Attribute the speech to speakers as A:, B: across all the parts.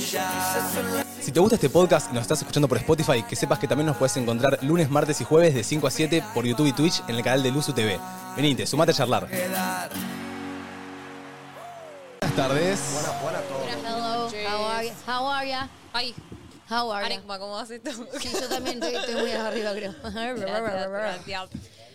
A: Si te gusta este podcast y nos estás escuchando por Spotify, que sepas que también nos puedes encontrar lunes, martes y jueves de 5 a 7 por YouTube y Twitch en el canal de Luzu TV. Venite, sumate a charlar. Buenas tardes.
B: Hello, how are you? How are you?
C: Ay,
B: How are you?
C: Arecma, ¿cómo haces tú?
B: Sí, yo también estoy, estoy muy arriba, creo.
C: Gracias.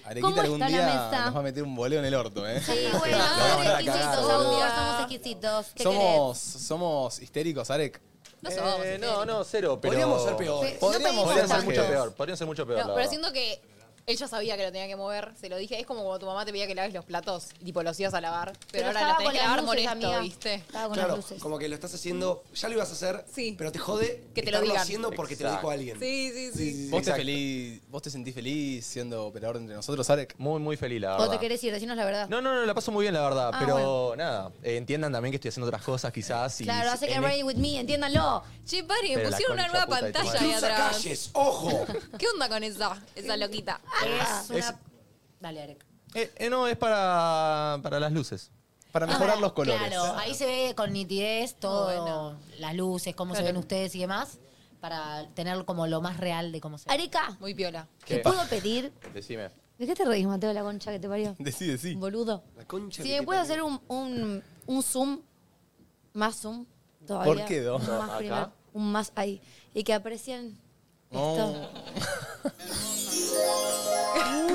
A: Arequita
B: ¿Cómo
A: algún
B: está la
A: día
B: mesa?
A: nos va a meter un boleo en el orto, ¿eh?
B: Sí, bueno,
A: Nos van a
B: somos
A: mandar a
B: exquisitos,
A: cagar, boludo.
B: amor, somos exquisitos. ¿Qué
A: Somos, somos histéricos, Arek.
C: No somos.
D: Eh, no, no, cero. Pero
E: Podríamos ser peores.
B: Pe- no pedimos
A: Podríamos
D: Podrían ser
B: tanto.
D: mucho peor. Podrían ser mucho peor.
C: No,
D: la
C: pero
D: verdad.
C: siento que ella sabía que lo tenía que mover, se lo dije. Es como cuando tu mamá te pedía que laves los platos y tipo los ibas a lavar. Pero, ahora los
B: estaba
C: tenés
B: con
C: que
B: las
C: lavar
B: luces,
C: molesto,
B: amiga.
C: ¿viste?
B: Estaba con
E: Claro,
B: las luces.
E: como que lo estás haciendo, ya lo ibas a hacer,
C: Sí.
E: pero te jode
C: Que te lo
E: estarlo
C: digan.
E: haciendo porque te lo
D: Exacto.
E: dijo alguien.
C: Sí, sí, sí.
A: ¿Vos te,
D: Exacto.
A: feliz, ¿Vos te sentís feliz siendo operador entre nosotros, Arek?
D: Muy, muy feliz, la
B: ¿O te
D: verdad.
B: querés ir? Decinos la verdad.
D: No, no, no, la paso muy bien, la verdad.
B: Ah,
D: pero nada, eh, entiendan también que estoy haciendo otras cosas, quizás. y-
B: claro, hace que
D: en-
B: Ready With Me, entiéndanlo.
C: Che, pari, me
D: Pero la
C: pusieron una nueva
D: concha puta de tu
C: pantalla
D: madre.
C: ahí
E: Cruza
C: atrás.
E: calles, ojo.
C: ¿Qué onda con esa? Esa loquita.
B: Es una...
D: es-
B: Dale, Arek.
D: Eh, eh, no, es para, para las luces.
B: Ah,
A: Para mejorar los colores. ¿eh?
F: Claro, ahí se ve con nitidez todo,
C: Bueno.
F: las luces, cómo se ven ustedes y demás, para tener como lo más real de cómo se ven.
B: Areca,
C: Muy piola.
F: ¿Te
D: ¿Qué?
F: puedo pedir?
D: Decime.
B: ¿de qué te reís, Mateo, la concha que te parió?
A: Decide, sí.
B: Boludo.
E: La concha
B: Si
E: que
B: me
E: te
B: puedes
E: parió.
B: hacer un, un, un zoom, más zoom, todavía.
A: ¿Por qué dos?
B: Un más
D: Acá.
B: primero, un más ahí. Y que aprecien
E: Oh.
B: esto.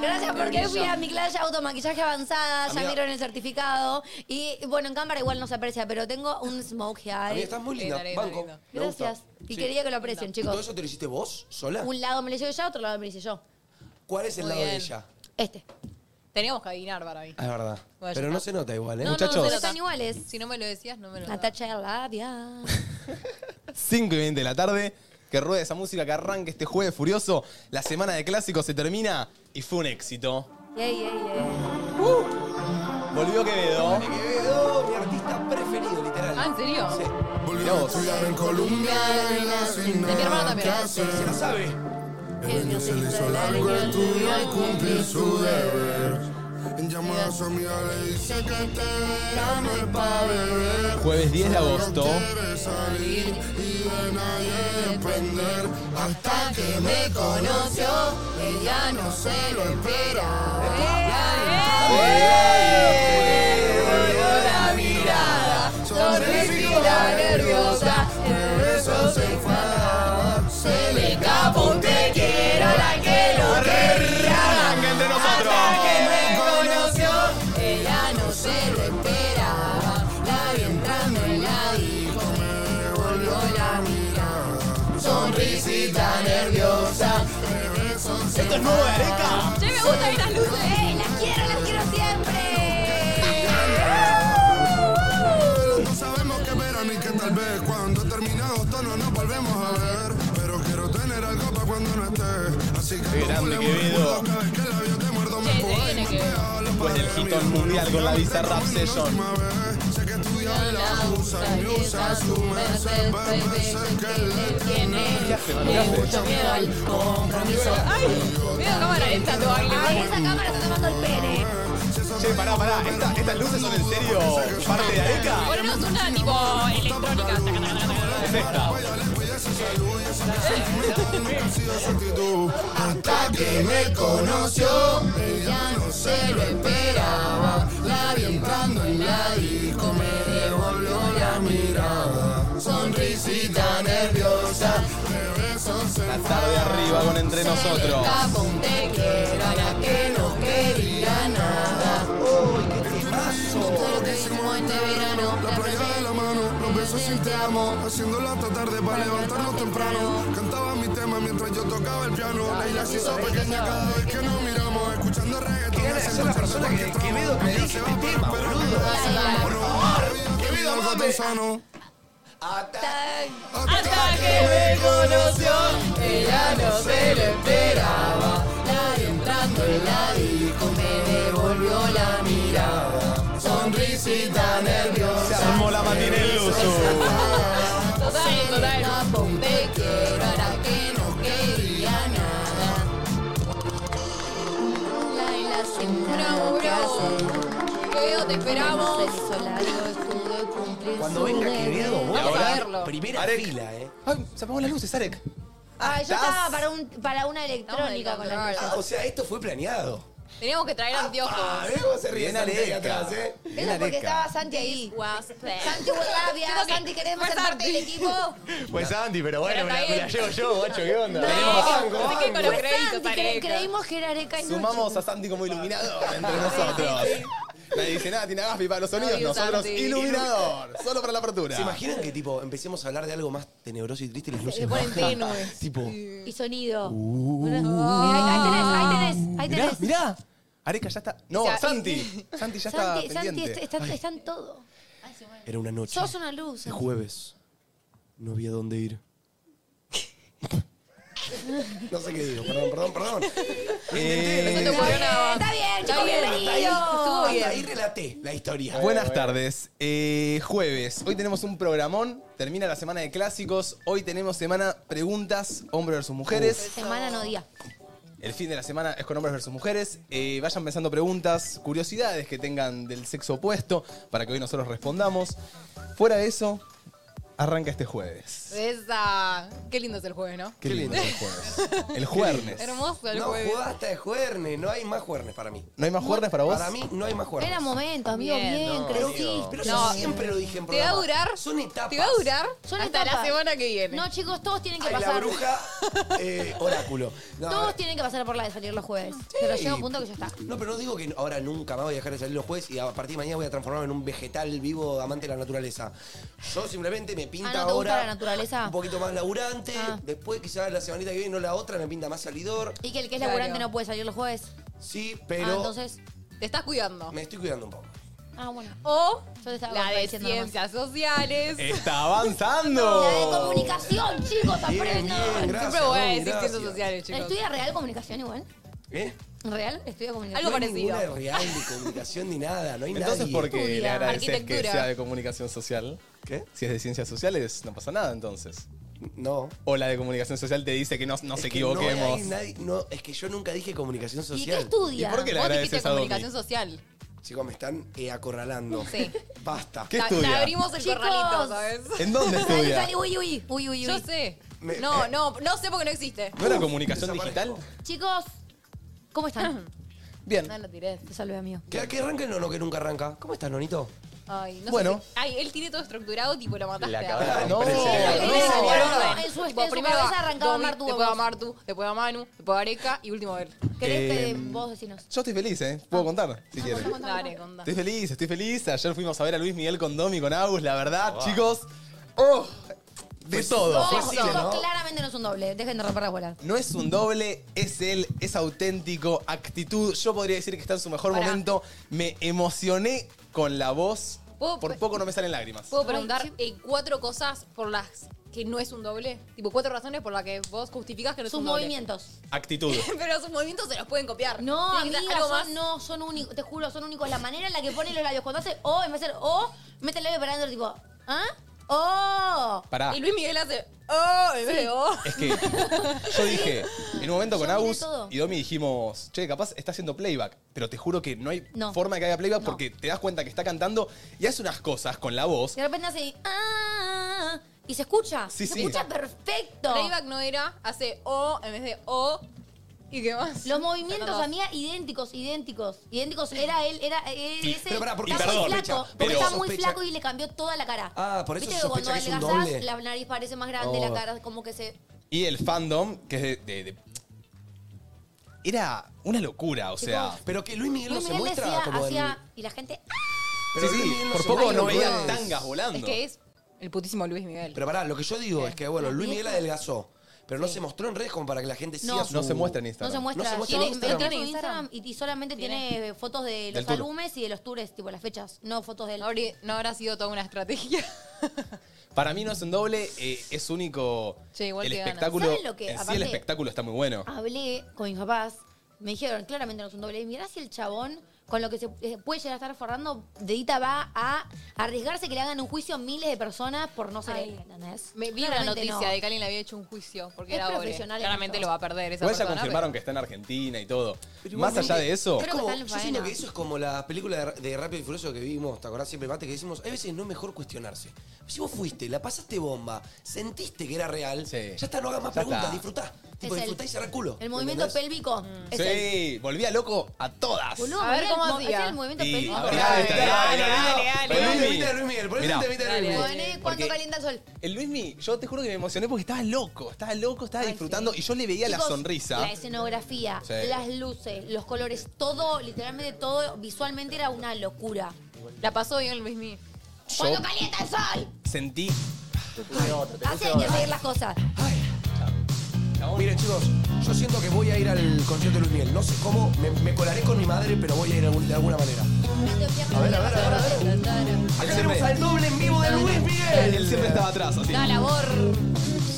B: Gracias porque fui a mi clase de automaquillaje avanzada, ya
E: Amiga.
B: vieron el certificado. Y bueno, en cámara igual no se aprecia, pero tengo un smoke
E: Amiga,
B: eye.
E: estás muy
C: Linda,
E: linda,
C: linda,
E: banco.
C: linda.
E: Me gusta.
B: Gracias. Y
E: Sí.
B: quería que lo aprecien,
E: ¿Todo
B: chicos.
E: eso te lo hiciste vos, sola?
B: Un lado me lo hice yo, otro lado me lo hice yo.
E: ¿Cuál es el
C: Muy
E: lado de
C: bien.
E: ella?
B: Este.
C: Teníamos que adivinar para
D: ¿Eh,
C: mí.
E: Ah, es verdad.
C: Bueno,
E: pero
C: ya
E: no
C: está.
E: se nota igual, ¿eh?
B: No,
A: Muchachos.
B: no, pero están iguales.
C: Si no me lo decías, no me lo daba.
B: Natacha de labia.
A: 5 y 20 de la tarde. Que ruede esa música, que arranque este jueves furioso. La semana de clásicos se termina y fue un éxito.
B: Yay, yay, yay.
A: Volvió Quevedo.
E: Dale, Quevedo, oh, mi artista preferido, literal.
C: Ah, ¿en serio?
E: Sí.
A: Mirá vos.
C: De mi hermano también.
E: Se la sabe.
B: El mío se hizo largo
G: el tuyo al cumplir su deber. En llamada a su amiga le dice que este verano es pa' beber.
A: Jueves 10 de agosto.
G: Quiere salir y de nadie depender. Hasta que me conoció, ella no se lo espera. Sonrisita nerviosa, el beso se enfadaba. Se le escapó un te quiero, la que lo quería.
A: Arranque entre nosotros.
G: Me conoció, ella no se lo esperaba. La vi entrando en la disco, me devolvió la mirada. Sonrisita nerviosa, el beso se
A: Esto es nuevo de Areca.
C: Che, me gustan estas luces.
B: ¡Ey, las quiero, las quiero siempre!
G: No sabemos qué verano y que tal vez cuando termine agosto no nos volvemos a ver. Pero quiero tener algo para cuando no esté. Así que
A: grande,
G: calculemos el
A: Quevedo.
G: culo, cada vez que la vio te muerdo me
C: Che,
G: puedo
C: se
G: ir,
C: viene
G: me
C: que-
G: pegaba los
A: Con el
G: padres,
A: hito
G: mi
A: mundial, con la Bizarrap Session.
G: última vez. Sé que estudia y la usa y usa su Mercedes. Mercedes que le tiene mucho miedo al compromiso.
C: Ay, mira cámara lenta tu baile.
B: Ay, esa cámara está tomando el pene.
A: Che, pará, pará. Esta- ¿Estas luces son en serio parte de Areca?
C: Ponernos una tipo electrónica. Taca, taca, taca, taca.
A: Es esta.
G: Hasta que me conoció, ella no se lo esperaba. La vi entrando en la disco, me devolvió la mirada. Sonrisita nerviosa, de besos se
A: La tarde arriba con Entre Nosotros.
G: escapó un te quiero, la que no quería nada. Todo lo que hicimos este verano, la playa de la mano, los besos sin te amo, haciéndolo hasta tarde para levantarnos temprano. Cantaba mi tema mientras yo tocaba el piano. La isla se hizo pequeña cada vez que nos miramos, escuchando reggaetón.
E: Quería ser la persona que Quevedo te dije este tema, boludo.
G: Querido algo tan sano.
C: Hasta que me conoció, ella no se lo esperaba.
G: Nadie entrando en la disco me devolvió la mirada. Sonrisita
A: Se
G: nerviosa.
A: armó la matina en Luzu.
C: Total, total.
G: Te quiero ahora que no quería nada.
B: Laila se
C: Bravo, bravo. Quevedo, te esperamos.
B: Cuando
E: Cuando venga Quevedo, vos
A: Ahora,
C: escucharlo.
E: Primera
A: Arek.
E: fila, ¿eh?
A: Ay, se apagó las luces, Arek.
B: Ah, yo
E: ¿Estás?
B: estaba para, un, para una electrónica
C: Estamos
B: con la
C: del
E: Ah, o sea, esto fue planeado.
C: Teníamos que traer
E: Ah,
C: anteojos.
E: ¿ves cómo se ríe
A: Bien
E: Santi de
A: Areca.
E: atrás, eh?
B: Eso porque estaba Santi ahí.
C: eh.
B: Santi Guardia,
C: Siento que-
B: Santi, queremos ser
C: Fue
B: parte del
C: Santi.
B: equipo.
D: Pues Andy, pero bueno,
C: Pero
D: me la,
C: está
D: me la
C: bien.
D: llevo yo, guacho, ¿qué onda?
E: Banco, Pues
C: Así que con
E: banco.
C: los
B: Fue
C: créditos,
B: Santi, cre-
C: Areca.
B: creímos que era Areca y no
A: Sumamos a Santi como iluminador entre nosotros. Nadie dice nada, tiene agafi para los sonidos.
C: Obvio,
A: Nosotros,
C: Santi.
A: iluminador. Solo para la apertura.
E: ¿Se imaginan que tipo empecemos a hablar de algo más tenebroso y triste y las luces
C: le ponen
E: bajan?
C: tenues.
E: Tipo,
B: Y sonido. Mirá, ahí tenés, ahí tenés, ahí
A: Mirá,
B: tenés.
A: mirá. Areca ya está. No,
C: O sea,
A: Santi. Santi ya está
B: eh, Santi, este Santi,
A: pendiente.
B: est- está- está en todo.
E: era una noche.
B: Sos una luz.
C: ¿eh?
E: de jueves. No había dónde ir. no sé qué digo, perdón, perdón, perdón. Lo intenté, lo
C: No te
E: intenté.
A: Eh,
C: ocurrió nada.
B: Está bien,
C: Está
B: chicos,
C: bien, está
E: Ahí,
B: bienvenidos.
E: hasta ahí relaté la historia.
A: Buenas tardes. Eh, jueves. Hoy tenemos un programón. Termina la semana de clásicos. Hoy tenemos semana preguntas, hombres versus mujeres.
B: Semana no día.
A: El fin de la semana es con hombres versus mujeres. Eh, vayan pensando preguntas, curiosidades que tengan del sexo opuesto para que hoy nosotros respondamos. Fuera de eso, arranca este jueves.
C: Esa. Qué lindo es el jueves, ¿no?
A: Qué, lindo es el jueves. El jueves.
C: Hermoso el
E: No,
C: jueves.
E: jugaste de juerne, no hay más juernes para mí.
A: ¿No hay más jueves para vos?
E: Para mí no hay más juernes.
B: Era momento, amigo,
C: Bien,
B: bien,
D: no,
B: crecí.
E: Pero
C: No.
E: yo siempre lo dije en
C: Te va
E: programa.
C: a durar.
E: Son etapas.
C: Te va a durar
B: Son
C: hasta
B: etapas.
C: la semana que viene.
B: No, chicos, todos tienen que
E: Ay, la
B: pasar.
E: bruja eh, oráculo. No,
B: Todos tienen que pasar por la de salir los jueves. Pero llega un punto que ya está.
E: No, pero no digo que ahora nunca más voy a dejar de salir los jueves y a partir de mañana voy a transformarme en un vegetal vivo amante de la naturaleza. Yo simplemente me pinta
B: Ah, ¿no te
E: ahora
B: gusta la naturaleza?
E: un poquito más laburante.
B: Ah.
E: Después quizás la semanita que viene no la otra me pinta más salidor.
B: Y que el que es
C: Claro.
B: laburante no puede salir los jueves.
E: Sí,
B: ah,
E: pero
B: entonces.
C: Te estás cuidando.
E: me estoy cuidando un poco.
B: Ah, bueno.
C: O
B: te estaba
C: la de
B: contradiciendo nomás.
C: ciencias sociales.
E: Eh,
A: ¡Está avanzando!
B: La de comunicación, chicos, aprendan.
E: gracias,
C: Siempre voy a
E: Domi,
C: decir
E: gracias.
C: ciencias sociales, chicos.
B: ¿Estudia real comunicación igual?
E: ¿Eh?
B: ¿Real? ¿Estudia comunicación?
C: Algo
E: no hay
C: parecido.
E: ninguna real de comunicación ni nada, no hay
A: Entonces,
E: nadie.
A: ¿por qué le
B: Estudia.
A: agradeces que
C: Arquitectura.
A: sea de comunicación social?
E: ¿Qué?
A: Si es de ciencias sociales, no pasa nada entonces.
E: No.
A: O la de comunicación social te dice que no, no
E: Es
A: se
E: que no hay
A: equivoquemos.
E: nadie- no, es que yo nunca dije comunicación
B: ¿Y qué
E: social.
A: ¿Y
B: estudia?
A: por qué le
C: Vos dijiste
A: agradeces a Domi?
C: comunicación social.
E: Chicos, me están eh, acorralando.
C: Sí.
E: Basta.
A: ¿Qué
C: Te- te
A: estudia?
C: abrimos el
B: Chicos.
C: corralito, ¿sabes?
A: ¿En dónde
B: Dale,
A: estudia?
B: dale, uy, uy, uy, uy,
C: Yo
B: uy.
C: sé.
E: Me-
C: No,
E: eh.
C: no, no sé porque no existe.
A: ¿No era comunicación digital?
E: desaparezco.
B: Chicos, ¿cómo están?
A: Bien.
C: No lo tiré.
B: Te salve, amigo.
E: ¿Que, que arranca el nono que nunca arranca? ¿Cómo estás, nonito?
C: Ay, no sé
A: Bueno.
C: si- Ay, él tiene todo estructurado, tipo lo mataste.
D: La
C: a-
D: acabas de
A: Ah, No.
D: romper el
A: Sí,
D: cerebro.
A: la-
C: Él
A: No.
C: tiene como
B: Bueno,
C: orden.
B: en su-
C: Tipo,
B: en su
C: primero
B: cabeza
C: va
B: arrancaba
C: Domi,
B: Martu,
C: Después va
B: vos.
C: Martu, después va Manu, después va Areca y último él.
B: ¿Querés que
A: Eh,
B: vos decinos?
A: Yo estoy feliz, ¿eh? Puedo contar, si quieren.
C: Dale, conda.
A: Estoy feliz, estoy feliz. Ayer fuimos a ver a Luis Miguel con Domi, con Agus, la verdad, chicos. ¡Oh! De todo.
B: Ojo,
E: fue así, ¿no?
B: claramente no es un doble. Dejen de romper las bolas.
A: No es un doble, es él, es auténtico, actitud. Yo podría decir que está en su mejor
C: Pará.
A: momento. Me emocioné con la voz.
C: ¿Puedo-
A: Por poco no me salen lágrimas.
C: ¿Puedo preguntar eh, cuatro cosas por las que no es un doble? Tipo, cuatro razones por las que vos justificás que no es
B: Sus
C: un doble.
B: movimientos.
A: Actitud.
C: Pero sus movimientos se los pueden copiar.
B: No,
C: Tiene que ser
B: amiga,
C: algo
B: son,
C: más.
B: no, son únicos. Te juro, son únicos. La manera en la que pone los labios. Cuando hace O, en vez de hacer O, mete el labio para adentro, tipo, ¿ah? ¡Oh!
A: Pará.
C: Y Luis Miguel hace, oh, en vez de oh.
A: Es que yo dije, en un momento
B: Yo
A: con
B: miré
A: Agus
B: todo.
A: y Domi dijimos, che, capaz está haciendo playback, pero te juro que no hay
B: No.
A: forma de que haga playback
B: No.
A: porque te das cuenta que está cantando y hace unas cosas con la voz.
B: De repente hace. ¡Ah! Y se escucha.
A: Sí,
B: se
A: sí.
B: escucha perfecto.
C: Playback no era, hace o en vez de o. ¿Y qué más?
B: Los movimientos,
C: Sacanos.
B: amiga, idénticos, idénticos. Idénticos era él, era él,
A: Y-
B: ese.
E: pero pará, porque
B: está
A: perdón,
B: muy
A: Mecha,
B: flaco.
A: pero-
B: porque está muy
E: sospecha-
B: flaco y le cambió toda la cara.
E: Ah, por eso
B: Viste
E: se
B: que cuando
E: sospecha que es un
B: adelgazás,
E: doble.
B: la nariz parece más grande,
E: Oh.
B: la cara como que se.
A: Y el fandom, que es de... de- de- era una locura, o sea...
E: Pero que Luis Miguel
B: Luis
E: no se
B: Miguel
E: muestra
B: decía,
E: como en-
B: hacía. Y la gente. ¡ah!
E: Pero
A: sí,
E: Luis
A: sí,
E: Miguel no
A: por
E: se
A: poco
E: muestra
A: no
E: como
A: veían
E: en-
A: tangas volando.
C: Es que es el putísimo Luis Miguel.
E: Pero pará, lo que yo digo es que, bueno, Luis Miguel
B: viejo.
E: adelgazó, pero no se mostró en redes como para que la gente siga
B: No.
E: su...
A: No se muestra en
B: No se
A: Instagram.
B: muestra.
E: No se muestra
B: Yo
E: en
B: entré
E: Instagram.
B: en su Instagram y, y solamente
C: ¿Tiene?
B: tiene, eh, fotos de
A: Del
B: los
A: tour.
B: álbumes y de los tours, tipo las fechas, no fotos del.
C: No habría- no habrá sido toda una estrategia.
A: Para mí no es un doble, eh, es único...
C: Che, igual
A: el
C: que gana.
A: espectáculo...
B: ¿Saben lo que?
A: en sí el
B: Aparte- Ah,
A: espectáculo está muy bueno.
B: hablé con mis papás, me dijeron, claramente no es un doble. Y mirá si el chabón con lo que se eh, puede llegar a estar forrando, Dedita va a arriesgarse que le hagan un juicio a miles de personas por no ser
C: Ay.
B: él, ¿entendés?
C: Me vi una
B: Claramente
C: noticia
B: no.
C: de que alguien le había hecho un juicio porque
B: Es
C: era pobre.
B: profesional en
C: Claramente
B: esto.
C: lo va a perder esa
A: Igual ya
C: persona.
A: confirmaron que está en Argentina y todo. Más
E: igualmente,
A: allá de eso,
B: creo que
E: como-
B: está en
E: yo siento
B: faena.
E: que eso es como las películas de, de Rápido y Furioso que vimos, ¿te acordás siempre, Mate? Que decimos, hay veces no es mejor cuestionarse. Si vos fuiste, la pasaste bomba, sentiste que era real,
A: Sí.
E: ya está, no hagas más
A: Ya
E: preguntas,
A: está.
E: disfrutá. Tipo,
B: Es el-
E: disfrutá y cerrá el culo.
B: El movimiento
E: ¿entendés?
B: pélvico es el...
A: Mm. sí, volvía loco a todas.
B: Boludo,
C: A ver
B: mirá el
C: cómo
B: mo-
C: hacía.
B: hacía el movimiento
A: Y-
B: pélvico.
A: Dale, dale,
E: Dale, dale,
A: dale,
E: dale.
A: Poné un
E: Poné un
A: temita
E: temita
A: de
E: de
A: Luis Miguel, poné un
E: Mirá.
A: temita de Luis Miguel.
B: Poné cuando
A: Porque-
B: ¿eh? calienta el sol.
A: El Luismi, yo te juro que me emocioné porque estaba loco, estaba loco, estaba disfrutando y yo le veía
B: Chicos,
A: la sonrisa.
B: La escenografía,
A: Sí.
B: las luces, los colores, todo, literalmente todo, visualmente era una locura.
C: La pasó bien el Luismi.
A: Yo
B: ¡Cuando calienta el sol!
A: sentí.
B: Así hay que seguir las cosas.
E: Miren, chicos, yo siento que voy a ir al concierto de Luis Miguel. No sé cómo, me, me colaré con mi madre, pero voy a ir algún- de alguna manera. A ver, a ver, a ver, a ver. Acá tenemos al doble en vivo de Luis Miguel.
A: Él siempre estaba atrás, así.
C: Da labor.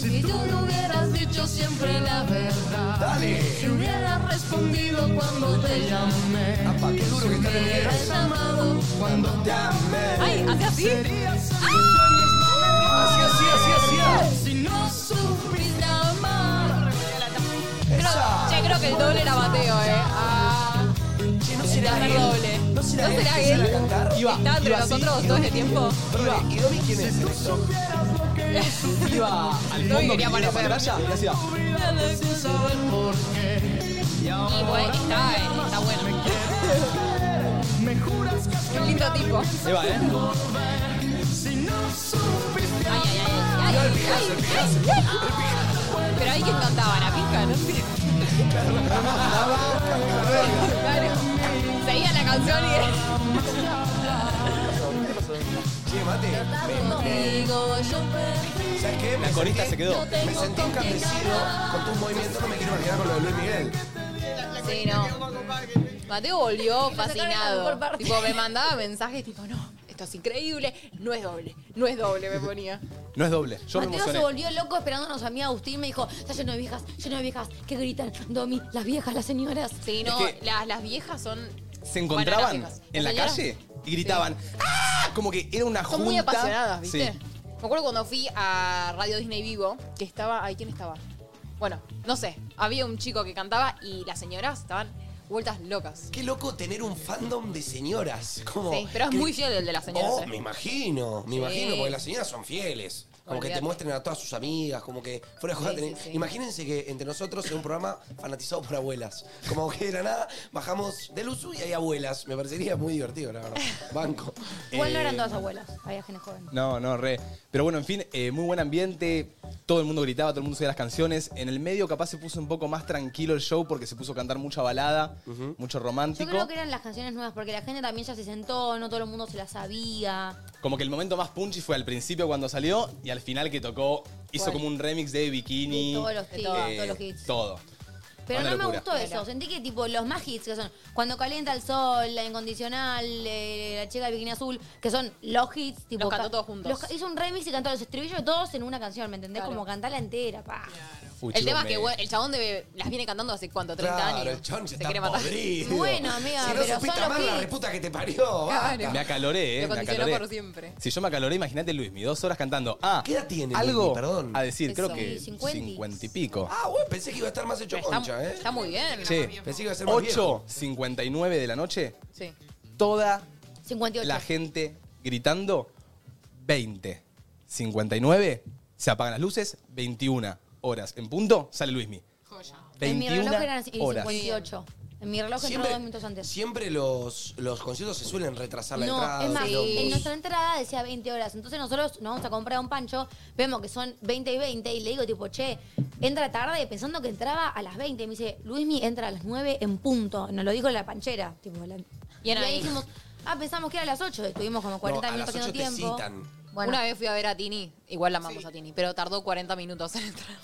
G: Si tú me hubieras dicho siempre la verdad.
E: Dale.
G: Si hubieras respondido cuando te llamé.
A: Ah.
E: Apa, qué duro que está Luis Miguel.
G: Hubieras llamado cuando te amé.
C: Ay, hace así. ¡Ah!
E: Así, así, así, así.
G: Si no supiste amar.
E: Esa.
C: Che, creo que el doble era bateo, eh. Ah,
E: Che, no
C: el
E: será
C: tercer
E: él.
C: doble.
E: No será él.
C: será
E: que sale a
C: él?
E: cantar.
A: Iba,
C: Está entre
A: iba así,
C: nosotros todo este tiempo.
E: Iba. ¿Y Domi quién es? en esto?
A: iba al
C: No
A: fondo
C: quería
A: de la
C: aparecer.
A: pantalla y hacía.
C: Y bueno, está, eh, está bueno. Un lindo tipo.
A: Ahí va, ¿eh?
C: Ay, ay, ay, ay, ay, ay, ay, ay. Pero ahí que cantaba la pija, ¿no? Sí. Claro. Seguía la canción y.
E: Che, mate. me- me- ¿Sabes qué? Me
A: La corista
E: sentí-
A: se quedó.
E: Me sentí encandecido con tus movimientos. No me quiero imaginar con lo de Luis Miguel.
C: Sí, no. Mateo volvió fascinado. Tipo, me mandaba mensajes tipo, no, esto es increíble, no es doble, no es doble, me ponía.
A: No es doble, yo me
B: Mateo se
A: emocioné.
B: volvió loco esperándonos a mí, Agustín me dijo, está lleno de viejas, lleno de viejas, que gritan, Domi, las viejas, las señoras.
C: Sí, no,
A: Es que-
C: las, las viejas son.
A: Se encontraban
C: Bueno, las viejas.
A: en la
C: Las
A: calle
C: señoras
A: y gritaban. ¡Ah! Como que era una junta.
C: Son muy apasionadas, ¿viste?
A: Sí.
C: Me acuerdo cuando fui a Radio Disney Vivo, que estaba. Ay, ¿quién estaba? Bueno, no sé. Había un chico que cantaba y las señoras estaban vueltas locas.
E: Qué loco tener un fandom de señoras. Como,
C: Sí, pero es
E: que-
C: muy fiel el de las señoras.
E: Oh,
C: eh.
E: me imagino, me imagino, porque las señoras son fieles. Como que te
C: Olvídate.
E: muestren a todas sus amigas, como que fuera de joda.
C: Sí,
E: tenés-
C: sí, sí.
E: Imagínense que entre nosotros es un programa fanatizado por abuelas. Como que de la nada bajamos del uso y hay abuelas. Me parecería muy divertido, la verdad. Banco.
B: Igual no eran
A: Eh,
B: todas abuelas, había gente joven.
A: No, no, re. Pero bueno, en fin, eh, muy buen ambiente. Todo el mundo gritaba, todo el mundo sabía las canciones. En el medio, capaz se puso un poco más tranquilo el show porque se puso a cantar mucha balada, mucho
B: Yo
A: romántico.
B: creo que eran las canciones nuevas, porque la gente también ya se sentó, no todo el mundo se las sabía.
A: Como que el momento más punchy fue al principio cuando salió y al final que tocó, hizo
C: ¿Cuál?
A: como un remix de bikini. eh,
B: De todos los hits, todos los hits.
A: Todo.
B: Pero
A: Una
B: no me
A: locura.
B: gustó eso. Sentí que tipo los más hits que son Cuando calienta el sol, La incondicional, eh, La chica de bikini azul, que son los hits. Tipo,
C: Los cantó
B: ca-
C: todos juntos.
B: los ca- hizo un remix y cantó los estribillos de todos en una canción, ¿me entendés?
C: Claro.
B: Como cantarla entera, pa.
A: Uy,
C: el
A: chicos,
C: tema es que
A: me-
C: bueno, el chabón debe, las viene cantando hace cuánto, 30
E: Eh, claro,
C: años.
E: el chon se,
C: Se
E: está
C: quiere matar.
E: podrido.
B: Bueno, amiga,
E: si no
B: pero
E: supiste
B: son los
E: amar la
B: hits.
E: reputa que te parió. va.
A: Me acaloré, eh.
C: Lo
A: Me
C: condicionó
A: acaloré.
C: por siempre.
A: Si yo me acaloré, imagínate Luis, mi dos horas cantando. Ah,
E: ¿Qué edad tiene
A: algo
E: Luismi? Perdón.
A: A decir, creo
C: Eso.
A: que
B: Sí, 50.
A: 50 y pico.
E: Ah, bueno, pensé que iba a estar más hecho
C: Pero está,
E: concha, ¿eh?
C: está muy bien.
A: Che,
E: Pensé que iba a ser más viejo.
A: 8.59 de la noche,
C: Sí.
A: toda
B: 58.
A: la gente gritando 20. 59, se apagan las luces, 21 horas en punto, sale Luismi.
B: en mi
A: 21
B: reloj eran así,
A: horas.
B: 58. En mi reloj entró dos minutos antes.
E: siempre los, los conciertos se suelen retrasar la
B: No,
E: entrada.
B: es más,
E: los shows.
B: en nuestra entrada decía 20 horas. Entonces nosotros nos vamos a comprar un pancho, vemos que son 20 y 20 y le digo tipo, che, entra tarde pensando que entraba a las 20. Y me dice, Luismi entra a las 9 en punto. Nos lo dijo la panchera. Tipo, la-
C: Y
B: Y,
C: eran
B: ahí
C: ahí.
B: dijimos, ah, pensamos que era a las 8. Estuvimos como 40
E: no, a las
B: minutos
E: 8
B: haciendo
E: te
B: tiempo.
E: citan.
B: Bueno.
C: Una vez fui a ver a Tini, igual la amamos a Tini, pero tardó 40 minutos en entrar.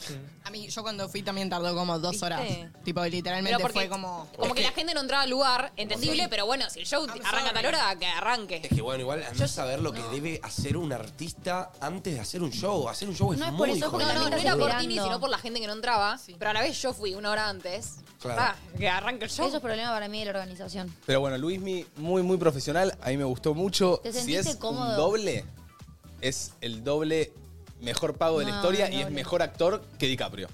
H: A mí, yo cuando fui también tardó como dos
C: ¿Viste?
H: horas. Tipo,
C: Pero
H: literalmente
C: porque
H: fue como... Ah,
C: Como que la gente no entraba al lugar, entendible, pero bueno, si el show arranca a tal hora, que arranque.
E: Es que bueno, igual a no saber lo que debe hacer un artista antes de hacer un show. Hacer un show es
B: No es por
E: muy
B: eso,
E: jodido.
B: porque
C: No, no, no era por Tini,
B: Esperando.
C: sino por la gente que no entraba. Pero a la vez yo fui una hora antes.
E: Claro.
C: Ah, que arranque el show.
B: Eso es problema para mí de la organización.
A: Pero bueno, Luismi, muy, muy profesional. A mí me gustó mucho.
B: ¿Te
A: si
B: sentiste
A: es
B: cómodo?
A: un doble, es el doble mejor pago de la
B: No,
A: historia
B: no,
A: y es
B: no.
A: mejor actor que DiCaprio.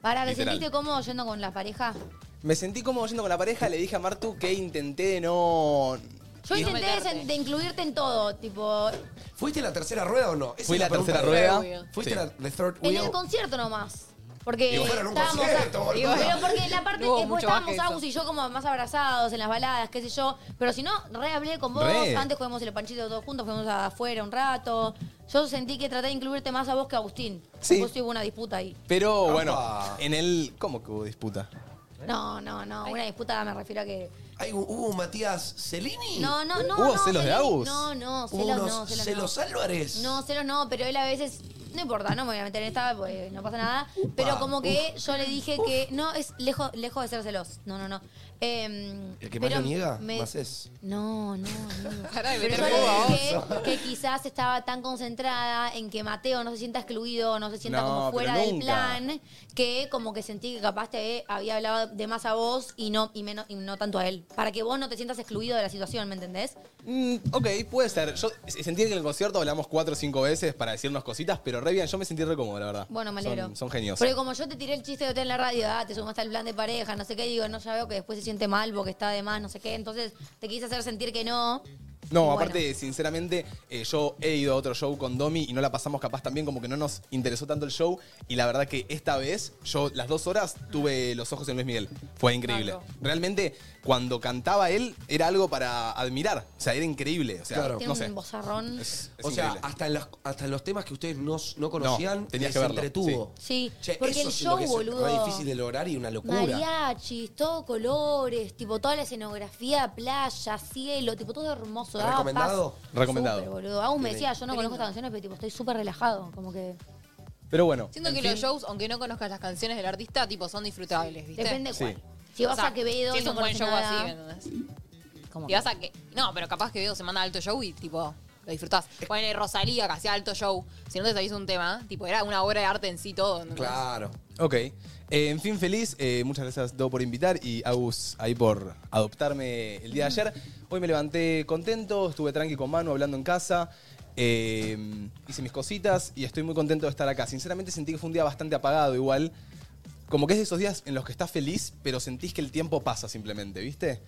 B: Para, ¿te
A: Literal.
B: sentiste cómodo yendo con la pareja?
A: Me sentí como yendo con la pareja, le dije a Martu que intenté no.
B: Yo
A: Y-
B: intenté de,
C: meterte.
B: de incluirte en todo, tipo,
E: ¿Fuiste la tercera rueda o no? Esa
A: Fui
E: es
A: la
E: pregunta.
A: tercera rueda.
E: ¿Fuiste
A: Sí.
E: la the third
B: en
E: wheel?
B: el concierto nomás. Porque
E: Digo, fueron a un
B: estábamos.
E: concierto, boludo.
B: pero porque la parte
C: No hubo
B: que pues,
C: mucho
B: estábamos
C: baje eso.
B: Agus y yo como más abrazados en las baladas, qué sé yo. Pero si no, re hablé con vos.
A: Re.
B: Antes jugamos el panchito todos juntos, fuimos afuera un rato. Yo sentí que traté de incluirte más a vos que a Agustín.
A: Sí.
B: Vos tuvo una disputa ahí.
A: Pero
E: Apa.
A: bueno, en el. ¿Cómo que hubo disputa?
B: No, no, no. Una disputa me refiero a que.
E: Ay, ¿Hubo hubo un Matías Celini?
B: No, no, no.
A: ¿Hubo
B: no,
A: celos de
B: Celi-
A: Agus?
B: No, no,
E: Hubo
B: celos
E: unos
B: no, celos no.
E: celos Álvarez.
B: No, cero no, pero él a veces. No importa, no me voy a meter en esta, pues no pasa nada. pero como que yo le dije que. No, es lejos, lejos de ser celos. No, no, no. Em,
E: El que más
B: pero
E: lo niega,
B: me-
E: más es.
B: No, no, amigo.
C: Pará de
B: Pero yo
C: meter
B: le dije que quizás estaba tan concentrada en que Mateo no se sienta excluido, no se sienta
A: No,
B: como
A: pero
B: fuera del
A: nunca.
B: plan, que como que sentí que capaz te había hablado de más a vos y no, y menos, y no tanto a él. Para que vos no te sientas excluido de la situación, ¿me entendés?
A: Mm, ok, puede ser. Yo s- sentí que en el concierto hablamos cuatro o cinco veces para decirnos cositas, pero re bien, yo me sentí re cómodo, la verdad.
B: Bueno, me
A: Son-
B: alegro.
A: Son, genios.
B: Porque como yo te tiré el chiste de hotel en la radio, ah, te sumaste al plan de pareja, no sé qué, digo, no, ya veo que después se siente mal porque está de más, no sé qué. Entonces te quise hacer sentir que no.
A: No,
B: Y bueno.
A: aparte, sinceramente, eh, yo he ido a otro show con Domi y no la pasamos capaz también, como que no nos interesó tanto el show. Y la verdad que esta vez, yo las dos horas tuve los ojos en Luis Miguel. Fue increíble. Realmente, cuando cantaba él, era algo para admirar. O sea, era increíble. O sea,
E: Claro.
B: Tiene
A: no
B: un
A: sé.
B: bozarrón.
A: Es- es
E: o sea,
A: increíble.
E: hasta en, las- hasta en los temas que ustedes no, no conocían,
A: tenías
E: les
A: que verlo,
E: entretuvo.
B: Sí,
E: Che,
B: porque
E: eso
B: el
E: siento
B: show,
E: que es
B: boludo.
E: re difícil de lograr y una locura.
B: Mariachis, todo colores, tipo toda la escenografía, playa, cielo, tipo todo hermoso. daba
E: ¿Recomendado?
B: paz.
A: Recomendado.
B: Súper, boludo. Aún me
E: Qué
B: decía, yo no conozco estas canciones, pero tipo estoy súper relajado, como que
A: Pero bueno.
C: Siento
A: en
C: que
A: fin.
C: los shows, aunque no conozcas las canciones del artista, tipo, son disfrutables, ¿viste?
B: depende
A: Sí.
B: cuál. Si vas
C: O sea,
B: a Quevedo,
C: si es
B: no
C: un buen
B: conoces
C: show
B: nada.
C: así, ¿me entendés?
F: ¿Cómo?
C: Si vas a que. No, pero capaz Quevedo se manda alto show y tipo. Lo disfrutás.
B: Eh.
C: Ponele Rosalía que hacía alto show. Si no te sabías un tema, tipo, era una obra de arte en sí todo. ¿entendés?
E: Claro.
A: Ok. Eh, en fin, feliz. Eh, muchas gracias, Do, por invitar y Agus ahí por adoptarme el día de ayer. Hoy me levanté contento, estuve tranqui con Manu hablando en casa. eh, hice mis cositas y estoy muy contento de estar acá. Sinceramente sentí que fue un día bastante apagado igual. Como que es de esos días en los que estás feliz, pero sentís que el tiempo pasa simplemente, ¿viste?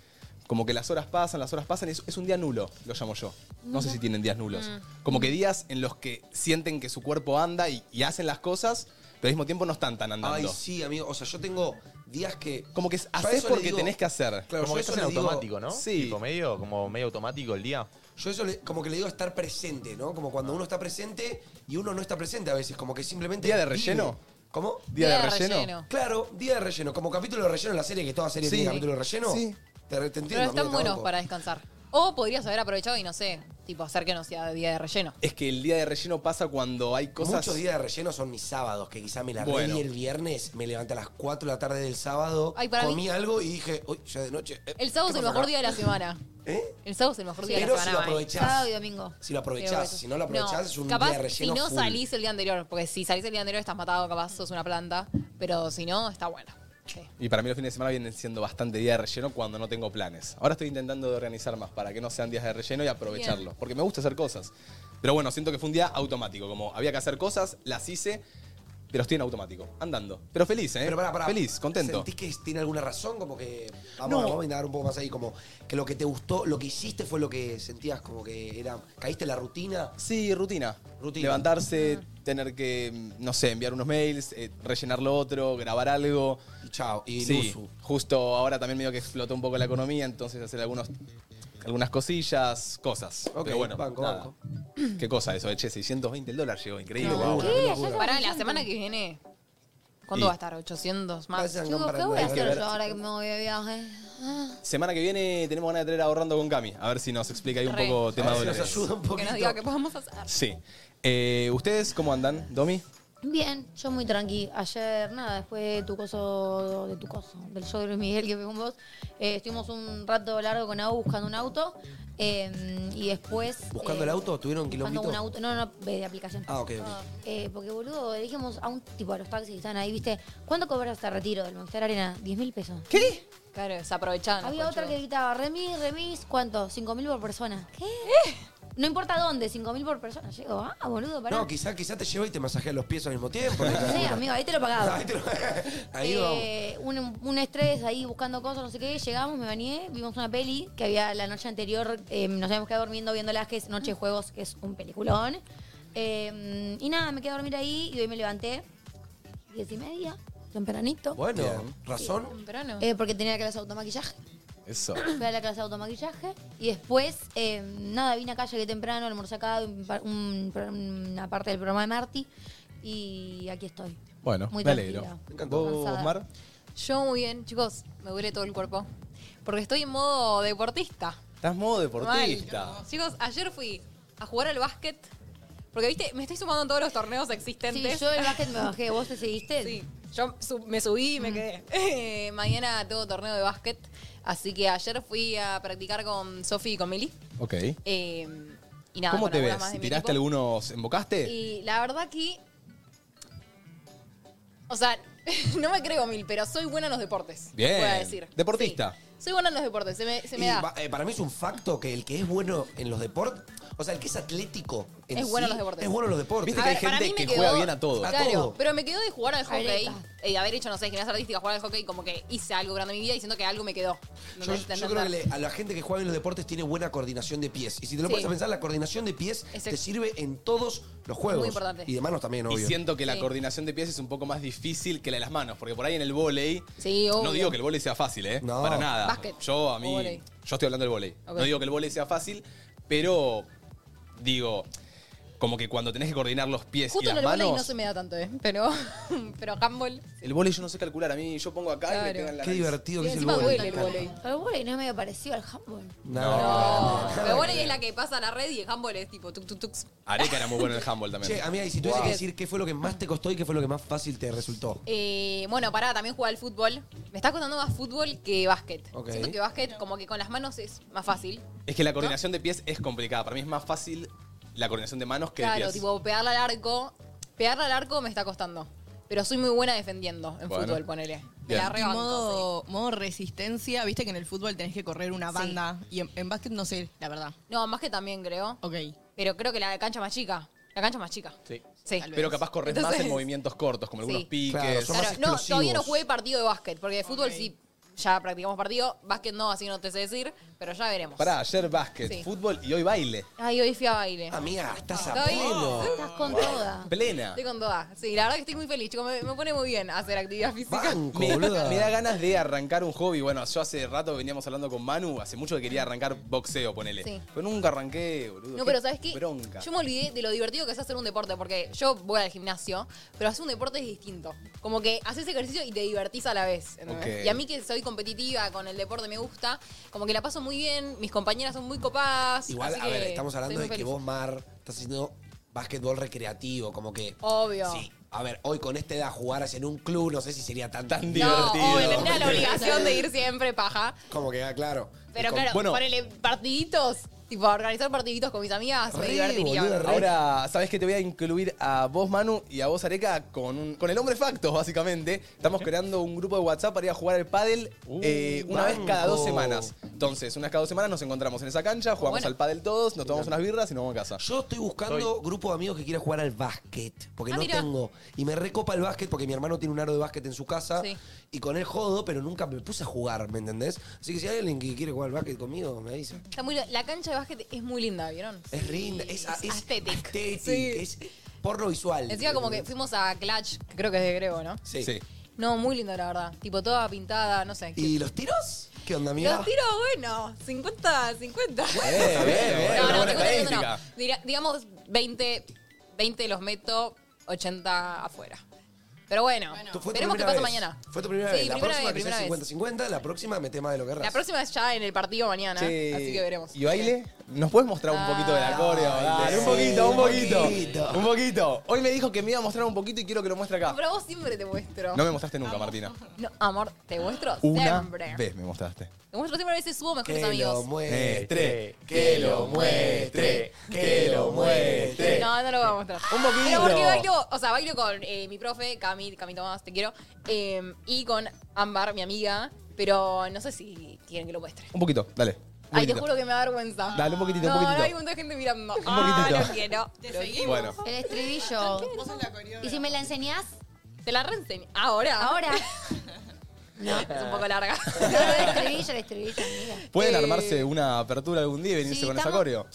A: Como que las horas pasan, las horas pasan, y es, es un día nulo, lo llamo yo. No sé si tienen días nulos. Como que días en los que sienten que su cuerpo anda y, y hacen las cosas, pero al mismo tiempo no están tan andando.
E: Ay, sí, amigo. O sea, yo tengo días que.
A: Como que
E: a
A: haces
E: eso le
A: porque
E: digo-
A: tenés que hacer.
E: Claro,
D: como
E: yo
D: que
E: eso
D: estás en
E: le digo-
D: automático, ¿no?
A: Sí.
D: Tipo medio, como medio automático el día.
E: Yo eso le- como que le digo estar presente, ¿no? Como cuando uno está presente y uno no está presente a veces, como que simplemente.
A: ¿Día de
E: vive.
A: relleno?
E: ¿Cómo?
A: Día, de relleno.
E: Claro, día de relleno. Como capítulo de relleno en la serie, que toda serie
A: Sí.
E: tiene capítulo de relleno.
A: Sí.
E: Te, te entiendo.
C: Pero están
E: amigo,
C: buenos
E: tampoco.
C: para descansar. O podrías haber aprovechado y no sé, tipo, hacer que no sea día de relleno.
A: Es que el día de relleno pasa cuando hay cosas.
E: Muchos días de relleno son mis sábados, que quizá me la
A: Bueno.
E: bueno. el viernes, me levanté a las 4 de la tarde del sábado,
C: Ay, para
E: comí
C: mí-
E: algo y dije, uy, ya de noche. eh,
C: El sábado es
E: ¿qué
C: el
E: pasó
C: mejor
E: acá?"
C: día de la semana.
E: ¿Eh?
C: El sábado es el mejor día de
E: Pero
C: la
E: si lo
C: semana. bye.
E: aprovechás.
B: Sábado y domingo.
E: Si lo
C: Sí,
E: aprovechás,
C: aprovechás.
E: si no lo aprovechás,
C: No,
E: es un
C: capaz,
E: día de relleno.
C: Si no
E: full.
C: salís el día anterior, porque si salís el día anterior estás matado, capaz sos una planta. Pero si no, está bueno. Sí.
A: Y para mí los fines de semana vienen siendo bastante día de relleno cuando no tengo planes. Ahora estoy intentando de organizar más para que no sean días de relleno y aprovecharlo. Porque me gusta hacer cosas. Pero bueno, siento que fue un día automático. Como había que hacer cosas, las hice, pero estoy en automático, andando. Pero feliz, ¿eh?
E: Pero pará, pará.
A: Feliz, contento.
E: ¿Sentís que tiene alguna razón? Como que. Vamos,
A: No.
E: vamos a indagar un poco más ahí. Como que lo que te gustó, lo que hiciste fue lo que sentías, como que era. Caíste en la rutina.
A: Sí, rutina.
E: Rutina.
A: Levantarse, tener que, mm, no sé, enviar unos mails, eh, rellenar lo otro, grabar algo.
E: Y chao. Y
A: Sí,
E: luzu.
A: justo ahora también medio que explotó un poco la economía, entonces hacer algunos, algunas cosillas, cosas.
E: Ok,
A: Pero bueno,
E: banco,
A: nada.
E: banco.
A: Qué cosa eso, eh, che, 620 el dólar llegó, increíble.
E: No,
A: wow.
E: una locura.
C: Pará, la semana que viene.
A: Y-
C: ¿Cuánto va a estar? ¿800 más?
E: Vayan
B: Chicos, ¿qué
E: comprando
B: voy a
E: algo.
B: hacer yo ahora que me voy de viaje?
A: Semana que viene tenemos ganas de traer a ahorrando con Cami. A ver si nos explica ahí un
C: Re.
A: poco tema
E: A ver si
A: dólares.
E: nos ayuda un
C: Que
E: poquito.
C: nos diga qué podemos hacer.
A: Sí. Eh, ¿Ustedes cómo andan, Domi?
B: Bien, yo muy tranqui. Ayer, nada, después de tu coso, de tu coso, del show de Luis Miguel que fue con vos, eh, estuvimos un rato largo con Abu buscando un auto. eh, y después.
E: ¿Buscando
B: eh,
E: el auto? ¿Tuvieron
B: Buscando
E: quilombito?
B: un auto. No, no, de de aplicación.
E: Ah, ok, ok.
B: Eh, porque, boludo, le dijimos a un tipo a los taxis que están ahí, ¿viste? ¿Cuánto cobras hasta retiro del Movistar Arena? 10 mil pesos.
C: ¿Qué? Claro, desaprovechaban.
B: Había otra que gritaba, remis, remis, ¿cuánto? 5 mil por persona. ¿Qué? No importa dónde, 5 mil por persona. Llego, ah, boludo, pará.
E: No, quizá, quizá te lleva y te masajea los pies al mismo tiempo.
B: Sí, amigo, ahí te lo pagaba.
E: Ahí te lo- Ahí vamos.
B: Eh, un, un estrés ahí buscando cosas, no sé qué. Llegamos, me bañé, vimos una peli que había la noche anterior. eh, nos habíamos quedado durmiendo viendo las que es Noche de Juegos, que es un peliculón. Eh, y nada, me quedé a dormir ahí y hoy me levanté. Diez y media, tempranito.
E: Bueno, razón.
C: Temprano.
B: eh, porque tenía la clase de automaquillaje.
A: Eso.
B: Fui a la clase de automaquillaje. Y después, eh, nada, vine acá, llegué temprano, almorcé acá, un par- un pro- una parte del programa de Marty. Y aquí estoy.
A: Bueno,
B: Muy
A: me alegro.
B: tranquila.
A: ¿Vos,
B: Cansada.
A: Mar?
C: Yo muy bien, chicos, me duele todo el cuerpo. Porque estoy en modo deportista.
A: Estás modo deportista.
C: Chicos, ayer fui a jugar al básquet. Porque, viste, me estoy sumando en todos los torneos
B: Sí,
C: existentes.
B: yo el básquet me bajé. ¿Vos te seguiste?
C: Sí, yo su- me subí y me quedé. Eh, mañana tengo torneo de básquet. Así que ayer fui a practicar con Sofi y con Mili.
A: Ok.
C: Eh, y nada,
A: ¿Cómo
C: con
A: te
C: algunas
A: ves?
C: más de mi
A: ¿Tiraste
C: equipo.
A: algunos? ¿Embocaste?
C: Y la verdad que. O sea, no me creo mil, pero soy buena en los deportes.
A: Bien.
C: voy a decir.
A: Deportista.
C: Sí, soy buena en los deportes, se me, se me
E: Y
C: da.
E: va- eh, para mí es un facto que el que es bueno en los deportes, o sea, el que es atlético en
C: Es bueno en los
E: sí,
C: deportes.
E: es bueno en los deportes.
A: Viste
C: A
A: que hay
C: ver, para
A: gente
C: mí me
A: que juega
C: quedó-
A: bien a todo.
E: A
C: Claro,
E: todo.
C: pero me quedó de jugar al hockey
B: Areta.
C: y haber hecho, no sé, gimnasia artística, jugar al hockey, como que hice algo grande en mi vida y siento que algo me quedó. No
E: Yo,
C: sé si te
E: yo creo que
C: entendés.
E: le- a la gente que juega en los deportes tiene buena coordinación de pies. Y si te lo
C: Sí.
E: pones a pensar, la coordinación de pies
C: Es
E: te
C: ex-
E: sirve en todos los juegos.
C: Muy importante.
E: Y de manos también,
A: Y
E: obvio.
A: siento que la
C: Sí.
A: coordinación de pies es un poco más difícil que la de las manos, porque por ahí en el volei.
C: Sí,
A: No
C: obvio.
A: digo que el volei sea fácil, ¿eh?
E: No.
A: Para nada.
C: Básquet.
A: Yo a mí.
C: Vóley.
A: Yo estoy hablando del volei.
C: Ok.
A: No digo que el volei sea fácil, pero digo, como que cuando tenés que coordinar los pies
C: Justo
A: y
C: en
A: las
C: el vóley
A: manos.
C: no se me da tanto, ¿eh? Pero, pero handball.
A: El volei yo no sé calcular. A mí yo pongo acá y me
C: Claro.
A: pegan en la
E: Qué
A: nariz.
E: divertido
C: Y
E: que es el
C: encima
E: vóley.
C: duele el vóley.
B: Pero el vóley no es medio parecido al handball.
E: No.
C: El vóley es la que pasa a la red y el handball es tipo tuk tuk tuk.
A: Areca era muy bueno en el handball también.
E: Che, amiga, y si tuvieses que decir qué fue lo que más te costó y qué fue lo que más fácil te resultó.
C: Eh, bueno, pará, también jugar al fútbol. Me está costando más fútbol que básquet.
E: Ok.
C: Siento que básquet, como que con las manos es más fácil.
A: es que la coordinación de pies es complicada. Para mí es más fácil la coordinación de manos que de
C: Claro,
A: pies.
C: tipo, pegarla al arco. Pegarla al arco me está costando. Pero soy muy buena defendiendo en
A: Bueno.
C: fútbol, ponele. Me
A: Bien.
C: la
H: Y
C: rebanco, sí.
H: modo, modo resistencia, viste que en el fútbol tenés que correr una
C: Sí.
H: banda. Y en, en básquet no sé, la verdad.
C: No, más que también creo.
H: Ok.
C: Pero creo que la cancha más chica. La cancha más chica.
A: Sí.
C: Sí.
H: Tal vez.
A: Pero capaz corres más en
C: Entonces-
A: movimientos cortos, como algunos
C: Sí.
A: piques.
E: Claro, son
C: Claro,
E: más
C: no,
E: explosivos.
C: todavía no jugué partido de básquet, porque de fútbol
H: Ok.
C: sí ya practicamos partido. Básquet no, así no te sé decir, pero ya veremos.
A: Pará, ayer básquet,
C: Sí.
A: fútbol y hoy baile.
C: Ay, hoy fui a baile.
A: Ah,
E: Amiga, estás a
C: Estoy-
E: pleno.
B: Estás con toda.
A: Plena.
C: Estoy con toda. Sí, la verdad que estoy muy feliz, chicos. Me, me pone muy bien hacer actividad física.
E: Banco,
A: Me,
E: boluda.
A: me da ganas de arrancar un hobby. Bueno, yo hace rato veníamos hablando con Manu, hace mucho que quería arrancar boxeo, ponele.
C: Sí.
A: Pero nunca arranqué, boludo.
C: No, pero ¿sabes qué?
A: Bronca.
C: Yo me olvidé de lo divertido que es hacer un deporte, porque yo voy al gimnasio, pero hacer un deporte es distinto. Como que haces ejercicio y te divertís a la vez. ¿entendés?
A: Ok.
C: Y a mí que soy competitiva con el deporte, me gusta, como que la paso muy bien, mis compañeras son muy copadas.
E: Igual,
C: así
E: a ver,
C: que
E: estamos hablando de
C: estoy muy
E: que
C: feliz.
E: vos, Mar, estás haciendo básquetbol recreativo, como que.
C: Obvio.
E: Sí. A ver, hoy con esta edad jugar en un club, no sé si sería tan,
A: Tan
E: divertido.
C: No,
A: divertido.
C: obvio, tendría la obligación de ir siempre, paja.
E: Como que, ah, claro.
C: Pero
E: Como-
C: claro,
A: bueno.
C: ponele partiditos, tipo organizar partiditos con mis amigas, me
E: Re,
C: divertiría.
E: boluda, re.
A: Ahora, ¿sabes que Te voy a incluir a vos, Manu, y a vos, Areca, con, un- con el hombre Factos, básicamente. Estamos creando un grupo de WhatsApp para ir a jugar al pádel eh, una vez cada dos
E: Uh, banco.
A: semanas. Entonces, una vez cada dos semanas nos encontramos en esa cancha, jugamos
C: Bueno.
A: al pádel todos, nos tomamos unas birras y nos vamos a casa.
E: Yo estoy buscando grupo de amigos que quieran jugar al básquet, porque
C: Ah,
E: no
C: mira.
E: tengo. Y me recopa el básquet porque mi hermano tiene un aro de básquet en su casa
C: Sí.
E: y con él jodo, pero nunca me puse a jugar, ¿me entendés? Así que si hay alguien que quiere jugar al básquet conmigo, me avisa.
C: Está muy- la cancha de básquet es muy linda, ¿vieron?
E: Es linda, es, es
C: aesthetic.
E: aesthetic,
C: Sí.
E: es porno visual.
C: Encima como que fuimos a Clutch, que creo que es de Grego, ¿no?
E: Sí.
A: Sí.
C: No, muy linda la verdad. Tipo toda pintada, no sé.
E: ¿Y los tiros? ¿Qué onda, amiga? Eh,
C: Los tiros, bueno, 50, 50.
A: bien, bien,
C: no,
A: una buena
C: no, 50, 50 no.
A: estadística.
C: Dirá- digamos 20, 20 los meto, 80 afuera. Pero bueno,
E: Tú- fue tu
C: veremos qué pasa
E: primera vez.
C: mañana.
E: Fue tu primera
C: Sí,
E: vez. La
C: primera
E: próxima
C: vez,
E: que
C: primera
E: sea 50-50, la próxima me tema de lo que
C: La
E: erras.
C: próxima es ya en el partido mañana,
A: Che,
C: así que veremos. Ah,
A: ¿Y baile? ¿Nos puedes mostrar un poquito de la coreo? Dale, un
E: sí,
A: poquito, un
E: un
A: poquito.
E: poquito.
A: Un poquito. Hoy me dijo que me iba a mostrar un poquito y quiero que lo muestre acá.
C: Pero vos siempre te muestro.
A: No me mostraste nunca, Martina.
C: No, amor, te muestro
A: Una
C: siempre.
A: vez me mostraste.
C: Te muestro siempre a veces subo mejores
E: Que lo
C: amigos.
A: Eh,
E: muestre, que lo muestre, que lo muestre.
C: No, no lo voy a mostrar.
A: Un poquito.
C: Pero porque bailo, o sea, bailo con eh, mi profe, Cami, Cami Tomás, te quiero, eh, y con Ámbar, mi amiga, pero no sé si quieren que lo muestre.
A: Un poquito, dale. Un
C: Ay, te
A: poquitito.
C: juro que me da vergüenza.
A: Dale, un poquitito, un
C: no,
A: poquitito.
C: No, hay un montón de gente mirando. Un Ah,
A: poquitito.
C: no quiero. Lo quiero.
A: Bueno,
B: El estribillo. ¿Y si me la enseñás?
C: Te la reenseño. Ahora.
B: Ahora.
C: No, es un poco larga.
B: No, no, el estribillo, el estribillo, amiga.
A: ¿pueden
C: Eh,
A: armarse una apertura algún día y venirse
B: sí,
A: con esa
B: estamos-
A: coreo?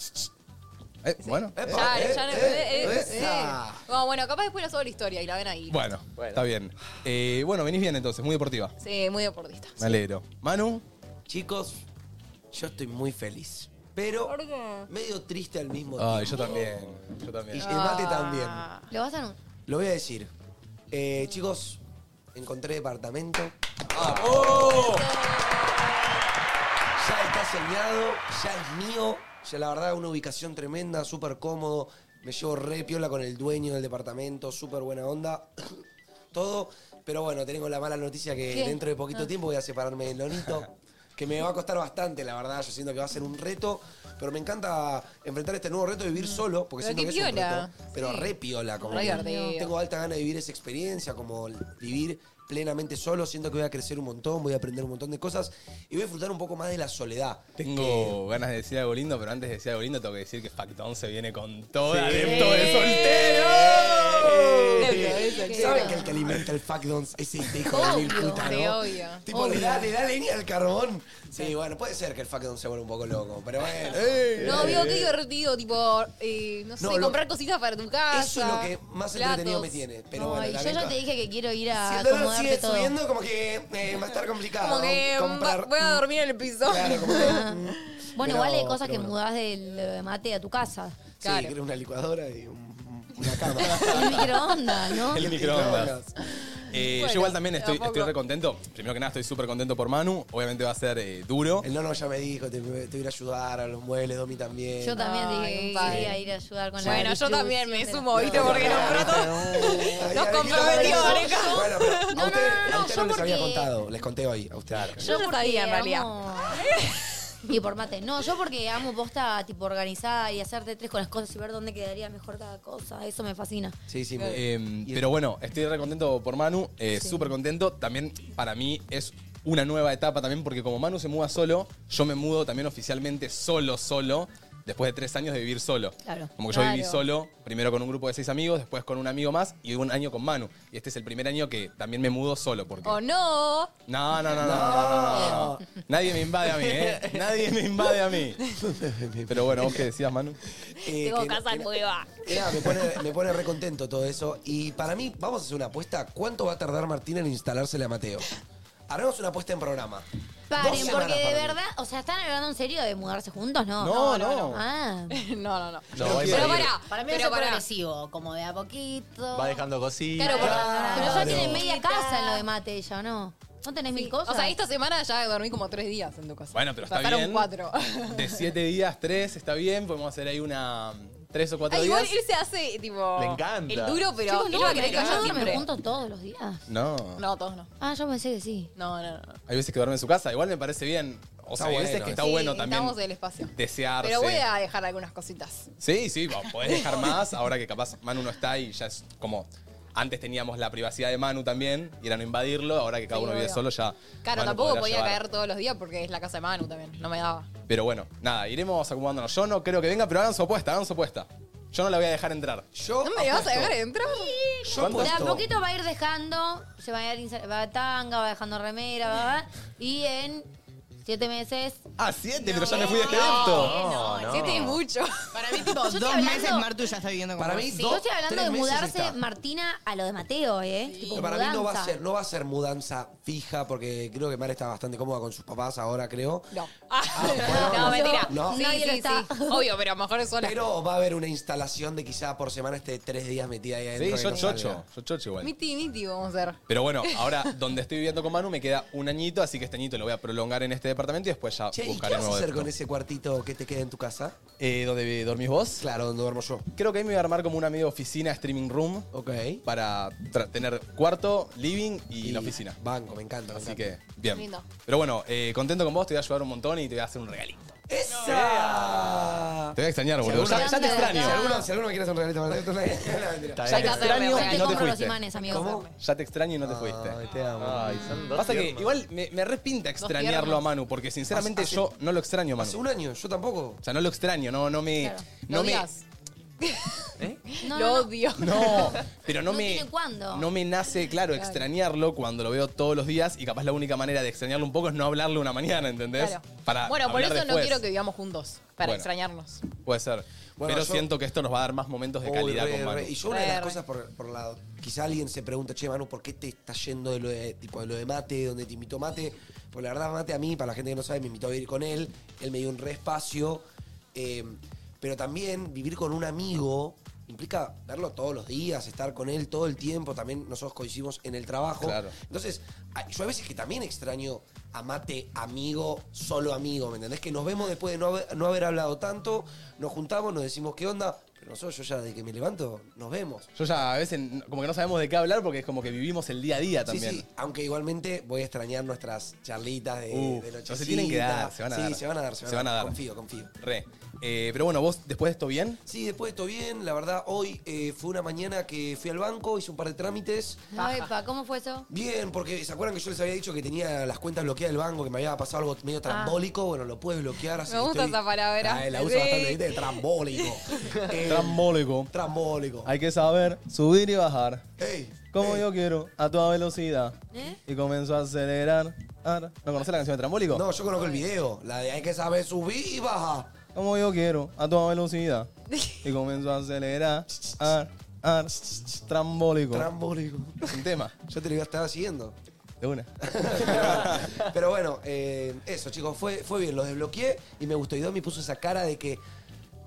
A: Eh, Bueno, eh,
C: Ya, ya no. eh,
E: eh,
C: eh,
E: eh,
C: sí.
E: esa.
C: No, bueno, capaz después lo subo la historia y la ven ahí.
A: bueno, está bien. Eh, bueno, venís bien entonces, muy deportiva.
C: Sí, muy deportista.
A: Me alegro. Manu,
E: Chicos, yo estoy muy feliz, pero
C: ¿Por qué?
E: medio triste al mismo tiempo.
A: ay, yo también. Yo
E: Y
A: también.
E: el mate también.
C: Ah.
B: ¿Lo vas a anunciar?
E: Lo voy a decir. Eh, chicos, encontré departamento. Ya está soñado, ya es mío. Ya la verdad, una ubicación tremenda, súper cómodo. Me llevo re piola con el dueño del departamento, súper buena onda. Todo. Pero bueno, tengo la mala noticia que
B: ¿Qué?
E: dentro de poquito
C: Ah.
E: tiempo voy a separarme del Lonito. Que me va a costar bastante, la verdad. Yo siento que va a ser un reto. Pero me encanta enfrentar este nuevo reto de vivir solo. Porque
C: Mm. Pero
E: siento que
C: qué
E: es un
C: piola.
E: reto. Pero re piola. Como
C: Re
E: que
C: gardeo.
E: tengo alta gana de vivir esa experiencia, como vivir plenamente solo. Siento que voy a crecer un montón, voy a aprender un montón de cosas. Y voy a disfrutar un poco más de la soledad.
A: Tengo ganas de decir algo lindo, pero antes de decir algo lindo tengo que decir que Factón se viene con todo adepto de soltero.
E: ¿Saben que el que alimenta el Facdons es este hijo de mil puta,
C: sí,
E: no?
C: obvio.
E: Tipo, le da, le da leña al carbón. Sí, bueno, puede ser que el Facdons se vuelva un poco loco, pero bueno. Eh,
C: No, vio qué divertido, tipo, eh, no sé,
E: No, lo-
C: comprar cositas para tu casa.
E: Eso es lo que más entretenido
C: platos.
E: me tiene. Pero bueno,
B: Ay,
E: la
B: yo ya
E: vengo-
B: te dije que quiero ir
E: Si
B: a
E: el dólar
B: acomodarte
E: sigue
B: todo.
E: subiendo, como que eh, va a estar complicado
C: Como que mm,
E: comprar.
C: va- voy a dormir en el piso.
E: Claro, como que, mm,
B: Bueno,
E: pero-
B: igual hay cosas
E: pero
B: que
E: bueno.
B: mudás del eh, mate a tu casa.
E: Sí,
C: Claro.
E: quiero una licuadora y un- una cama.
B: Y microondas, ¿no?
A: El microondas. Eh,
C: Bueno,
A: yo igual también estoy,
C: de a poco.
A: estoy re contento. Primero que nada, estoy súper contento por Manu. Obviamente va a ser eh, duro.
E: El nono ya me dijo, te, te voy a ir a ayudar a los muebles, Domi también. Eh,
B: Yo también
C: Ay,
B: dije que
C: compadre.
B: quería ir a ayudar con la
C: Bueno, yo
B: distribución
C: también me
B: de-
C: sumo, ¿viste? Porque compró todo. Nos comprometió, Oreca.
E: Bueno, pero a
B: no,
E: ustedes-
B: no, no,
E: a ustedes
B: yo
E: no les había
B: porque-
E: contado, les conté hoy a ustedes.
C: Yo no
B: porque
C: sabía, en realidad.
B: amo- Y por mate. No, yo porque amo posta tipo organizar y hacerte tres con las cosas y ver dónde quedaría mejor cada cosa. Eso me fascina.
E: Sí, sí, me-
A: Eh,
E: Y-
A: pero bueno, estoy re contento por Manu, eh, súper contento. También para mí es una nueva etapa también, porque como Manu se muda solo, yo me mudo también oficialmente solo, solo, después de tres años de vivir solo.
B: Claro.
A: Como que yo viví
C: Claro.
A: solo, primero con un grupo de seis amigos, después con un amigo más y un año con Manu. Y este es el primer año que también me mudo solo, porque...
C: O Oh, no.
A: No, no, no, no, no, no, no. Nadie me invade a mí, ¿eh? Nadie me invade a mí. Pero bueno, vos qué decías, Manu.
E: eh,
C: Tengo
E: que-
C: casa
E: que-
C: nueva.
E: que nada, me pone, me pone re contento todo eso. Y para mí, vamos a hacer una apuesta. ¿Cuánto va a tardar Martín en instalársele a Mateo? Haremos una apuesta en programa. Dos
B: Paren,
E: semanas
B: porque de
E: para mí.
B: verdad, o sea, ¿están hablando en serio de mudarse juntos? No.
A: No, no.
B: Ah.
C: no, no, no.
D: No, va a
C: Pero
D: invadir.
C: pará,
F: Para mí
C: pero
F: es
C: pará.
F: progresivo, como de a poquito.
D: Va dejando cositas.
C: Claro, porque-
B: Pero ya
E: Claro.
B: tienen media casa en lo de mate ella, ¿o no? ¿No tenés mil cosas?
C: O sea, esta semana ya dormí como tres días en tu casa.
A: Bueno, pero está
C: Pasaron
A: bien.
C: cuatro.
A: De siete días, tres, está bien. Podemos hacer ahí una... Tres o cuatro
C: Ah, igual
A: días.
C: él se hace, tipo...
D: Le encanta.
C: El duro, pero
B: Chicos,
C: él
B: no,
C: va a querer que
B: pero
C: vaya
B: yo me
C: siempre.
B: junto todos los días.
A: No.
C: No, todos no.
B: Ah, yo pensé que sí.
C: No, no, no.
A: Hay veces que duerme en su casa. Igual me parece bien. O sea,
E: Está
A: hay veces
E: bueno.
A: que está
C: Sí,
A: bueno también
C: Estamos del espacio.
A: desearse.
C: Pero voy a dejar algunas cositas.
A: Sí, sí, vos podés dejar más. Ahora que capaz Manu no está y ya es como... Antes teníamos la privacidad de Manu también y era no invadirlo. Ahora que cada
C: Sí,
A: uno vive
C: obvio.
A: solo ya...
C: Claro,
A: Manu
C: tampoco
A: podrá
C: podía
A: llevar-
C: caer todos los días porque es la casa de Manu también. No me daba.
A: Pero bueno, nada, iremos acomodándonos. Yo no creo que venga, pero hagan su apuesta, hagan su apuesta. Yo no la voy a dejar entrar.
E: Yo
C: ¿No me vas a
E: apuesto-
C: dejar entrar?
E: Yo
B: De a
E: apuesto-
B: poquito va a ir dejando, se va a ir insa- va a tanga, va dejando remera, va, va, y en Siete meses.
A: Ah, siete, pero ya me fui de este evento.
D: No, no.
C: Siete es mucho.
H: Para mí, tipo,
B: Yo estoy
H: dos
B: hablando-
H: meses Martu ya está viviendo con
E: Para
H: vos.
E: mí,
B: Sí,
E: dos,
B: yo estoy hablando
E: tres
B: de
E: meses
B: mudarse
E: está.
B: Martina a lo de Mateo, ¿eh? Tipo,
E: Pero para mí no va, a
B: mudanza.
E: ser, no va a ser mudanza fija, porque creo que Mar está bastante cómoda con sus papás ahora, creo.
C: Ah, No.
A: Ah,
E: bueno,
C: no,
E: no.
C: mentira.
E: No.
C: Sí,
B: Nadie
C: sí,
B: lo está.
C: sí. Obvio, pero a lo mejor es sola.
E: Pero va a haber una instalación de quizá por semana esté tres días metida ahí
A: Sí,
E: adentro.
A: yo
E: que no
A: chocho,
E: salga.
A: yo chocho igual.
C: Miti, miti vamos a hacer.
A: Pero bueno, ahora donde estoy viviendo con Manu me queda un añito, así que este añito lo voy a prolongar en este departamento y después ya
E: Che, ¿y qué
A: buscaré
E: vas a
A: nuevo
E: hacer
A: depto.
E: con ese cuartito que te queda en tu casa?
A: Eh, ¿Dónde dormís vos?
E: Claro, donde duermo yo.
A: Creo que ahí me voy a armar como una medio oficina, streaming room,
E: Ok.
A: para tra- tener cuarto, living y, la oficina.
E: Banco, me encanta. me
A: Así
E: encanta.
A: que, bien.
C: Lindo.
A: Pero bueno, eh, contento con vos, te voy a ayudar un montón y te voy a hacer un regalito.
E: ¡Esa!
A: Te voy a extrañar, boludo.
E: Seguro.
A: Ya, ya te extraño.
E: Si alguno, si alguno me quiere hacer un regalito, me lo hace. No, mentira.
B: Ya
A: Ya te extraño
B: te
A: y Este no te
B: compro los
A: fuiste.
B: imanes, amigo.
E: ¿Cómo?
A: Ya te extraño y no te fuiste.
E: Ay, te amo.
A: Pasa que igual me, me repinta extrañarlo a Manu, porque sinceramente
E: Hace-
A: yo no lo extraño,
E: Hace
A: Manu.
E: un año, yo tampoco.
A: O sea, no lo extraño, no, no me.
B: Claro.
A: No
C: Lo
A: me. ¿Eh?
C: odias.
B: No, no,
C: Lo
B: no.
C: odio.
A: No, pero no,
B: No
A: me.
B: tiene cuándo.
A: No me nace, claro, extrañarlo cuando lo veo todos los días y capaz la única manera de extrañarlo un poco es no hablarlo una mañana, ¿entendés?
C: Claro.
A: Para
C: bueno, por
A: hablar
C: eso no
A: después.
C: quiero que vivamos juntos. Para
A: Bueno. Ah,
C: extrañarnos.
A: Puede ser.
E: Bueno,
A: pero
E: yo-
A: siento que esto nos va a dar más momentos de
E: Uy,
A: calidad
E: re,
A: con Manu.
E: re. Y yo una de
C: Re,
E: las
C: re.
E: cosas por, por la... Quizá alguien se pregunta, che, Manu, ¿por qué te está yendo de lo de, tipo, de lo de Mate, donde te invitó Mate? Pues la verdad, Mate a mí, para la gente que no sabe, me invitó a vivir con él. Él me dio un re espacio. eh, pero también vivir con un amigo implica verlo todos los días, estar con él todo el tiempo. También nosotros coincidimos en el trabajo.
A: Claro.
E: Entonces, a- yo a veces que también extraño a Mate, amigo, solo amigo, ¿me entendés? Que nos vemos después de no haber, no haber hablado tanto, nos juntamos, nos decimos qué onda, pero nosotros yo ya desde que me levanto nos vemos.
A: Yo ya a veces n- como que no sabemos de qué hablar porque es como que vivimos el día a día también.
E: Sí, sí, aunque igualmente voy a extrañar nuestras charlitas de,
A: Uh,
E: de
A: no
E: nochecita.
A: se tienen que dar, se van a
E: Sí,
A: dar.
E: se van a dar, se van, a, dar. Confío, confío.
A: Re. Eh, pero bueno, vos después de esto bien.
E: Sí, después de todo bien, la verdad, hoy eh, fue una mañana que fui al banco, hice un par de trámites.
B: No, epa, ¿cómo fue eso?
E: Bien, porque ¿se acuerdan que yo les había dicho que tenía las cuentas bloqueadas del banco, que me había pasado algo medio trambólico? Bueno, lo puedes bloquear así.
C: Ah. Me gusta
E: estoy-
C: esa palabra.
E: Ah, la uso
C: Sí.
E: bastante, ¿viste? Trambólico. Eh,
A: Trambólico.
E: trambólico.
A: Hay que saber subir y bajar.
E: Ey,
A: Como
E: ey.
A: yo quiero, a toda velocidad.
B: ¿Eh?
A: Y comenzó a acelerar. Ah, ¿No conocés la canción de Trambólico?
E: No, yo conozco el video. La de hay que saber subir y bajar.
A: Como yo quiero, a toda velocidad. Y comenzó a acelerar. Ar, ar, trambólico.
E: Trambólico.
A: Un tema,
E: Yo te lo iba a estar siguiendo.
A: de una.
E: Pero bueno, eh, eso, chicos, fue, fue bien. Lo desbloqueé y me gustó. Y Domi puso esa cara de que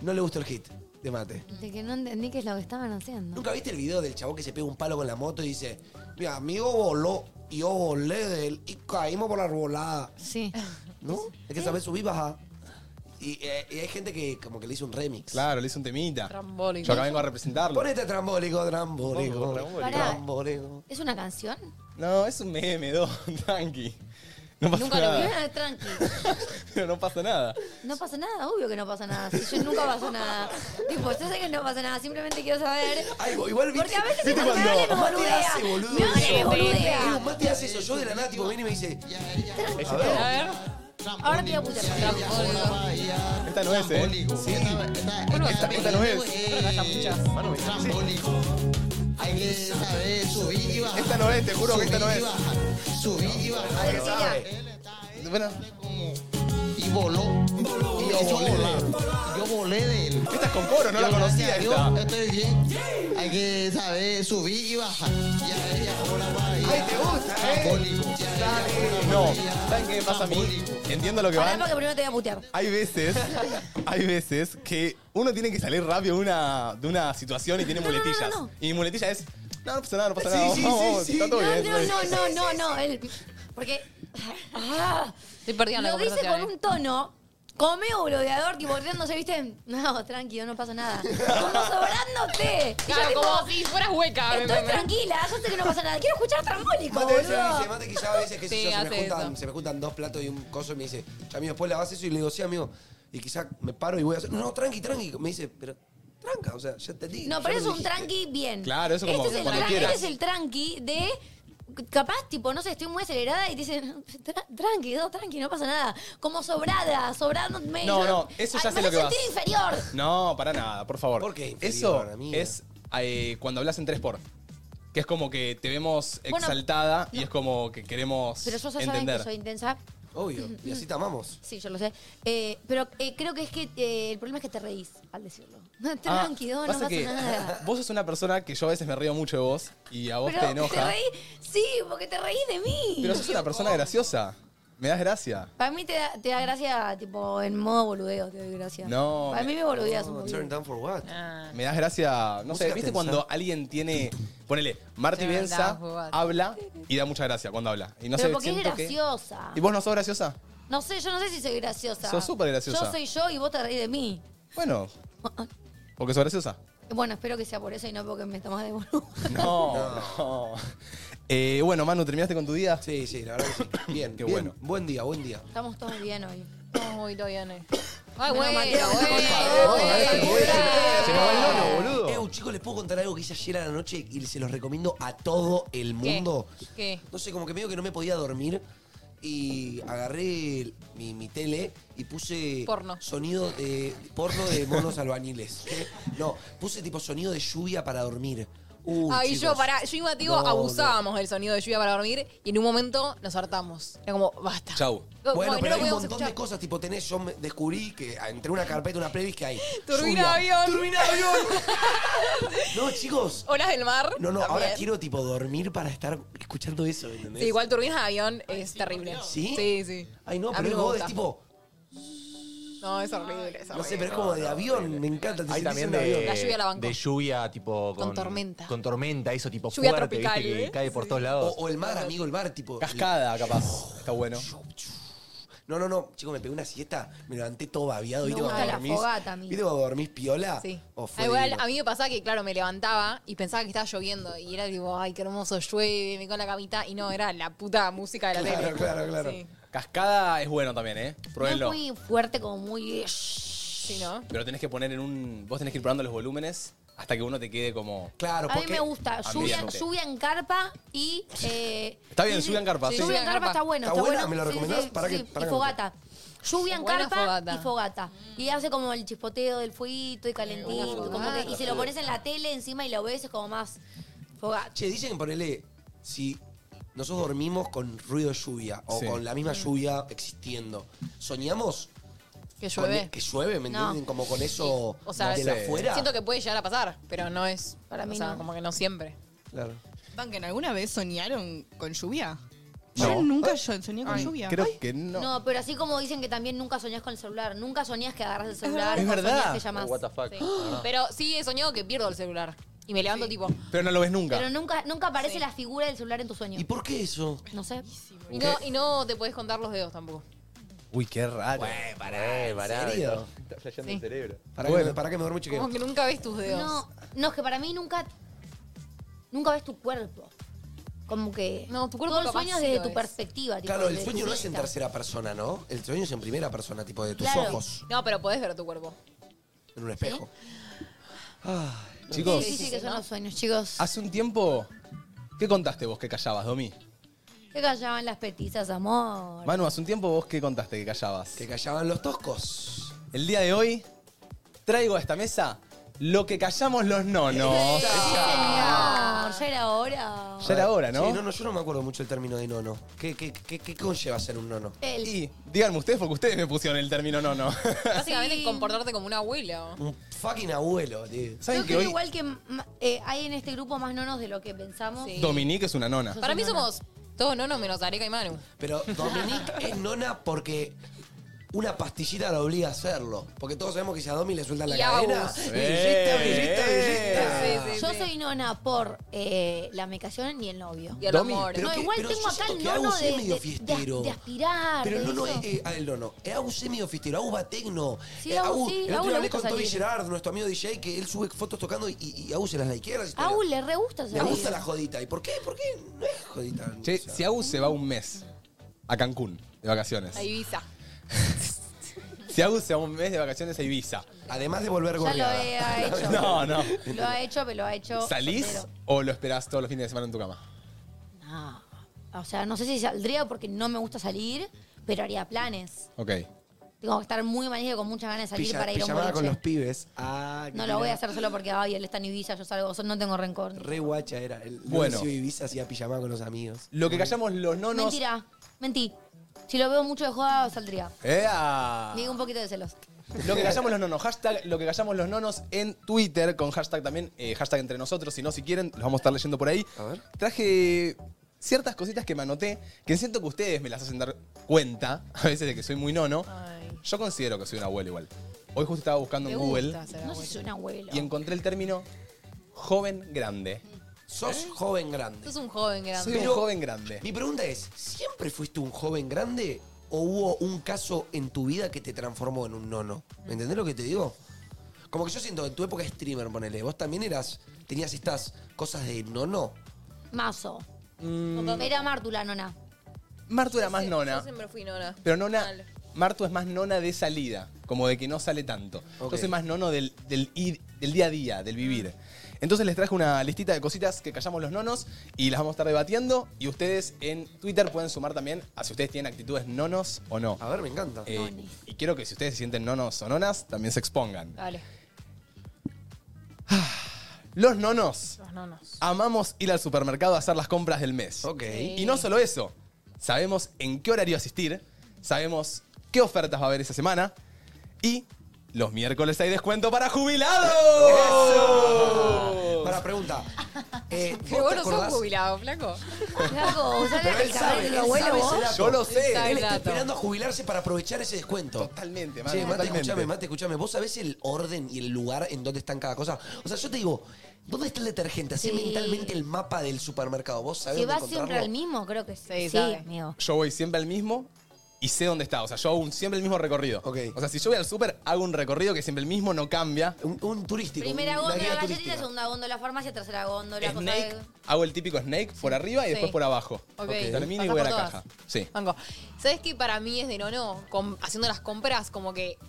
E: no le gustó el hit de mate.
B: De que no entendí qué es lo que estaban haciendo.
E: ¿Nunca viste el video del chavo que se pega un palo con la moto y dice, mi amigo voló y yo volé de él y caímos por la arbolada?
B: Sí.
E: ¿No? Es que sabes subir, bajar. Y, eh, y hay gente que como que le hizo un remix.
A: Claro, le hice un temita.
C: Trambólico.
A: Yo acá vengo a representarlo.
E: Ponete trambólico, trambólico.
B: Pará.
E: Trambólico.
B: ¿Es una canción?
A: No, es un meme, dos, tranqui. No pasa
B: Nunca lo vi.
A: nada.
B: Ah, Tranqui.
A: Pero no pasa nada.
B: No pasa nada, obvio que no pasa nada. Si yo nunca paso nada. Tipo, yo sé que no pasa nada, simplemente quiero saber.
E: Ay, igual viste.
B: Porque a veces
E: ¿Viste
B: cuando me
E: cuando
B: hablan me
E: Mate
B: boludea.
E: hace, boludo.
B: Me hablan y me boludea.
E: Eh, Mate hace eso. Yo de la nada, tipo, viene y me dice,
A: A ver.
C: A ver.
B: Ahora te voy a putear.
C: Trambólico.
A: Esta no es, ¿eh?
G: Sí.
C: Bueno,
A: Esta, esta no es.
G: Hay que saber subir y bajar.
A: Esta no es, te juro que esta no es.
G: Subir y bajar.
E: "Ay, ¿sabe?".
A: Bueno,
G: Y voló. Y yo volé. Yo volé de él.
A: esta es con coro, no la
G: Yo,
A: conocía
G: gracias a Dios,
A: esta.
G: estoy bien. Hay que saber subir y bajar. Ya, ya, ahora va. ya.
E: Ay, te gusta, eh.
G: Trambólico. Ya, ya, ahora va,
A: No,
G: ya.
A: ¿saben qué me pasa a mí? Entiendo lo que
B: Ahora
A: van.
B: porque primero te voy a putear.
A: Hay veces, hay veces que uno tiene que salir rápido de una, de una situación y tiene
B: No, no, no,
A: muletillas.
B: no.
A: Y mi muletilla es, no, no pasa nada, no pasa
E: Sí,
A: nada.
E: sí,
A: vamos,
E: sí,
A: está
E: sí.
A: todo
B: No,
A: bien.
B: no, no, no, no, no. el- porque. Ah,
C: Estoy perdida en la
B: lo dice
C: conversación.
B: con un tono. Como medio boludeador, tipo, riéndose, ¿viste? No, tranquilo, no pasa nada. Como sobrándote. Y yo,
C: Claro,
B: tipo,
C: como si fueras hueca. ¿me
B: Estoy
C: entendés?
B: tranquila, yo sé que no pasa nada. Quiero escuchar trambólico,
E: Mate a veces me dice,
B: boludo.
E: mate quizá a veces que
C: Sí,
E: se, me
C: hace
E: juntan,
C: eso.
E: se me juntan dos platos y un coso y me dice, "Che, amigo, después lavas eso y le digo, sí, amigo. Y quizá me paro y voy a hacer, no, no, tranqui, tranqui. Me dice, pero tranca, o sea, ya te digo.
B: No, pero es un tranqui bien.
A: Claro, eso como
B: este es el
A: cuando
B: tranqui,
A: quieras.
B: Este es el tranqui de... Capaz, tipo, no sé, estoy muy acelerada y te dicen, "Tra- tranqui, no, tranqui, no pasa nada. Como sobrada, sobrándome.
A: No,
B: Yo-
A: no, eso ya
B: Ay,
A: sé
B: me
A: lo
B: hace
A: que vas.
B: sentir inferior.
A: No, para nada, por favor.
E: ¿Por qué inferior,
A: Eso
E: amiga?
A: es eh, cuando hablas en 3 por. Que es como que te vemos
B: Bueno,
A: exaltada y es como que queremos
B: Pero yo ya saben
A: entender.
B: que soy intensa.
E: Obvio. Y así te amamos.
B: Sí, yo lo sé. Eh, pero eh, creo que es que eh, el problema es que te reís al decirlo. Tranquilo, no pasa
A: Ah, que
B: nada.
A: vos sos una persona que yo a veces me río mucho de vos y a vos
B: Pero
A: te enoja.
B: reí, sí, porque te reís de mí.
A: Pero sos una persona graciosa. Me das gracia.
B: Para mí te da, te da gracia, tipo, en modo boludeo te doy gracia.
A: No.
B: Para mí me boludeas un
A: No,
B: poquito. Ah.
A: turn down
E: Oh, for what?
A: Me das gracia. No sé,
E: Música
A: ¿viste
E: tensa.
A: cuando alguien tiene. Ponele, Marti
B: Turn down
A: Bielsa
B: for what?
A: habla y da mucha gracia cuando habla. Y no
B: Pero
A: sé,
B: porque es
A: siento que-
B: graciosa.
A: ¿Y vos no sos graciosa?
B: No sé, yo no sé si soy graciosa.
A: Sos súper graciosa.
B: Yo soy yo y vos te reís de mí.
A: Bueno. Porque sos graciosa.
B: Bueno, espero que sea por eso y no porque me tomas de boludo.
A: No, no. Eh, bueno, Manu, ¿terminaste con tu día?
E: Sí, sí, la verdad que sí. Bien,
A: Qué
E: bien.
A: bueno.
E: Buen día, buen día.
B: Estamos todos bien hoy.
C: Estamos muy bien, eh. Ay, bueno,
E: Se me va el nono, boludo. Eh, chicos, les puedo contar algo que hice ayer a la noche y se los recomiendo a todo el mundo.
C: ¿Qué?
E: No sé, como que medio que no me podía dormir y agarré el- mi, mi tele y puse
C: Porno.
E: sonido de porno de monos albañiles. No, puse tipo sonido de lluvia para dormir. Uy,
C: Ahí
E: chicos.
C: yo, pará, yo y Mateo
E: No, no.
C: abusábamos del sonido de lluvia para dormir y en un momento nos hartamos. Era como, basta.
A: Chau.
C: No,
E: Bueno,
C: no,
E: pero
C: no
E: hay un
C: podemos
E: montón de cosas, tipo tenés, yo me- descubrí que entre una carpeta, una playlist que hay.
C: Turbina
E: lluvia,
C: avión.
E: Turbina avión. No, chicos.
C: Olas del mar.
E: No, no, ahora
C: también.
E: quiero tipo dormir para estar escuchando eso, ¿entendés?
C: Sí, igual turbinas de avión es terrible.
E: ¿Sí?
C: Sí, sí.
E: Ay, no,
C: A
E: pero
C: mí
E: es
C: me
E: God, es
C: gusta.
E: tipo,
C: No, es horrible, es horrible.
E: no sé, pero es como de avión, me encanta. te
D: Hay
E: sentís
D: también
E: en
D: de,
E: un avión.
C: La lluvia la bancó.
D: de lluvia tipo
C: Con tormenta.
D: Con tormenta, eso tipo
C: Lluvia
D: fuerte, ¿viste?
C: tropical,
D: que
C: ¿eh?
D: cae por todos
E: O,
D: lados.
E: o el mar, amigo, el mar, tipo.
A: Cascada, capaz. Está bueno.
E: No, no, no, chico, me pegué una siesta, me levanté todo babeado.
B: Me
E: ¿Viste cuando
B: gusta la
E: dormís?
B: fogata a mí.
E: ¿Viste cuando dormís piola?
C: Sí.
E: O
C: Ah,
E: fue
C: igual,
E: divino.
C: a mí me pasaba que, claro, me levantaba y pensaba que estaba lloviendo. Y era tipo, ay, qué hermoso llueve, me con la camita. Y no, era la puta música de la
E: Claro,
C: tele.
E: claro, claro.
C: Sí,
A: Cascada es bueno también, ¿eh?
B: No es
A: Pruébenlo.
B: muy fuerte, como muy... eh,
C: sí, ¿no?
A: Pero tenés que poner en un. Vos tenés que ir probando los volúmenes hasta que uno te quede como.
E: Claro,
B: A mí
E: porque.
B: me gusta. Lluvia,
A: Ambiente.
B: lluvia en carpa y... eh,
A: Está bien,
B: y-
A: lluvia en carpa, sí.
B: Lluvia en carpa está bueno.
E: ¿Está
B: Está,
E: buena?
B: bueno.
E: ¿Me la
B: Sí,
E: recomendás?
B: sí,
E: Pará que-
B: sí.
E: pará
B: y
E: que me-
B: fogata. Lluvia en
C: Buena
B: carpa
C: fogata.
B: y fogata. Y hace como el chipoteo del fueguito y calentito. como que, y se lo pones en la tele encima y lo ves es como más fogata.
E: Che, dicen que ponele, si nosotros dormimos con ruido de lluvia o
A: Sí.
E: con la
C: Mm.
E: misma lluvia existiendo, ¿soñamos
C: Que
E: con-
C: llueve.
E: que llueve? ¿Me
B: No.
E: entienden? Como con eso
C: O sea,
E: de
A: sé.
E: afuera.
C: Siento que puede llegar a pasar, pero no es.
B: Para mí
C: O sea,
B: no.
C: como que no siempre.
E: Claro.
H: Banquen, ¿alguna vez soñaron con lluvia?
A: No.
H: Yo nunca yo- soñé con lluvia.
A: Creo que no.
B: No. pero así como dicen que también nunca soñás con el celular. Nunca soñás que agarras el celular.
A: Es
B: nunca
A: verdad.
B: soñás que llamás.
D: What the fuck.
A: Ah,
E: Ah.
C: Pero sí he soñado que pierdo el celular. Y me levanto tipo.
A: Pero no lo ves nunca.
B: Pero nunca, nunca aparece
C: Sí.
B: la figura del celular en tu sueño.
E: ¿Y por qué eso?
B: No sé.
C: Y no, y no te podés contar los dedos tampoco.
A: Uy, qué raro.
E: pará, pará. serio?
D: Está flasheando
C: Sí.
D: el cerebro.
E: Para, que, me- para que me duermo y chequeo.
C: Como que nunca ves tus dedos.
B: No, no, es que para mí nunca. Nunca ves tu cuerpo. Como que.
C: No, tu cuerpo
B: Todo el
C: capaz
B: sueño
C: sí
B: es desde
C: lo
B: tu
C: ves.
B: perspectiva. tipo,
E: Claro, el
B: desde
E: sueño
B: tu
E: no es en
B: vista.
E: tercera persona, ¿no? El sueño es en primera persona, tipo de tus
B: Claro.
E: ojos
C: No, pero podés ver tu cuerpo.
E: en un espejo.
A: Chicos, Ah.
B: Sí, sí, sí, que son los sueños, chicos.
A: hace un tiempo. ¿Qué contaste vos que callabas, Domi?
B: Que callaban las petizas, amor.
A: Manu, hace un tiempo vos qué contaste que callabas.
E: Que callaban los toscos.
A: El día de hoy traigo a esta mesa lo que callamos los nonos.
B: Señor, ya era hora.
A: Ya era hora, ¿no?
E: Sí, no, no, yo no me acuerdo mucho el término de nono. ¿Qué, qué, qué, qué conlleva ser un nono?
B: El-
A: Y díganme ustedes porque ustedes me pusieron el término nono.
C: Básicamente
B: Sí.
C: comportarte como una abuela.
E: Un fucking abuelo, tío.
A: ¿Saben
B: yo
A: que
B: creo
A: hoy
B: igual que mm, eh, hay en este grupo más nonos de lo que pensamos.
C: Sí.
A: Dominique es una nona?
C: Para mí somos todos nonos menos Areca y Manu.
E: Pero Dominique es nona porque una pastillita la obliga a hacerlo. Porque todos sabemos que si a Domi le sueltan la
C: Y
E: cadena.
C: Agus.
E: Brillita,
A: Eh.
E: brillita, brillita.
C: Sí, sí,
B: Yo
C: sí.
B: soy nona por eh, la medicación y el novio.
C: Y el
A: Domi,
C: amor.
E: pero
B: no,
E: que-
B: igual
E: pero
B: tengo
E: yo
B: acá
E: siento
B: el
E: que Agus
B: nono
E: es
B: de,
E: medio
B: de-
E: fiestero.
B: de aspirar.
E: Pero
B: de
E: no, no,
B: eso.
E: es, eh, ah, el nono. Es Agus es medio fiestero, Agus va tecno.
B: Sí,
E: Eh,
B: Agus, sí, Agus
E: el otro
B: le
E: día hablé
B: gusta
E: con Toby
B: salir.
E: Gerard, nuestro amigo DJ, que él sube fotos tocando y, y, y Agus se las likea. las historias.
B: Agus le re gusta
E: Le
B: salir.
E: gusta la jodita. ¿Y por qué? ¿Por qué no es jodita?
A: Che,
E: O sea,
A: si Agus se va un mes a Cancún de vacaciones.
C: A Ibiza.
A: Si Agus se va un mes de vacaciones a Ibiza.
E: Además de volver
B: Ya lo
E: gorreada.
B: he, ha hecho.
A: No, no.
B: Lo ha hecho, pero lo ha hecho.
A: ¿Salís
B: soltero.
A: o lo esperás todos los fines de semana en tu cama?
B: No. O sea, no sé si saldría porque no me gusta salir, pero haría planes.
A: Ok.
B: Tengo que estar muy manija y con muchas ganas de salir
E: Pilla-
B: para ir a un
E: pijamada
B: boliche.
E: con los pibes. Ah,
B: no
E: mira.
B: lo voy a hacer solo porque, ay, él está en Ibiza, yo salgo, yo no tengo rencor.
E: Re guacha era. El
A: Bueno.
E: bueno. Ibiza hacía pijamada con los amigos.
A: Lo que callamos los nonos.
B: Mentira, mentí. Si lo veo mucho de joda, saldría.
E: Ah.
A: ¡Ea!
B: Digo un poquito de celos.
A: Lo que callamos los nonos, hashtag lo que callamos los nonos en Twitter, con hashtag también, eh, hashtag entre nosotros, si no, si quieren, los vamos a estar leyendo por ahí. Traje ciertas cositas que me anoté, que siento que ustedes me las hacen dar cuenta, a veces de que soy muy nono. Yo considero que soy un abuelo igual. Hoy justo estaba buscando en Google
B: No sé si soy un abuelo.
A: y encontré el término joven grande.
B: ¿Eh?
E: Sos joven grande.
C: Sos un joven grande.
A: Soy un joven grande.
E: Mi pregunta es, ¿siempre fuiste un joven grande o hubo un caso en tu vida que te transformó en un nono? ¿Me entendés lo que te digo? Como que yo siento, en tu época streamer, ponele, vos también eras, tenías estas cosas de nono.
B: Mazo.
E: Mm.
B: Era Martu la nona.
A: Martu era más
C: Yo
A: nona,
C: siempre fui nona.
A: pero nona...
C: Mal.
A: Martu es más nona de salida, como de que no sale tanto. Entonces más nono del, del ir- del día a día, del vivir. Entonces les traje una listita de cositas que callamos los nonos y las vamos a estar debatiendo. Y ustedes en Twitter pueden sumar también a si ustedes tienen actitudes nonos o no.
E: A ver, me encanta.
A: Eh, y quiero que si ustedes se sienten nonos o nonas, también se expongan. Ah,
C: Dale.
A: Los nonos
C: Los nonos.
A: amamos ir al supermercado a hacer las compras del mes.
E: Ok.
C: Sí.
A: Y no solo eso, sabemos en qué horario asistir, sabemos qué ofertas va a haber esa semana y los miércoles hay descuento para jubilados.
E: Para pregunta. eh,
C: ¡Oh!
E: ¿vos
C: Pero vos
E: te
C: no sos
E: acordás?
C: jubilado, flaco.
B: Flaco, usás
E: Pero
B: la
E: él sabe,
B: de
E: él
B: tu abuelo
E: sabe ese
B: vos.
E: dato.
A: Yo lo sé.
C: Está
E: Él está
C: Dato.
E: esperando a jubilarse para aprovechar ese descuento.
A: Totalmente,
E: Che, Mate,
A: totalmente.
E: escuchame, Mate, escuchame. ¿Vos sabés el orden y el lugar en donde están cada cosa? O sea, yo te digo, ¿dónde está el detergente? Hacé
B: Sí.
E: mentalmente el mapa del supermercado. ¿Vos sabés
B: Si
E: dónde
B: vas siempre
E: encontrarlo?
B: al mismo, creo que sí.
C: Sí,
B: Sí,
C: sabe.
B: amigo.
A: Yo voy siempre al mismo y sé dónde está. O sea, yo hago un- siempre el mismo recorrido.
E: Ok.
A: O sea, si yo voy al súper, hago un recorrido que es siempre el mismo, no cambia.
E: Un, un turístico.
B: Primera
E: un- una
B: góndola,
E: guía
B: galletita,
E: turística.
B: segunda góndola, farmacia, tercera góndola. cosa
A: Snake,
B: de-
A: hago el típico snake por arriba y después
C: Sí.
A: por abajo.
C: Ok.
A: Termino y
C: Pasás
A: voy a
C: por
A: la
C: todas.
A: caja. Sí.
C: Banco. ¿Sabes qué para mí es de nono? Com- haciendo las compras, como que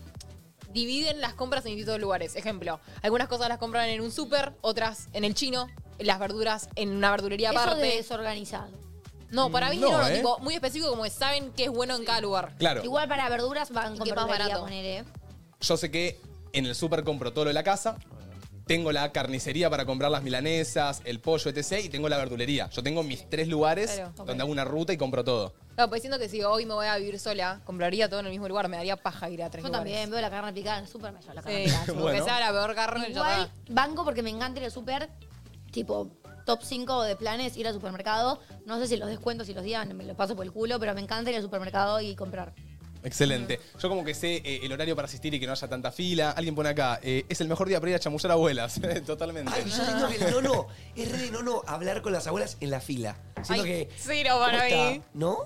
C: dividen las compras en distintos lugares. Ejemplo, algunas cosas las compran en un súper, otras en el chino, las verduras en una verdulería
B: Eso
C: aparte.
B: es desorganizado.
C: No, para mí
A: No,
C: no,
A: ¿eh?
C: tipo, muy específico, como que saben qué es bueno en cada lugar.
A: Claro.
B: Igual para verduras van
C: Y
B: con
C: que más
B: verdulería,
C: barato.
B: poner, ¿eh?
A: Yo sé que en el súper compro todo lo de la casa. Tengo la carnicería para comprar las milanesas, el pollo, etc. Y tengo la verdulería. Yo tengo mis tres lugares
C: Claro.
A: donde hago una ruta y compro todo.
C: Claro, pues siento que si hoy me voy a vivir sola, compraría todo en el mismo lugar, me daría paja ir a tres
B: Yo
C: lugares.
B: también veo la carne picada en el súper, me llevo la carne
C: Sí,
B: picada.
C: como
A: Bueno.
C: que sea la peor carne, ya
B: Igual
C: está.
B: banco porque me encanta ir al súper, tipo top 5 de planes, ir al supermercado. No sé si los descuentos y los días me los paso por el culo, pero me encanta ir al supermercado y comprar.
A: Excelente. Yo como que sé eh, el horario para asistir y que no haya tanta fila. Alguien pone acá, eh, es el mejor día para ir a chamullar abuelas. Totalmente.
E: Ay, yo siento que el nono, es re de nono hablar con las abuelas en la fila.
C: Ay,
E: Siento que.
C: cero para
E: ¿cómo está?
C: mí.
E: ¿No?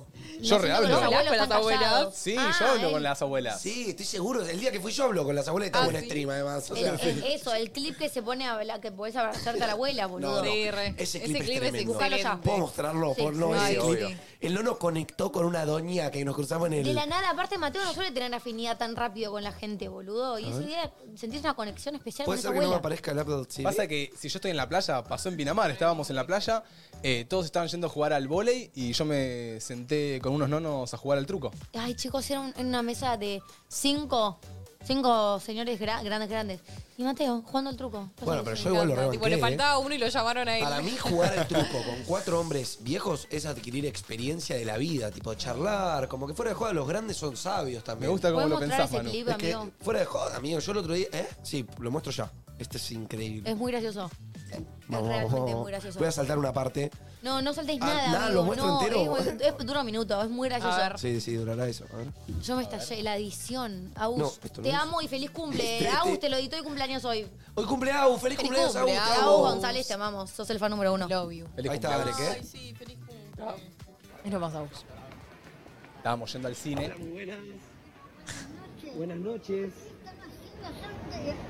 A: Yo
B: Los
A: rehablo.
C: no,
B: abuelos
C: Con las
B: están
C: abuelas.
B: callados.
A: Sí,
B: Ah,
A: yo hablo
B: eh.
A: con las abuelas.
E: Sí, estoy seguro. El día que fui yo hablo con las abuelas, estaba
C: Ah,
E: en
C: sí.
E: stream además. O
B: El-
E: sea,
B: el- eso, el clip que se pone a hablar, que podés abrazarte a la abuela, boludo.
E: no.
C: Sí, re.
E: Ese clip es tremendo.
B: Búscalo ya.
E: ¿Puedo mostrarlo?
B: Sí,
E: por no,
C: sí,
E: ese
C: sí.
E: clip.
C: Obvio.
E: El nono conectó con una doña que nos cruzamos en el.
B: De la nada, aparte Mateo no suele tener afinidad tan rápido con la gente, boludo. Y ese día sentís una conexión especial con
E: ¿Puede
B: esa
E: ser que no me
B: abuela.
E: aparezca el Apple TV?
A: Pasa que si yo estoy en la playa, pasó en Pinamar, estábamos en la playa, eh, todos estaban yendo a jugar al vóley y yo me senté con unos nonos a jugar al truco.
B: Ay, chicos, era un- en una mesa de cinco, cinco Oh, señores gra- grandes, grandes. Y Mateo, jugando el truco. Los
E: Bueno,
B: señores
E: pero
B: son-
E: yo igual lo rebanqué.
C: Tipo, le
E: ¿eh?
C: faltaba uno y lo llamaron a él.
E: Para mí jugar al truco con cuatro hombres viejos es adquirir experiencia de la vida, tipo charlar, como que fuera de joda los grandes son sabios
A: Me
E: también.
A: gusta cómo
B: ¿Puedes
A: lo
B: mostrar
A: pensás,
B: ese
A: Manu.
B: clip,
E: Es que
B: amigo?
E: fuera de joda, amigo, yo el otro día, ¿eh? Sí, lo muestro ya. Este es increíble.
B: Es muy gracioso.
E: Vamos,
B: realmente
E: vamos, vamos.
B: muy gracioso.
E: Voy a saltar una parte.
B: No, no saltéis
E: Ah,
B: nada,
E: nada,
B: amigo.
E: lo muestro
B: no,
E: entero.
B: Es, es- dura un minuto, es muy gracioso.
C: A ver.
E: Sí, sí, durará eso. A ver.
B: Yo me estallé, la edición. Agus,
E: No, esto no
B: te
E: es.
B: amo y feliz cumple. Agus, te lo editó y cumpleaños hoy.
E: Hoy cumple Agus,
C: Feliz
E: feliz cumpleaños Agus.
C: cumple,
E: te
B: Agus
E: amo.
B: González, te amamos. Sos el fan número uno.
C: Love you.
A: Feliz
E: Ahí está,
A: cumpleaños.
E: Alex, ¿eh?
H: Sí, feliz
C: Es lo más Agus.
A: Estábamos yendo al cine.
I: Buenas noches.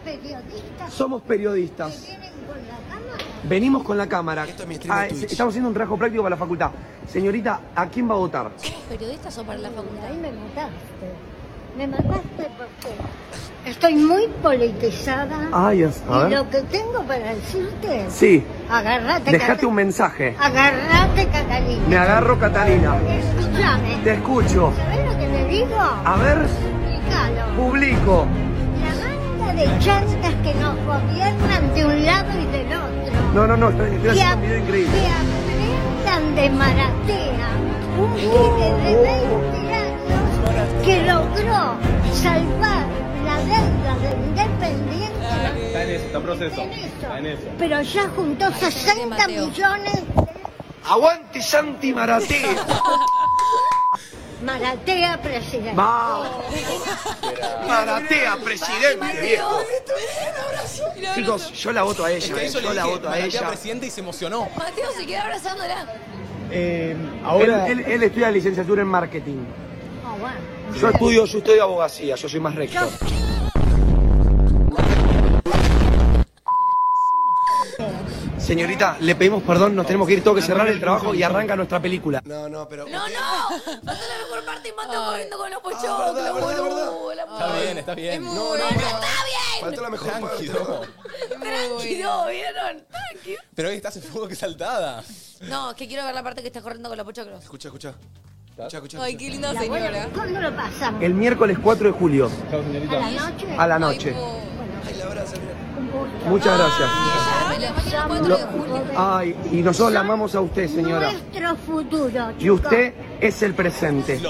J: periodistas
I: Somos
J: que
I: periodistas.
J: vienen con la cámara.
I: Venimos con la cámara.
E: Esto es mi stream de
I: es-
E: Twitch.
I: estamos haciendo un trabajo práctico para la facultad. Señorita, ¿a quién va a votar?
B: ¿Somos periodistas o para la facultad?
J: Ahí me mataste. Me mataste porque estoy muy politizada.
I: Ay, es- a
J: y
I: ver.
J: lo que tengo para decirte,
I: Sí,
J: agarrate.
I: dejate
J: Cata-
I: un mensaje.
J: Agarrate, Catalina.
I: Me agarro, Catalina. Te
J: Escúchame.
I: escucho.
J: ¿Sabes lo que te digo?
I: A ver,
J: Explícalo.
I: publico.
J: La banda de chantas que nos gobiernan de un lado y del otro.
I: No, no, no, estoy estoy
J: que,
I: haciendo un video increíble. Oh,
J: aprendan de Maratea, un pibe de 20 años que logró salvar la deuda de Independiente,
A: Está en eso, está en proceso. Está en eso.
J: pero ya juntó 60 millones.
E: ¡Aguante Santi Maratea!
J: Maratea presidente.
E: Vamos. ¡Maratea, presidente, viejo! Chicos, yo la voto a
A: Es
E: ella,
A: que
E: eh,
A: eso
E: yo
A: le
E: la
A: dije,
E: voto a
A: "Manatea
E: ella.
A: presidente y se emocionó.
B: Mateo se queda abrazándola.
E: ahora-
I: Él, él- él estudia licenciatura en marketing.
B: Oh, bueno.
E: Yo estudio, yo estudio abogacía, yo soy más recto. Señorita, le pedimos perdón, nos tenemos que ir, tengo que cerrar el trabajo y arranca nuestra película.
G: No, no, pero.
B: ¡No, no! Pasó la mejor parte y Mateo corriendo
E: Ah,
B: con los pochoclos,
G: verdad, verdad,
B: boludo. la
A: Está
B: puta.
A: bien, está bien.
G: No, no, no.
A: Faltó la mejor
B: Tranquilo, ¿vieron? Tranquilo.
A: Pero hoy estás en fuego que saltada.
B: No, es que quiero ver la parte que estás corriendo con los pochoclos.
A: Escucha, escucha. Escucha, escucha.
B: Ay, qué linda
J: señora. ¿Cuándo lo pasamos?
E: El miércoles 4 de julio,
A: Chao, señorita.
J: ¿A la noche?
E: a la noche.
J: Un gusto.
E: Muchas gracias.
B: Ah,
J: Somos
E: Ay, y nosotros la amamos a usted, señora.
J: Nuestro futuro.
E: Y
J: chicos.
E: usted es el presente.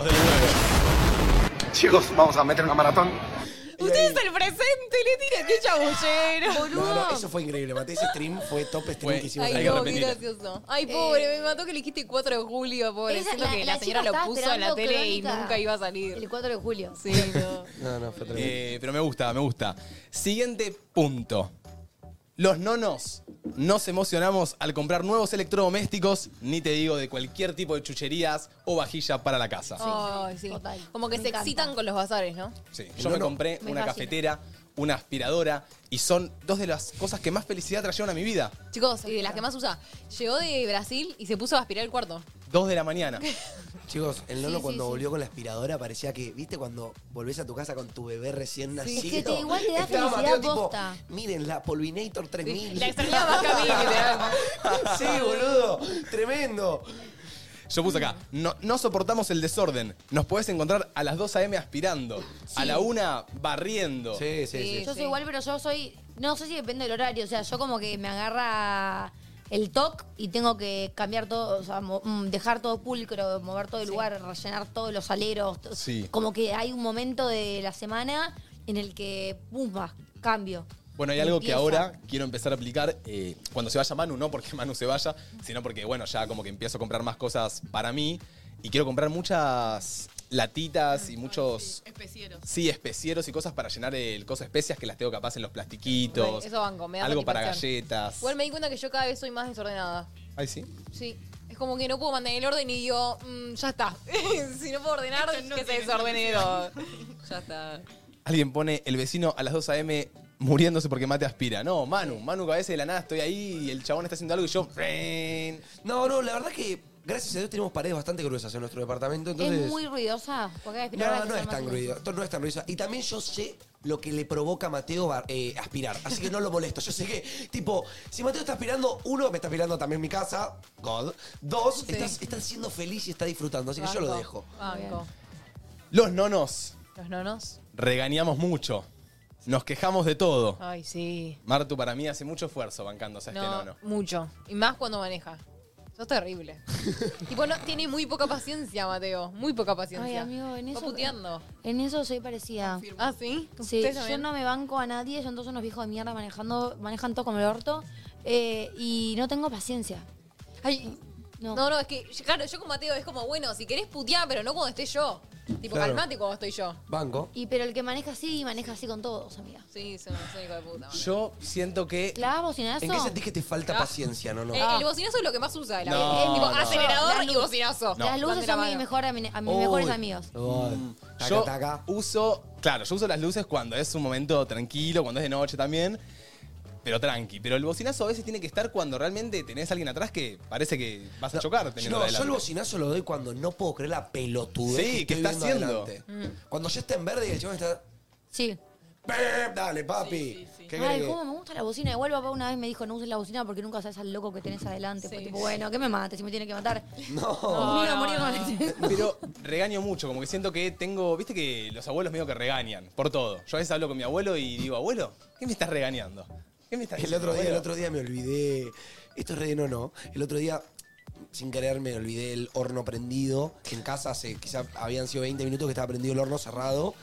E: Chicos, vamos a meter una maratón.
C: Usted es el presente, le tira qué chabullero.
G: No, no, eso fue increíble. Maté ese stream, fue top stream
A: Fue-
G: que hicimos.
C: Ay,
G: ahí.
C: no, qué gracioso. Ay, pobre, me mató que le dijiste 4 de julio, pobre.
B: Eh, Esa-
C: Siento
B: la-
C: que
B: la
C: la, señora
B: chica
C: lo
B: estaba
C: puso en la
B: esperando
C: tele y
B: Crónica.
C: nunca iba a salir.
B: El 4 de julio.
C: Sí, no.
G: No, no, fue tremendo.
A: Eh, pero me gusta, me gusta. Siguiente punto. Los nonos nos emocionamos al comprar nuevos electrodomésticos, ni te digo de cualquier tipo de chucherías o vajilla para la casa.
C: Ay, sí.
B: Total.
C: Como que
B: Me
C: se
B: encanta.
C: excitan con los bazares, ¿no?
A: Sí, Yo me compré
B: Me
A: una
B: fascina.
A: cafetera, una aspiradora y son dos de las cosas que más felicidad trajeron a mi vida.
C: Chicos, y de las que más usa. Llegó de Brasil y se puso a aspirar el cuarto.
A: Dos de la mañana.
G: Chicos, el nono
B: Sí,
G: cuando
B: sí, sí.
G: volvió con la aspiradora parecía que, ¿viste? Cuando volvés a tu casa con tu bebé recién nacido.
B: que te- igual te da
G: Estaba
B: felicidad
G: Mateo tipo,
B: posta.
G: Miren, la Polvinator 3000.
C: La extrañaba Cami, literal.
G: sí, boludo. Tremendo.
A: Yo puse acá,
C: Mm.
A: no, no soportamos el desorden. Nos podés encontrar a las 2 a.m. aspirando, a la 1 barriendo.
G: Sí, sí,
C: Sí.
G: sí.
B: Yo soy igual, pero yo soy. No sé si depende del horario. O sea, yo como que me agarra el toc y tengo que cambiar todo, o sea, mo- mm, dejar todo pulcro, mover todo el lugar, rellenar todos los aleros. to-
A: Sí.
B: Como que hay un momento de la semana en el que, pumba, cambio.
A: Bueno, hay algo que
B: Limpieza.
A: ahora quiero empezar a aplicar eh, cuando se vaya Manu, no porque Manu se vaya, sino porque, bueno, ya como que empiezo a comprar más cosas para mí y quiero comprar muchas latitas y muchos,
H: Especieros.
A: sí, especieros y cosas para llenar el cosa especias que las tengo capaz en los plastiquitos.
C: Eso banco, me da
A: Algo para
C: satisfacción.
A: galletas.
C: Igual me di cuenta que yo cada vez soy más desordenada.
A: Ay, sí.
C: Sí. Es como que no puedo mantener el orden y digo, mm, ya está. si no puedo ordenar,
H: Esto no
C: que se
H: tiene
C: desordene todo. ya está.
A: Alguien pone el vecino a las 2 a.m. muriéndose porque mate aspira. No, Manu, Manu, que a veces de la nada estoy ahí y el chabón está haciendo algo y yo. "Ren".
G: No, no, la verdad que, gracias a Dios, tenemos paredes bastante gruesas en nuestro departamento. Entonces,
B: es muy ruidosa. Porque hay
G: No,
B: aspiradoras que
G: no
B: son
G: es
B: más
G: tan
B: o menos.
G: ruido, no es tan ruidosa. Y también yo sé lo que le provoca a Mateo bar- eh, aspirar, así que no lo molesto. Yo sé que, tipo, si Mateo está aspirando, uno, me está aspirando también mi casa, God. Dos, estás- está siendo feliz y está disfrutando, así que yo lo
C: Banco,
G: dejo.
C: Banco.
A: Los nonos
C: Los nonos.
A: regañamos mucho. Nos quejamos de todo.
C: Ay, sí.
A: Martu para mí hace mucho esfuerzo bancándose a este
C: No,
A: nono.
C: mucho. Y más cuando maneja. Eso es terrible. y bueno, tiene muy poca paciencia, Mateo. Muy poca paciencia.
B: Ay, amigo, en eso.
C: Va puteando.
B: En eso soy parecida.
C: Ah, ¿sí?
B: Sí,
C: ¿Ustedes
B: yo
C: también?
B: no me banco a nadie, son todos unos viejos de mierda manejando, manejan todo como el orto eh, y no tengo paciencia.
C: Ay,
B: No.
C: No, no, es que, yo- claro, yo con Mateo es como, bueno, si querés putear, pero no cuando esté yo. Tipo,
G: Claro.
C: calmate cuando estoy yo.
G: Banco.
B: Y pero el que maneja así, maneja así con todos, amiga.
C: Sí, son un hijo de puta. man.
A: Yo siento que.
B: ¿Clavas bocinazo?
G: ¿En qué sentís que te falta
C: Ah.
G: paciencia, no, no?
C: Eh, el bocinazo es lo que más usa de la
A: No,
C: vida. Es tipo
A: no.
C: acelerador
B: Las
C: y bocinazo.
B: Las luces
C: Van de la
B: son mi
C: mano.
B: mejor, a mi- a mis mejores
G: Uy.
B: amigos.
G: God.
A: yo
G: Taca, taca.
A: uso. Claro, yo uso las luces cuando es un momento tranquilo, cuando es de noche también. Pero tranqui. Pero el bocinazo a veces tiene que estar cuando realmente tenés a alguien atrás que parece que vas a chocar teniendo
G: No, yo el
A: adelante.
G: bocinazo lo doy cuando no puedo creer la pelotudez
A: Sí,
G: que
A: ¿qué
G: estoy
A: está
G: viendo
A: haciendo?
G: adelante.
B: Mm.
G: Cuando ya está en verde y el chabón está...
B: Sí.
G: "Bep, Dale, papi. ¿Qué
B: Ay,
G: querés que-
B: cómo me gusta la bocina. Igual papá una vez me dijo, no uses la bocina porque nunca sabes al loco que tenés adelante. Fue
C: Sí.
B: tipo, bueno, que me mate si me tiene que matar.
G: No.
B: me iba a
C: no,
B: morir con
C: no.
B: el-
A: Pero regaño mucho, como que siento que tengo. Viste que los abuelos medio que regañan por todo. Yo a veces hablo con mi abuelo y digo, abuelo, ¿qué me estás regañando? ¿Qué me estás
G: El otro día, el
A: diciendo,
G: otro día me olvidé. Esto es re de no, no. El otro día
E: sin querer me olvidé el horno prendido. En casa hace, quizás habían sido 20 minutos que estaba prendido el horno cerrado.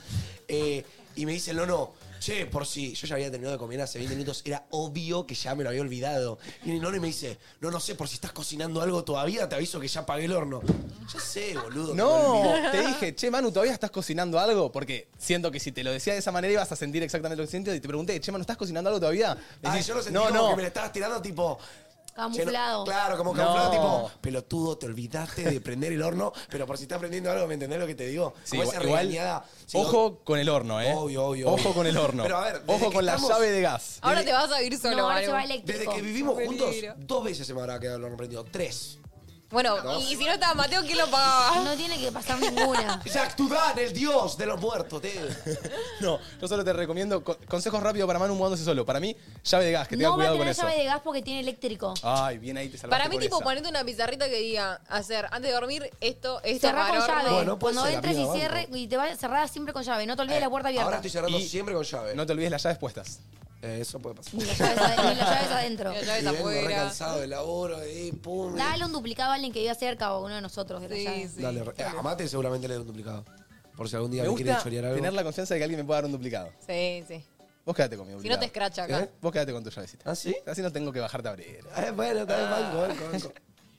E: Eh, y me dice el nono, che, por si yo ya había terminado de comer hace 20 minutos, era obvio que ya me lo había olvidado. Y el nono y me dice, no, no sé, por si estás cocinando algo todavía, te aviso que ya apagué el horno. Ya sé, boludo.
A: No, te dije, che, Manu, ¿todavía estás cocinando algo? Porque siento que si te lo decía de esa manera ibas a sentir exactamente lo que siento. Y te pregunté, che, Manu, ¿estás cocinando algo todavía? Me
E: Ah,
A: decís,
E: yo lo sentí como que me la estabas tirando tipo... Che, no-
B: Camuflado.
E: claro, como
A: No.
E: camuflado, tipo, pelotudo, te olvidaste de prender el horno, pero por si estás prendiendo algo, ¿me entendés lo que te digo?
A: Sí,
E: Como
A: igual,
E: esa
A: igual,
E: regañada. Sí,
A: ojo con el horno, ¿eh?
E: Obvio, obvio,
A: Ojo
E: obvio.
A: con el horno.
E: Pero a ver, desde
A: ojo
E: que
A: con la
E: estamos-
A: llave de gas.
C: Ahora te vas a ir solo.
B: No, ahora se
C: Manu.
B: va eléctrico.
E: Desde que vivimos
C: Peligro.
E: juntos, dos veces se me habrá quedado el horno prendido. Tres.
C: Bueno,
E: No.
C: y si no estaba Mateo, ¿quién lo pagaba?
B: No tiene que pasar ninguna.
E: Jack Tudán, el dios de los muertos. te-
A: No, yo solo te recomiendo co- consejos rápidos para Manu mudándose solo. Para mí, llave de gas, que tenga
B: No va a
A: cuidado con
B: tener
A: eso. Ah.
B: llave de gas porque tiene eléctrico.
A: Ay, bien ahí te salvaste
C: Para mí,
A: con
C: tipo,
A: esa.
C: ponete una pizarrita que diga, hacer antes de dormir esto, esto,
B: Cerrá con
C: para horno.
B: llave.
E: Bueno, puede
B: Cuando
E: ser,
B: entres y
E: amiga,
B: cierre,
E: banco.
B: y te vas cerrada siempre con llave. No te olvides la puerta abierta.
E: Ahora estoy cerrando
A: Y-
E: siempre con llave.
A: No te olvides las llaves puestas.
E: Eh, eso puede pasar.
B: Ni las llaves ade- ni las llaves adentro.
C: La
E: Y
C: llave está
E: vengo re
C: afuera.
E: cansado del laburo, eh, pum. eh.
B: Dale un duplicado a alguien que viva cerca o uno de nosotros de la
C: Sí,
B: llave.
C: sí.
E: Dale, re- eh, a Mate seguramente le doy un duplicado. Por si algún día
A: Me
E: me quiere
A: gusta
E: chorear algo.
A: tener la confianza de que alguien me pueda dar un duplicado.
C: Sí, sí.
A: Vos quédate conmigo.
C: Si no te escracha acá.
E: ¿Eh?
A: Vos quédate con tu llavecita.
E: ¿Ah, sí?
A: Así no tengo que bajarte a abrir.
E: Eh, bueno, está bien, banco, banco, banco.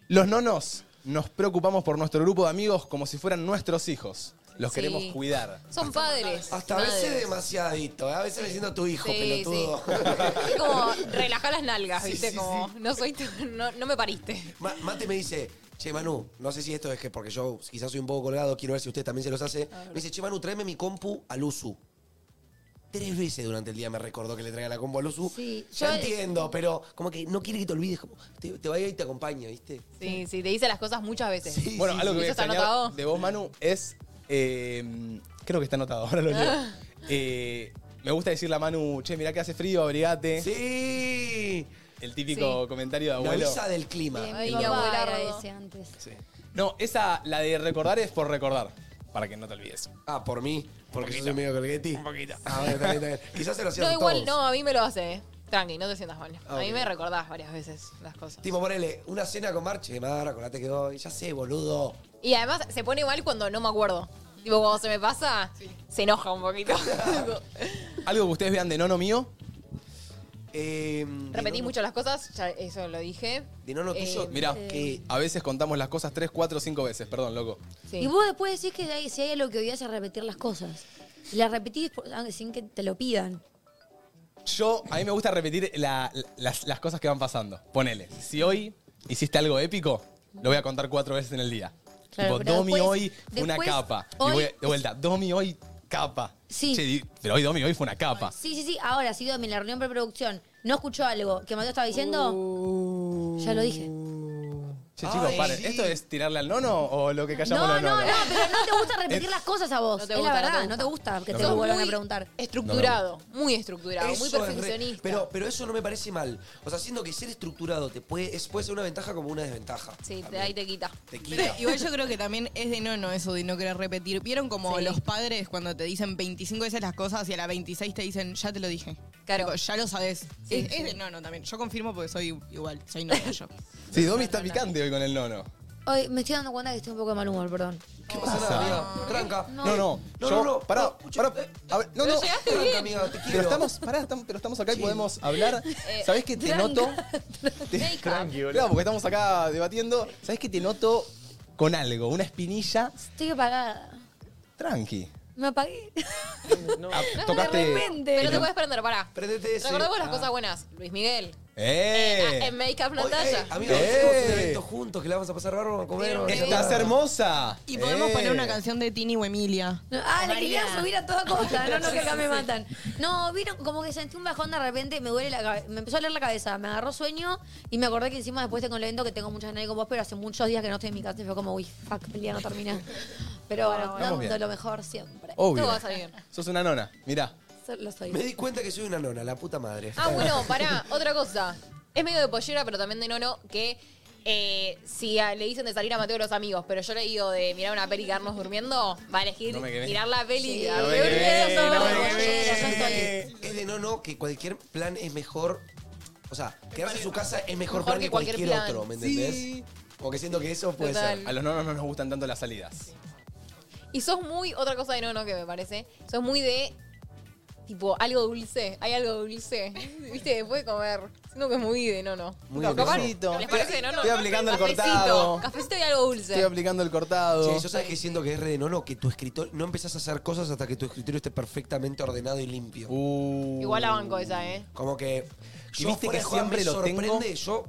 A: Los nonos nos preocupamos por nuestro grupo de amigos como si fueran nuestros hijos. Los
C: Sí.
A: queremos cuidar.
C: Son padres.
E: Hasta a
C: madres.
E: veces demasiadito, eh, a veces me siento tu hijo,
C: Sí,
E: pelotudo.
C: sí. Es como relajar las nalgas,
E: Sí,
C: ¿viste?
E: sí,
C: como,
E: sí.
C: No, soy tu- no, no me pariste.
E: Ma- Mate me dice, che Manu, no sé si esto es que porque yo quizás soy un poco colgado, quiero ver si usted también se los hace. Me dice, che Manu, tráeme mi compu al USU. Tres veces durante el día me recordó que le traiga la compu al USU.
B: Sí,
E: ya
B: yo-
E: entiendo, pero como que no quiere que te olvides, como te, te vaya y te acompaña, ¿viste?
C: Sí, sí, te dice las cosas muchas veces.
E: Sí,
A: Bueno,
E: sí,
A: algo que voy a
C: ¿Eso está
A: extrañar
C: anotado?
A: de vos, Manu, es. eh, creo que está anotado, ahora lo leo. Eh, me gusta decirle a Manu, che, mirá que hace frío,
E: Eh.
A: abrigate.
E: Sí.
A: El típico
C: Sí.
A: comentario de
E: La
A: abuelo.
E: avisa del clima.
B: Bien,
C: Ay,
B: mi
C: mi
B: papá
C: abuela
B: agradece
C: Rodo.
B: antes.
A: Sí. No, esa, la de recordar es por recordar. Para que no te olvides.
E: Ah, por mí, porque yo soy medio colguetti. Un poquito. Ah, bueno, está bien, está bien. Quizás se lo hacían
C: No, igual,
E: todos.
C: no, a mí me lo hace. eh. Tranqui, no te sientas mal.
E: Ah,
C: A mí
E: ok.
C: me recordás varias veces las cosas.
E: Tipo, ponele una cena con Marche, Mar, acordate que voy. Ya sé, boludo.
C: Y además se pone mal cuando no me acuerdo. Tipo, cuando se me pasa, se enoja un poquito.
A: Algo que ustedes vean de nono mío.
E: Eh,
C: Repetís
E: Dinono-
C: mucho las cosas, ya eso lo dije.
E: Dinono tuyo.
C: Eh,
A: Mirá,
E: que
A: a veces contamos las cosas tres, cuatro, cinco veces. Perdón, loco.
C: Sí.
B: Y vos después decís que hay- si hay algo que odias es repetir las cosas. Y las repetís por- ah, sin que te lo pidan.
A: Yo, a mí me gusta repetir la- la- las, las cosas que van pasando. Ponele, si hoy hiciste algo épico, lo voy a contar cuatro veces en el día.
B: Claro,
A: tipo,
B: pero
A: Domi
B: después-
A: hoy fue una
B: después,
A: capa. Y
B: hoy-
A: voy a- de vuelta, Domi hoy capa.
B: Sí.
A: Che, di- pero hoy Domi hoy fue una capa.
B: Sí, sí, sí. Ahora, si Domi en la reunión preproducción no escuchó algo que Mateo estaba diciendo,
C: Uh.
B: ya lo dije.
A: Che, chicos,
E: Ay,
A: paren.
E: sí.
A: ¿Esto es tirarle al nono o lo que callamos
B: No, no,
A: los
B: no,
A: nonos?
B: pero no te gusta repetir las cosas a vos.
C: No te
B: es
C: gusta,
B: la
C: no te
B: verdad,
C: gusta.
B: no te gusta que te
C: Sos
B: lo vuelvan a
C: muy
B: preguntar.
C: Estructurado, muy estructurado, muy
E: eso es re-
C: perfeccionista.
E: pero, pero eso no me parece mal. O sea, siendo que ser estructurado te puede, es- puede ser una ventaja como una desventaja.
C: Sí, de
E: También.
C: ahí te quita.
E: Te quita.
H: Pero igual yo creo que también es de nono eso de no querer repetir. ¿Vieron como
C: Sí.
H: los padres cuando te dicen 25 veces las cosas y a la 26 te dicen, ya te lo dije?
C: Claro.
H: Tipo, ya lo sabes.
C: Sí,
H: es,
C: sí.
H: es de nono también. Yo confirmo porque soy igual, soy nono yo.
A: Sí, Domi está picante hoy con el nono.
B: Hoy me estoy dando cuenta que estoy un poco de mal humor, perdón.
E: ¿Qué pasa, nada, amiga? Tranca.
A: No, no. yo,
E: No, no, no.
A: Pará,
E: No, escucha,
A: pará.
E: eh,
A: A ver, no,
C: pero
A: no.
C: llegaste
E: Tranca, amiga, te
A: Pero
E: quiero.
A: estamos, pará, estamos, pero estamos acá y podemos hablar. ¿Sabés que te
B: tranca,
A: noto? Te-
D: Tranqui, boludo.
A: Claro, porque estamos acá debatiendo. ¿Sabés que te noto con algo? Una espinilla
B: Estoy apagada.
A: tranqui.
B: Me apagué.
A: Ah,
B: De
A: tocaste.
B: repente.
C: Pero te puedes prender, pará.
E: Prendete ese.
C: Recordemos las cosas buenas. Luis Miguel. Ah,
A: ¡Eh!
C: en Make Up
E: Oye,
C: Natalia.
E: eh, amiga,
A: Eh.
E: tenemos un evento juntos que la vamos a pasar bárbaro, vamos a comer. vamos a
A: ¡Estás
E: cenar.
A: hermosa!
H: Y podemos
A: Eh.
H: poner una canción de Tini o Emilia.
B: Ah,
F: María.
B: la quería subir a toda costa. No, no, que acá me matan. No, vieron como que sentí un bajón de repente, me duele la cabeza. Me empezó a doler la cabeza, me agarró sueño y me acordé que encima después tengo un evento que tengo muchas ganas de ir con vos, pero hace muchos días que no estoy en mi casa y fue como, uy, fuck, el día no termina. Pero bueno,
A: Estamos bien.
B: dando lo mejor siempre.
A: Obvio.
C: Todo va a salir bien.
A: Sos una nona, mirá.
B: So- Lo soy.
E: Me di cuenta que soy una nona, la puta madre.
C: Ah, bueno, pará, otra cosa. Es medio de pollera, pero también de nono, que eh, si a- le dicen de salir a Mateo los amigos, pero yo le digo de mirar una peli y quedarnos durmiendo, va a elegir
A: No me quemé.
C: mirar la peli y quedarme
A: No me quemé,
C: durmiendo.
A: no me
C: Eso
A: quemé.
C: es todo.
E: Es de no, no, que cualquier plan es mejor. O sea, quedarse en su casa es mejor,
C: Mejor
E: plan
C: que
E: que cualquier
C: cualquier plan.
E: otro, ¿me entendés? Como que siento que eso puede
C: Total.
E: ser.
C: A
A: los nonos no nos gustan tanto las salidas.
C: Y sos muy, otra cosa de no, no, que me parece, sos muy de, tipo, algo dulce, hay algo dulce, viste, después de comer. Siento que es muy de no, no.
A: Muy
C: Capaz-
A: dulcecito.
C: ¿Les parece de no, no?
A: Estoy aplicando el
C: Cafecito,
A: cortado.
C: Cafecito y algo dulce.
A: Estoy aplicando el cortado.
E: Sí, yo sabes que siento que es re de nono que tu escritorio. No empezás a hacer cosas hasta que tu escritorio esté perfectamente ordenado y limpio.
A: Uh.
C: Igual la banco esa, ¿eh?
E: Como que.
A: Y
E: Yo
A: viste que
E: fuera de joda,
A: siempre
E: me
A: lo tengo.
E: sorprende, Yo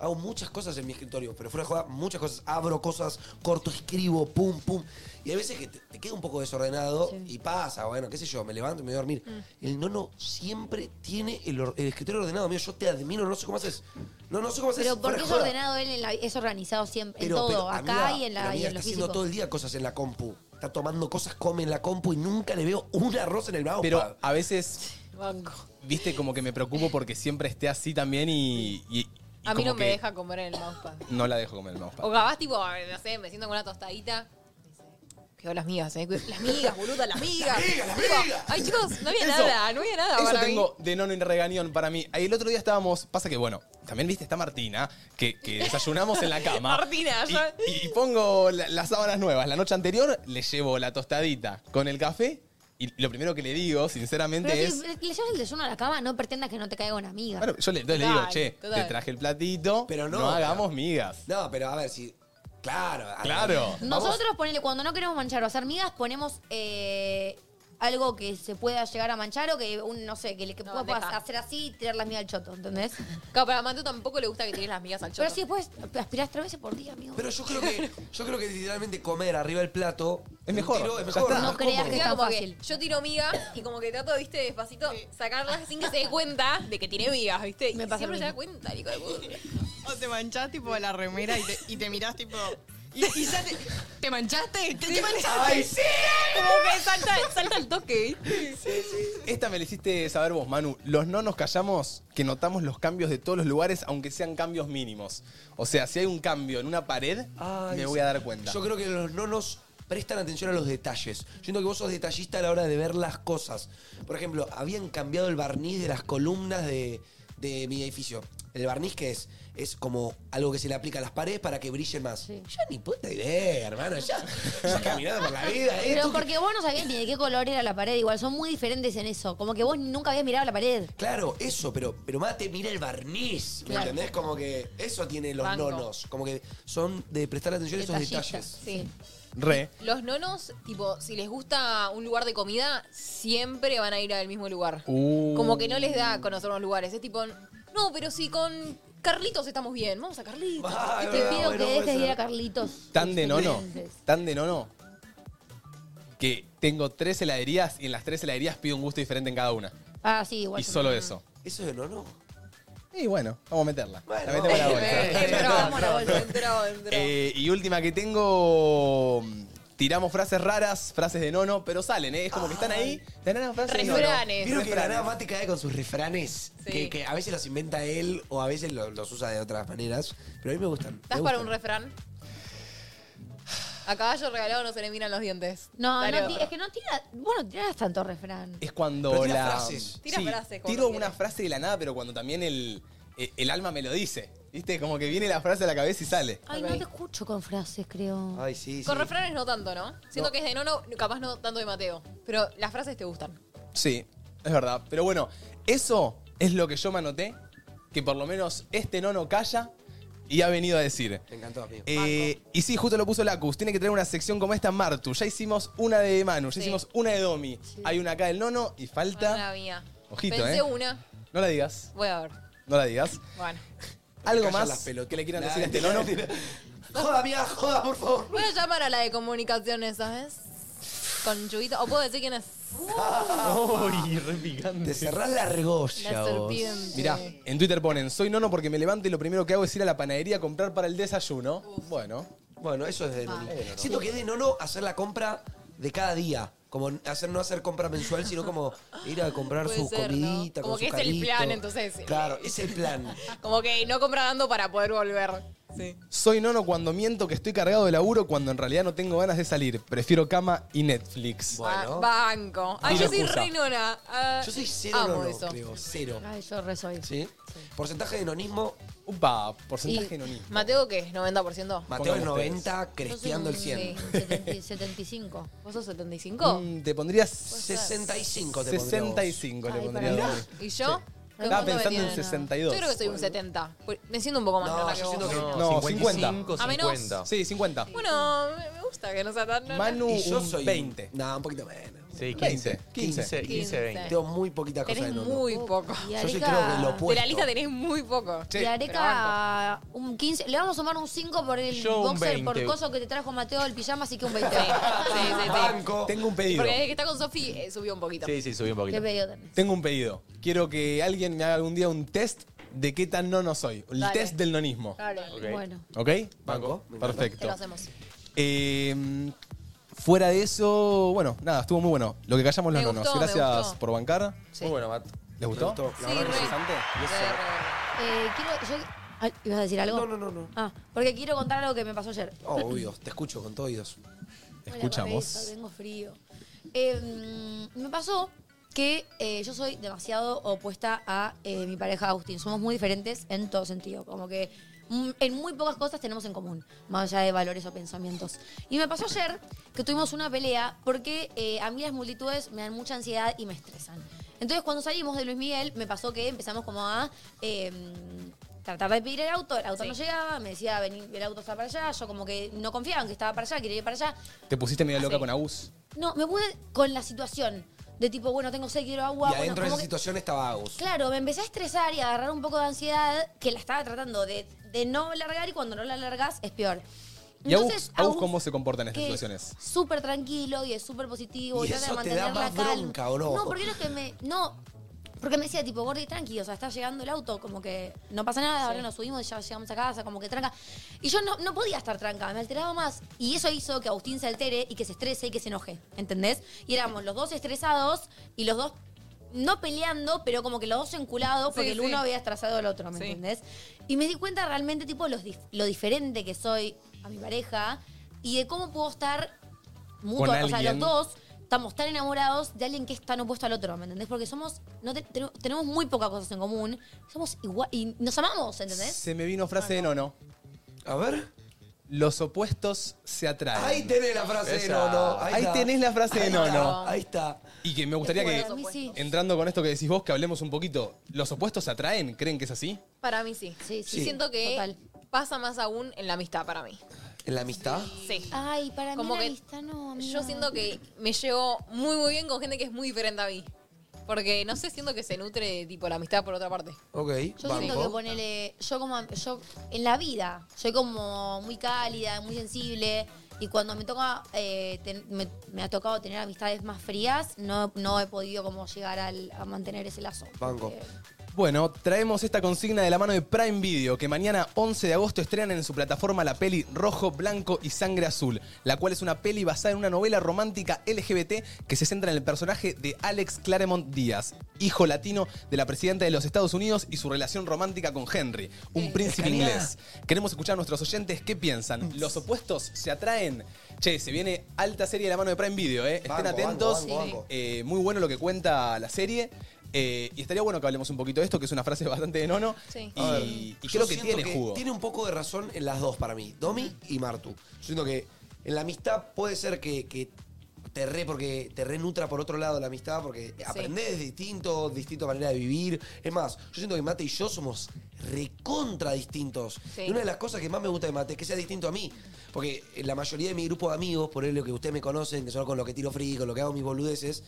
E: hago muchas cosas en mi escritorio, pero fuera de joda, muchas cosas. Abro cosas, corto, escribo, pum, pum. Y hay veces que te, te queda un poco desordenado y pasa, bueno, qué sé yo, me levanto y me voy a dormir.
B: Mm.
E: El nono siempre tiene el, or- el escritorio ordenado. Mío, yo te admiro, no sé cómo haces. No, no sé cómo haces.
B: Pero
E: fuera
B: porque
E: de
B: es
E: joda.
B: ordenado él, en la- es organizado siempre,
E: Pero-
B: en todo,
E: pero,
B: acá
E: amiga,
B: y en,
E: pero,
B: la, y
E: amiga,
B: en lo
E: está haciendo
B: físico.
E: todo el día cosas en la compu. Está tomando cosas, come en la compu y nunca le veo un arroz en el vago.
A: Pero a veces,
C: Banco.
A: viste, como que me preocupo porque siempre esté así también y. y- y
C: A mí
A: como
C: no me
A: que
C: deja comer en el mousepad.
A: No la dejo comer el mousepad.
C: O capaz, tipo, no sé, me siento con una tostadita. Cuidado las migas, eh. cuidado- Las migas, boluda, las migas. Tipo, Ay, chicos, no había
A: Eso-
C: nada, no había nada.
A: Eso
C: para mí.
A: tengo de nono y regañón para mí. El otro día estábamos, pasa que bueno, también viste, está Martina, que, que desayunamos en la cama.
C: Martina,
A: y,
C: yo-
A: y pongo la- las sábanas nuevas. La noche anterior le llevo la tostadita con el café y lo primero que le digo, sinceramente,
B: Pero
A: es...
B: si le llevas el desayuno a la cama, no pretendas que no te caiga una amiga.
A: Bueno, yo le, entonces le digo,
B: Total,
A: che,
B: total.
A: te traje el platito,
E: Pero no,
A: no, hagamos migas.
E: No, pero a ver si. Claro. a ver.
A: Claro.
B: Nosotros, ponele, cuando no queremos manchar o hacer migas, ponemos eh, algo que se pueda llegar a manchar o que, un, no sé, que le que
C: No,
B: puedas
C: deja.
B: hacer así y tirar las migas al choto, ¿entendés?
C: Claro, pero a Matu tampoco le gusta que tires las migas al choto.
B: Pero si después aspirás tres veces por día, amigo.
E: Pero yo creo que, yo creo que literalmente comer arriba del plato es
A: mejor,
E: es
A: ya
E: mejor.
A: está. No
E: más
B: creas
E: cómodo.
B: que-
C: Mira,
B: tan
C: como
B: fácil.
C: que yo tiro migas y como que trato, viste, despacito sacarlas sin que se dé cuenta de que tiene migas, viste. Y
B: Me pasa
C: siempre
B: lo
C: se da cuenta, el hijo de puta.
H: O te manchás tipo la remera y te, y te mirás tipo. Y, y ya te, ¿te manchaste? ¿Qué, qué manchaste?
E: ¡Ay, sí!
C: Como que salta, salta el toque, ¿viste?
A: Esta me la hiciste saber vos, Manu. Los no nos callamos que notamos los cambios de todos los lugares, aunque sean cambios mínimos. O sea, si hay un cambio en una pared,
E: Ay,
A: me
E: sí.
A: voy a dar cuenta.
E: Yo creo que los nonos prestan atención a los detalles. Yo siento que vos sos detallista a la hora de ver las cosas. Por ejemplo, habían cambiado el barniz de las columnas de, de mi edificio. El barniz que es es como algo que se le aplica a las paredes para que brillen más. Ya ni puta idea, hermano. Ya, ya caminando por la vida. ¿eh?
B: Pero
E: Tú que-
B: porque vos no sabías ni de qué color era la pared, igual son muy diferentes en eso. Como que vos nunca habías mirado la pared.
E: Claro, eso, pero, pero mate, mira el barniz. ¿Me
B: Claro.
E: entendés? Como que eso tiene los
C: Banco.
E: nonos. Como que son de prestar atención a esos detalles.
C: Sí.
A: Re.
C: Los nonos, tipo, si les gusta un lugar de comida, siempre van a ir al mismo lugar. Como que no les da conocer los lugares. Es tipo, no, pero si con Carlitos estamos bien. Vamos a Carlitos.
E: Ah, es
B: Te
E: verdad,
B: pido
E: bueno,
B: que
E: puede
B: dejes de
E: ser.
B: ir a Carlitos.
A: Tan de nono,
B: Excelentes.
A: tan de nono, que tengo tres heladerías y en las tres heladerías pido un gusto diferente en cada una.
B: Ah, sí, igual.
A: Y solo eso.
E: ¿Eso es de nono?
A: Y bueno, vamos a meterla.
E: Bueno.
A: La metemos en la bolsa.
C: Entró, entró, entró, entró.
A: Eh, y última que tengo. Tiramos frases raras, frases de nono, pero salen, ¿eh? Es como que están ahí. de nada, frases de nono.
C: Refranes.
E: Vieron que la
A: Refranes.
E: nada Mati cae con sus refranes,
C: Sí.
E: que, que a veces los inventa él o a veces lo- los usa de otras maneras, pero a mí me gustan. me
C: ¿Estás para un
E: gustan.
C: refrán? A caballo regalado no se le miran los dientes.
B: No,
C: Dale
B: no,
C: otro.
B: ti- es que no tira. Vos no tirás tanto refrán.
A: Es cuando
E: Pero tira
A: la. mm,
E: frases.
C: Tira frases cuando
A: Tiro una
C: quieras.
A: frase de la nada, pero cuando también el, eh, el, el alma me lo dice. ¿Viste? Como que viene la frase a la cabeza y sale.
B: Ay,
C: Ok.
B: no te escucho con frases, creo.
E: Ay, sí, sí.
C: Con refranes no tanto, ¿no? Siento que es de Nono, capaz no tanto de Mateo. Pero las frases te gustan.
A: Sí, es verdad. Pero bueno, eso es lo que yo me anoté. Que por lo menos este nono calla y ha venido a decir.
E: Me encantó, amigo.
A: Eh, y sí, justo lo puso Lacus. Tiene que traer una sección como esta Martu. Ya hicimos una de Manu, ya
C: Sí.
A: hicimos una de Domi. Hay una acá del nono y
C: No la
A: falta.
C: mía.
A: Ojito,
C: Pensé
A: ¿eh?
C: una.
A: No la digas,
C: Voy a ver.
A: no la digas.
C: Bueno.
A: Algo
E: callan las
A: más
E: pelotas.
A: que le quieran
E: Nah,
A: decir a este
E: mentira,
A: nono.
E: Joda, amiga, joda, por favor.
C: Voy a llamar a la de comunicaciones, ¿sabes? Con Chuyito. O puedo decir quién es.
A: Uy, re picante.
E: Te cerrás la argolla,
C: La
E: vos.
C: serpiente.
A: Mirá, en Twitter ponen, soy nono porque me levanto y lo primero que hago es ir a la panadería a comprar para el desayuno. Bueno,
E: Bueno, eso es de
C: Ah.
E: nono. Siento que es de nono hacer la compra de cada día. Como hacer, no hacer compra mensual, sino como ir a comprar
C: Puede
E: su
C: ser, ¿no?
E: comidita.
C: Como
E: con
C: que
E: su
C: es el
E: carrito.
C: plan, entonces.
E: Claro, es el plan.
C: Como que no compra dando para poder volver. Sí.
A: soy nono cuando miento que estoy cargado de laburo cuando en realidad no tengo ganas de salir. Prefiero cama y Netflix.
E: Bueno.
C: Ba- banco. Ay,
A: Tiro
C: yo soy
A: excusa.
C: re nona. Ah,
E: Yo soy cero
C: amo
E: nono,
C: eso.
E: creo. Cero.
B: Ay, yo re soy.
E: ¿Sí? Porcentaje de nonismo.
A: Upa, porcentaje no
C: ¿Mateo qué? ¿90%?
E: Mateo es
A: Pongan ustedes.
E: 90, Cristiando el 100.
C: Sí,
B: 75.
C: ¿Vos sos 75?
A: Mm, te pondrías
E: ser. 65 te pondría
A: 65 le
C: Ay,
A: pondría
C: para
A: a
C: mí.
A: Dani.
C: ¿Y yo? ¿Qué
A: Estaba
C: punto me
A: pensando en
C: tienen?
A: 62.
C: Yo creo que soy un 70. Pues, Me siento un poco más
E: No,
C: loca
E: yo
C: que vos.
E: siento que
A: No,
E: No,
A: 50.
E: 55,
C: A menos.
E: 50.
A: Sí, 50.
C: Bueno, me me gusta que no sea tan.
A: Manu,
E: Y yo
A: un
E: soy un-
A: 20.
E: No, un poquito menos.
D: Sí,
A: 15.
D: 15.
A: 15,
D: 15, 15, 20.
E: Tengo muy poquita cosa
C: Tenés
E: en uno.
C: muy poco.
B: Mm. Y
E: Yo sí
B: Areca,
E: creo que lo
C: De la
E: opuesto.
C: lista tenés muy poco.
B: y Areca un 15. Le vamos a sumar un 5 por el
D: Yo un
B: boxer, por
D: 20.
B: coso que te trajo Mateo el pijama, así que un 20.
E: Banco.
A: Tengo un pedido.
C: Porque desde que está con Sofi eh, subió un poquito.
D: Sí, sí, subí un poquito.
B: ¿Qué pedido tenés?
A: Tengo un pedido. Quiero que alguien me haga algún día un test de qué tan nono soy. El
C: Dale.
A: test del nonismo.
C: Dale.
D: Ok.
B: Bueno,
A: ¿Ok?
E: Banco. Me encanta.
C: Te
A: Perfecto.
C: lo hacemos.
A: Eh, fuera de eso, bueno, nada, estuvo muy bueno. Lo que callamos los
C: Me
A: nonos.
C: gustó, me
A: Gracias
C: gustó.
A: por bancar.
C: Sí.
D: Muy bueno, Matt.
A: ¿Les
E: Me
A: gustó?
E: gustó. La verdad que
C: re.
E: es interesante. Y
C: Re,
E: eso-
C: re.
B: eh, quiero. Yo, Ay, ¿Ibas a decir algo?
E: No, no, no, no.
B: Ah, porque quiero contar algo que me pasó ayer.
E: Obvio, te escucho con todo oídos.
B: Hola,
A: Escuchamos.
B: papelito, tengo frío. Eh, mm, me pasó que eh, yo soy demasiado opuesta a eh, mi pareja Agustín. Somos muy diferentes en todo sentido. Como que mm, en muy pocas cosas tenemos en común, más allá de valores o pensamientos. Y me pasó ayer que tuvimos una pelea porque eh, a mí las multitudes me dan mucha ansiedad y me estresan. Entonces cuando salimos de Luis Miguel me pasó que empezamos como a... eh, Tratar de pedir el auto, el auto no llegaba, me decía, vení, el auto está para allá, yo como que no confiaba en que estaba para allá, quería ir para allá.
A: Te pusiste medio loca
C: Sí.
A: con Agus.
B: No, me puse con la situación. De tipo, bueno, tengo sed, quiero agua.
E: Y
B: bueno,
E: adentro de
B: como
E: esa
B: que-
E: situación estaba Agus.
B: Claro, me empecé a estresar y a agarrar un poco de ansiedad que la estaba tratando de, de no largar y cuando no la largas es peor.
A: ¿Y Agus,
B: Entonces,
A: Agus
B: Agus,
A: cómo se comporta en estas
B: que
A: situaciones?
B: es Súper tranquilo y es súper positivo.
E: Y
B: trata
E: eso
B: de
E: te
B: mantener
E: da
B: la
E: más
B: calma.
E: bronca, ¿o no?
B: No, porque lo que me. No. Porque me decía, tipo, gordi, tranqui, o sea, está llegando el auto, como que no pasa nada, ahora nos subimos, ya llegamos a casa, como que tranca. Y yo no, no podía estar tranca, me alteraba más. Y eso hizo que Agustín se altere y que se estrese y que se enoje, ¿entendés? Y éramos los dos estresados y los dos no peleando, pero como que los dos enculados porque el
C: Sí, sí.
B: uno había estresado al otro, ¿me
C: Sí.
B: entendés? Y me di cuenta realmente, tipo, los dif- lo diferente que soy a mi pareja y de cómo puedo estar mutuo,
A: Con
B: o sea, los
A: alguien.
B: dos estamos tan enamorados de alguien que es tan opuesto al otro, ¿me entendés? Porque somos, no te- ten- tenemos muy pocas cosas en común, somos igual y nos amamos, ¿entendés?
A: Se me vino frase de nono.
E: A ver.
A: Los opuestos se atraen.
E: Ahí tenés la frase de
D: Esa.
E: Nono. Ahí,
A: Ahí
E: está.
A: tenés la frase de
E: Ahí
A: Nono.
E: está, Ahí está.
A: Y que me gustaría que,
B: A mí sí.
A: entrando con esto que decís vos, que hablemos un poquito. ¿Los opuestos se atraen? ¿Creen que es así?
C: Para mí sí.
B: Sí, sí.
C: Y siento que
B: Total.
C: pasa más aún en la amistad para mí.
E: ¿En la amistad?
C: Sí.
B: Ay, para
C: Como
B: mí la
C: que
B: amistad no, amiga.
C: Yo siento que me llevo muy muy bien con gente que es muy diferente a mí. Porque no sé, siento que se nutre tipo la amistad por otra parte.
E: Ok.
B: Yo
E: banco.
B: siento que ponele, yo como, yo en la vida, soy como muy cálida, muy sensible y cuando me toca, eh, ten- me, me ha tocado tener amistades más frías, no, no he podido como llegar al- a mantener ese lazo.
E: Banco.
B: Porque-
A: Bueno, traemos esta consigna de la mano de Prime Video, que mañana 11 de agosto estrenan en su plataforma la peli Rojo, Blanco y Sangre Azul, la cual es una peli basada en una novela romántica LGBT que se centra en el personaje de Alex Claremont Díaz, hijo latino de la presidenta de los Estados Unidos y su relación romántica con Henry, un príncipe inglés. Queremos escuchar a nuestros oyentes qué piensan. ¿Los opuestos se atraen? Che, se viene alta serie de la mano de Prime Video, ¿eh? Estén
E: Banco, banco,
A: atentos.
E: banco, banco.
A: Eh, muy bueno lo que cuenta la serie. eh, y estaría bueno que hablemos un poquito de esto, que es una frase bastante de nono.
C: Sí.
A: Y, y
E: Yo
A: creo que
E: siento
A: tiene jugo.
E: Tiene un poco de razón en las dos para mí, Domi y Martu. Yo siento que en la amistad puede ser que, que te re, porque te renutra por otro lado la amistad, porque aprendés distinto, distinta manera de vivir. Es más, yo siento que Mate y yo somos recontra distintos.
C: Sí.
E: Y una de las cosas que más me gusta de Mate es que sea distinto a mí. Porque la mayoría de mi grupo de amigos, por lo que ustedes me conocen, que son con lo que tiro frío, con lo que hago mis boludeces,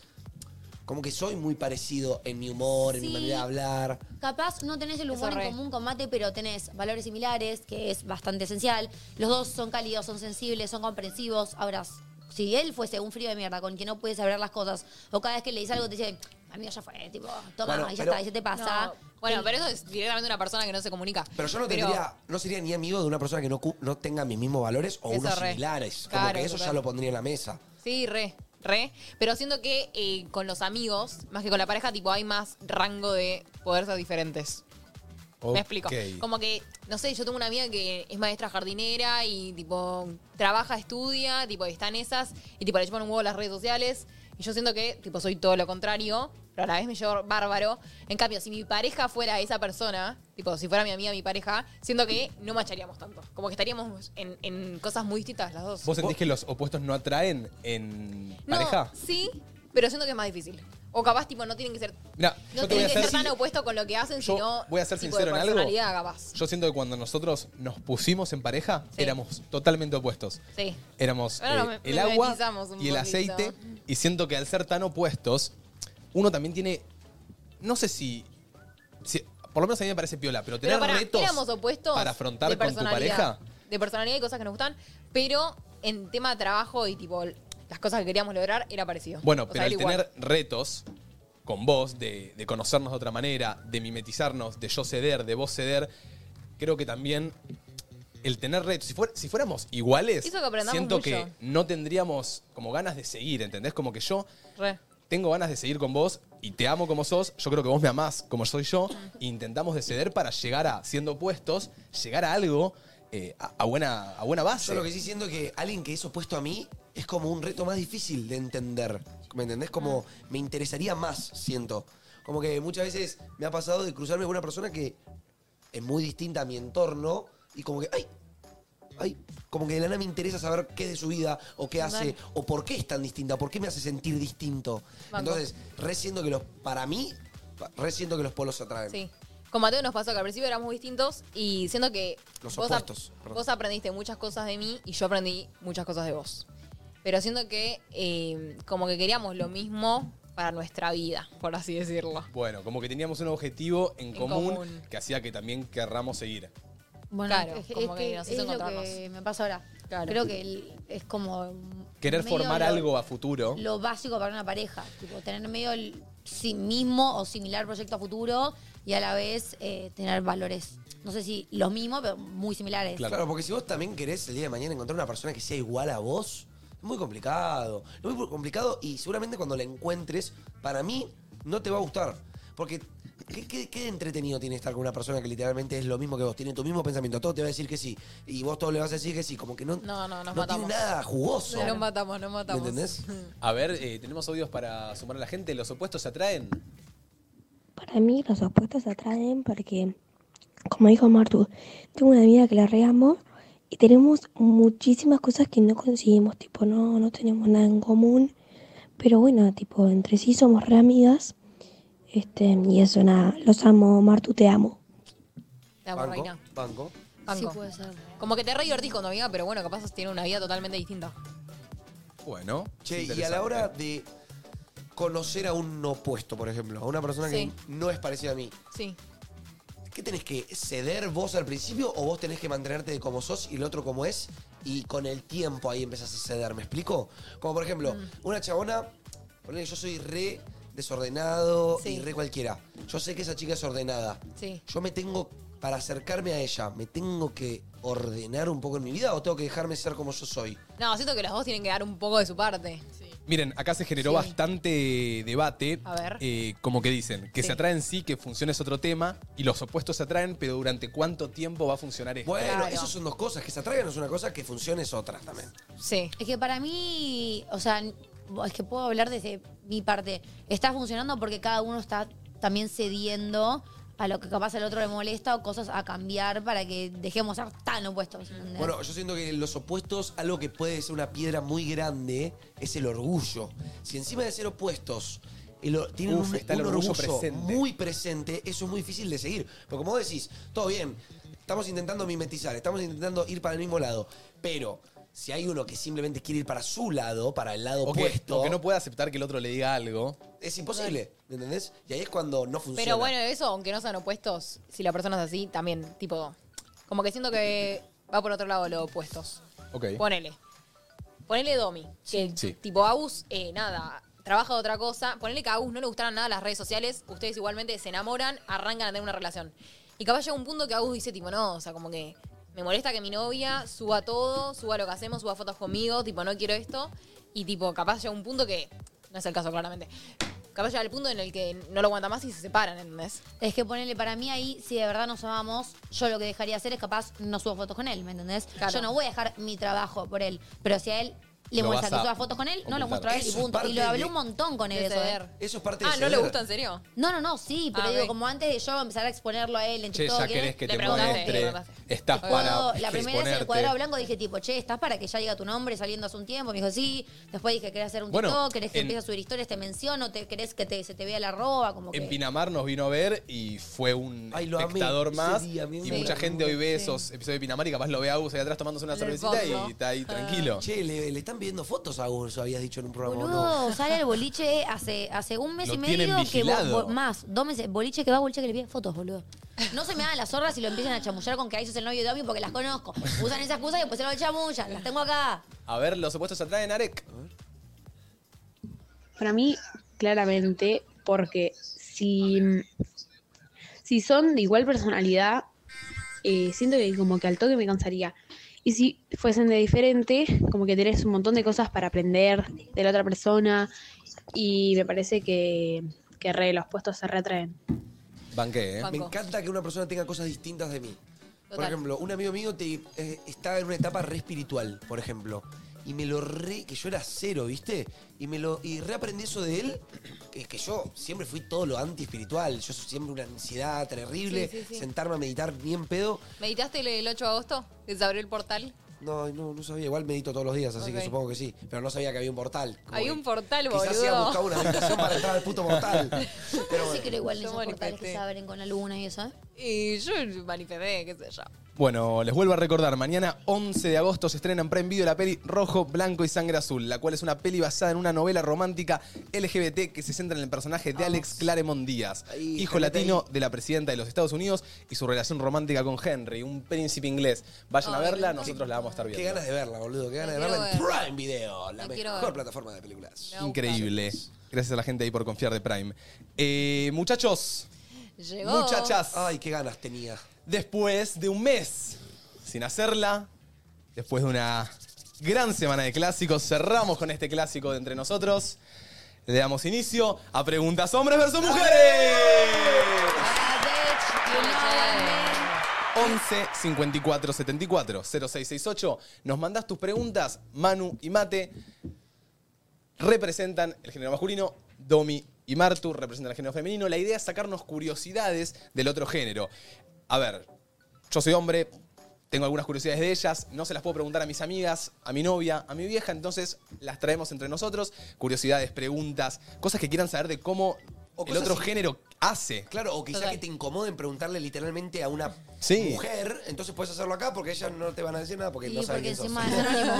E: como que soy muy parecido en mi humor, en mi
B: Sí.
E: manera de hablar.
B: Capaz no tenés el
C: Eso
B: humor
C: re.
B: en común con Mate, pero tenés valores similares, que es bastante esencial. Los dos son cálidos, son sensibles, son comprensivos. Ahora, si él fuese un frío de mierda con quien no puedes hablar las cosas, o cada vez que le dices algo te dice, amigo, ya fue, tipo, toma,
E: Bueno,
B: y ya
E: pero-
B: está, y se te pasa.
C: No. Bueno, pero eso es directamente una persona que no se comunica.
E: Pero yo no tendría, no sería ni amigo de una persona que no, cu- no tenga mis mismos valores o
C: Eso
E: unos
C: re.
E: similares. Como
C: Claro,
E: que eso ya
C: total.
E: lo pondría en la mesa.
C: Sí, re, re. Pero siento que eh, con los amigos, más que con la pareja, tipo, hay más rango de poder ser diferentes.
A: Ok.
C: Me explico. Como que, no sé, yo tengo una amiga que es maestra jardinera y tipo trabaja, estudia, tipo, está en esas, y tipo le llevan un huevo las redes sociales. Y yo siento que, tipo, soy todo lo contrario. pero a la vez me llevo bárbaro. En cambio, si mi pareja fuera esa persona, tipo, si fuera mi amiga, mi pareja, siento que no macharíamos tanto. Como que estaríamos en, en cosas muy distintas las dos.
A: ¿Vos sentís que los opuestos no atraen en
C: No,
A: pareja?
C: sí, pero siento que es más difícil. O capaz, tipo, no tienen que ser,
A: Mira,
C: no
A: yo te voy a
C: tienen que
A: hacer
C: ser tan opuestos con lo que hacen,
A: Yo
C: sino
A: voy a ser
C: tipo,
A: sincero
C: de
A: en algo.
C: personalidad, capaz.
A: Yo siento que cuando nosotros nos pusimos en pareja, éramos totalmente opuestos.
C: Sí.
A: Éramos
C: Ahora
A: eh,
C: nos me-
A: el
C: nos
A: agua
C: metizamos un
A: y el
C: poquito.
A: aceite. Y siento que al ser tan opuestos, uno también tiene. No sé si. si- por lo menos a mí me parece piola, pero tener
C: Pero para,
A: retos
C: éramos opuestos
A: para afrontar
C: de
A: con tu
C: personalidad.
A: pareja.
C: De personalidad y cosas que nos gustan, pero en tema de trabajo y tipo las cosas que queríamos lograr era parecido.
A: Bueno,
C: O
A: pero
C: sea,
A: al
C: era igual.
A: tener retos con vos, de, de conocernos de otra manera, de mimetizarnos, de yo ceder, de vos ceder, creo que también el tener retos, si, fuer- si fuéramos iguales,
C: Hizo que aprendamos
A: siento
C: mucho.
A: que no tendríamos como ganas de seguir, ¿entendés? Como que yo
C: Re.
A: tengo ganas de seguir con vos y te amo como sos, yo creo que vos me amás como soy yo, e intentamos de ceder para llegar a, siendo opuestos, llegar a algo, eh, a, a buena, a buena base.
E: Yo lo que sí siento que alguien que es opuesto a mí es como un reto más difícil de entender. ¿Me entendés? Como
C: Ah.
E: me interesaría más, siento. Como que muchas veces me ha pasado de cruzarme con una persona que es muy distinta a mi entorno y como que, ay, ay, como que de la nada me interesa saber qué es de su vida o qué hace
C: Mal.
E: o por qué es tan distinta, por qué me hace sentir distinto.
C: Banco.
E: Entonces, re siento que los, para mí, pa- re siento que los polos se atraen.
C: Sí. Con Mateo nos pasó que al principio éramos muy distintos y siento que
E: Los
C: vos,
E: opuestos, perdón.
C: vos aprendiste muchas cosas de mí y yo aprendí muchas cosas de vos. Pero siento que eh, como que queríamos lo mismo para nuestra vida, por así decirlo.
A: Bueno, como que teníamos un objetivo en,
C: En
A: común,
C: común.
A: que hacía que también querramos seguir.
B: Bueno,
C: Claro,
B: es,
C: como
B: es
C: que nos hizo
B: es lo
C: encontrarnos.
B: que me pasa ahora.
C: Claro.
B: Creo que el- es como...
A: Querer
B: medio
A: formar
B: lo-
A: algo a futuro.
B: Lo básico para una pareja. Tipo, tener medio el sí mismo o similar proyecto a futuro y a la vez eh, tener valores. No sé si los mismos, pero muy similares.
E: Claro. porque si vos también querés el día de mañana encontrar una persona que sea igual a vos, es muy complicado. Es muy complicado y seguramente cuando la encuentres, para mí, no te va a gustar. Porque, ¿qué, qué- qué entretenido tiene estar con una persona que literalmente es lo mismo que vos? Tiene tu mismo pensamiento, todo te va a decir que sí. Y vos todo le vas a decir que sí. Como que no,
C: No, no, nos
E: no tiene
C: matamos.
E: nada jugoso.
C: Nos matamos, nos matamos.
E: ¿Me entendés?
A: A ver, eh, tenemos audios para sumar a la gente. ¿Los opuestos se atraen?
K: Para mí los opuestos se atraen porque, como dijo Martu, tengo una amiga que la reamo y tenemos muchísimas cosas que no conseguimos, tipo no, no tenemos nada en común, pero bueno, tipo entre sí somos re amigas este, y eso nada, los amo, Martu te amo.
C: La amo, reina.
E: banco.
C: Banco.
B: Sí puede ser.
C: Como que te re divertís con tu amiga, pero bueno, capaz tiene una vida totalmente distinta.
A: Bueno.
E: Che, y a
A: interesante.
E: la hora de conocer a un opuesto, por ejemplo, a una persona
C: Sí.
E: que no es parecida a mí,
C: Sí.
E: ¿Qué tenés que ceder vos al principio o vos tenés que mantenerte de como sos y el otro como es? Y con el tiempo ahí empezás a ceder, ¿me explico? Como por ejemplo,
C: Mm.
E: una chabona, ponele, yo soy re desordenado
C: Sí.
E: y re cualquiera. Yo sé que esa chica es ordenada.
C: Sí.
E: Yo me tengo, para acercarme a ella, ¿me tengo que ordenar un poco en mi vida o tengo que dejarme ser como yo soy?
C: No, siento que los dos tienen que dar un poco de su parte.
A: Miren, acá se generó
C: Sí.
A: bastante debate.
C: A ver.
A: eh, como que dicen, que
C: Sí.
A: se atraen sí, que funciona es otro tema, y los opuestos se atraen, pero ¿durante cuánto tiempo va a funcionar esto?
E: Bueno,
C: Claro.
E: esas son dos cosas, que se atraigan es una cosa, que funcione es otra también.
C: Sí.
B: Es que para mí, o sea, es que puedo hablar desde mi parte. Está funcionando porque cada uno está también cediendo a lo que capaz al otro le molesta o cosas a cambiar para que dejemos ser tan opuestos. ¿entendés?
E: Bueno, yo siento que los opuestos, algo que puede ser una piedra muy grande, es el orgullo. Si encima de ser opuestos el o- tienen
A: Uf,
E: un,
A: está el
E: un
A: orgullo
E: orgullo,
A: presente.
E: muy presente, eso es muy difícil de seguir. Porque como vos decís, todo bien, estamos intentando mimetizar, estamos intentando ir para el mismo lado, pero si hay uno que simplemente quiere ir para su lado, para el lado
A: o, que,
E: opuesto,
A: o que no puede aceptar que el otro le diga algo.
E: es imposible, ¿me ¿entendés? Y ahí es cuando no funciona.
C: Pero bueno, eso, aunque no sean opuestos, si la persona es así, también, tipo, como que siento que va por otro lado los opuestos.
A: Ok.
C: Ponele. Ponele Domi. Que
A: Sí.
C: tipo Agus, eh, nada, trabaja de otra cosa. Ponele que a Agus no le gustaran nada las redes sociales. Ustedes igualmente se enamoran, arrancan a tener una relación. Y capaz llega un punto que Agus dice, tipo, no, o sea, como que me molesta que mi novia suba todo, suba lo que hacemos, suba fotos conmigo, tipo, no quiero esto. Y tipo, capaz llega un punto que. No es el caso, claramente. Capaz llega el punto en el que no lo aguanta más y se separan, ¿entendés?
B: Es que ponerle para mí ahí, si de verdad nos amamos, yo lo que dejaría hacer es capaz no subo fotos con él, ¿me entendés?
C: Claro.
B: Yo no voy a dejar mi trabajo por él, pero si a él le
A: Lo
B: muestra
A: vas a
B: que suba fotos con él, no lo
A: ocultar.
B: muestra a él
A: Eso
B: y
A: es
B: punto.
A: parte
B: Y lo hablé
A: de-
B: un montón con él
C: de
B: eso, ¿eh.
C: ceder.
E: Eso es parte
C: Ah,
E: de
C: ¿no le
E: ceder.
C: gusta en serio?
B: No, no, no, sí, pero
C: Ah,
B: digo,
C: ok.
B: como antes de yo empezar a exponerlo a él en
A: Che,
B: TikTok.
A: ya
B: ¿eh?
A: querés que
C: Le
A: te
C: preguntaste, le
A: muestre.
C: preguntaste.
A: Estás
B: Todo,
A: para
B: la primera vez en el
A: exponerte.
B: cuadrado blanco dije tipo, che, ¿estás para que ya diga tu nombre saliendo hace un tiempo? Me dijo, sí. Después dije, ¿querés hacer un
A: Bueno,
B: TikTok? ¿Querés que
A: en-
B: empiece a subir historias? ¿Te menciono? ¿Te, ¿Querés que te- se te vea la roba? Como que...
A: En Pinamar nos vino a ver y fue un
E: Ay, lo amé.
A: espectador
E: Ese
A: más.
E: día, mi
A: y
E: amor.
A: mucha
E: Sí.
A: gente hoy ve
E: Sí.
A: esos episodios de Pinamar y capaz lo ve a Agus ahí atrás tomándose una
E: El
A: cervecita
E: fondo. Ah,
A: y está ahí tranquilo.
E: Che, le, le están pidiendo fotos a Urso, habías dicho en un programa. ¿o
B: Boludo,
E: no?
B: sale el boliche eh, hace, hace un mes
E: Lo
B: y
E: tienen
B: medio que bo-
E: vigilado.
B: bo- más, dos meses, boliche que va, boliche que le piden fotos, boludo. No se me hagan las zorras y lo empiezan a chamullar con que ahí sos el novio de Domi porque las conozco. Usan esa excusa y después se lo chamullan, las tengo acá.
A: A ver, los opuestos atrás en Arek.
L: Para mí, claramente, porque si, si son de igual personalidad, eh, siento que como que al toque me cansaría. Y si fuesen de diferente, como que tenés un montón de cosas para aprender de la otra persona y me parece que, que re, los puestos se retraen.
A: Banqué, ¿eh?
E: Me encanta que una persona tenga cosas distintas de mí. Por
L: Total.
E: ejemplo, un amigo mío te, eh, estaba en una etapa re espiritual, por ejemplo. Y me lo re. que yo era cero, ¿viste? Y me lo. y reaprendí eso de él. Que, que yo siempre fui todo lo anti-espiritual. Yo soy siempre una ansiedad terrible.
C: Sí, sí, sí.
E: Sentarme a meditar bien pedo.
C: ¿Meditaste el- el 8 de agosto? ¿Que se abrió el portal?
E: No, no, no sabía. Igual medito todos los días, así
C: Ok.
E: que supongo que sí. Pero no sabía que había un portal. Como
C: Hay
E: que
C: un portal,
E: Quizás se iba a buscar una
C: boludo.
E: meditación para entrar al puto portal. Pero
B: Yo sí
E: bueno.
B: creo igual en
C: Yo
B: esos portales que
C: manifesté.
B: se abren con la luna y eso, ¿eh?
C: Y yo manifesté, qué sé yo.
A: Bueno, les vuelvo a recordar, mañana 11 de agosto se estrena en Prime Video la peli Rojo, Blanco y Sangre Azul, la cual es una peli basada en una novela romántica LGBT que se centra en el personaje de Alex Claremont Díaz,
E: Ah, Ahí,
A: hijo
E: metete
A: latino de la presidenta de los Estados Unidos y su relación romántica con Henry, un príncipe inglés. Vayan a
E: Ay,
A: verla,
E: no.
A: nosotros la vamos a estar viendo.
E: Qué ganas de verla, boludo. Qué ganas de verla en
C: quiero ver.
E: Prime Video, la
C: La quiero
E: mejor
C: ver.
E: plataforma de películas.
A: Increíble. Gracias a la gente ahí por confiar de Prime. Eh, muchachos,
C: Llegó.
A: muchachas.
E: Ay, qué ganas tenía.
A: Después de un mes sin hacerla, después de una gran semana de clásicos, cerramos con este clásico de entre nosotros. Le damos inicio a preguntas hombres versus mujeres. 11 54 74 0668. Nos mandás tus preguntas. Manu y Mate representan el género masculino. Domi y Martu representan el género femenino. La idea es sacarnos curiosidades del otro género. A ver, yo soy hombre. Tengo algunas curiosidades de ellas, no se las puedo preguntar a mis amigas, a mi novia, a mi vieja, entonces las traemos entre nosotros. Curiosidades, preguntas, cosas que quieran saber de cómo el
E: cosas
A: otro
E: in-
A: género hace.
E: Claro, o quizá que te incomoden preguntarle literalmente a una
A: Sí.
E: mujer, entonces puedes hacerlo acá porque ellas no te van a decir nada porque
C: Y
E: no saben
C: porque
E: quién sos.
C: encima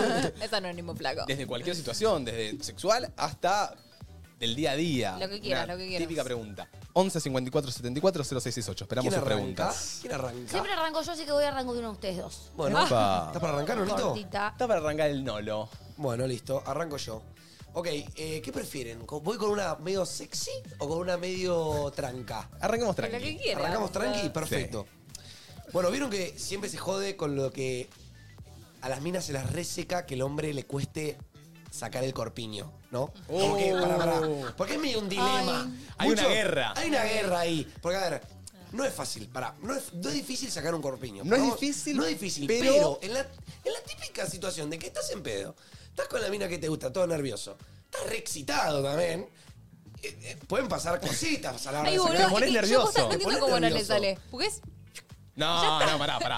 C: es anónimo. es anónimo, flaco.
A: Desde cualquier situación, desde sexual hasta del día a día.
C: Lo que quieras,
A: Una
C: lo que quieras.
A: Típica pregunta. 11 54 74 0668. Esperamos
E: ¿Quién
A: sus
E: arranca?
A: preguntas.
E: ¿Quién arranca?
B: Siempre arranco yo, así que voy a arranco de uno de ustedes dos.
E: Bueno,
A: Epa.
E: ¿estás para arrancar, Nolito?
B: Cortita.
A: Está para arrancar el Nolo.
E: Bueno, listo, arranco yo. Ok, eh, ¿qué prefieren? ¿Co- ¿Voy con una medio sexy o con una medio tranca?
A: Arranquemos tranqui.
C: que quieras.
E: Arrancamos
C: Ah.
E: tranqui, perfecto. Bueno, vieron que siempre se jode con lo que a las minas se las reseca que el hombre le cueste sacar el corpiño, ¿no? Como que, pará, pará. Porque es medio un dilema.
A: Oh. Hay una guerra.
E: Hay una guerra ahí. Porque, a ver, no es fácil, pará. No es, no es difícil sacar un corpiño.
A: No es
E: Vamos,
A: difícil,
E: No es difícil,
A: pero-
E: pero, en, la, en la típica situación de que estás en pedo, estás con la mina que te gusta, todo nervioso, estás re excitado también. Eh, eh, pueden pasar cositas a la hora
C: Ay,
E: de
C: boludo,
E: sacar-
C: es que yo posta no entiendo cómo no le
E: nervioso.
C: sale. Porque es
A: No, no, pará, pará.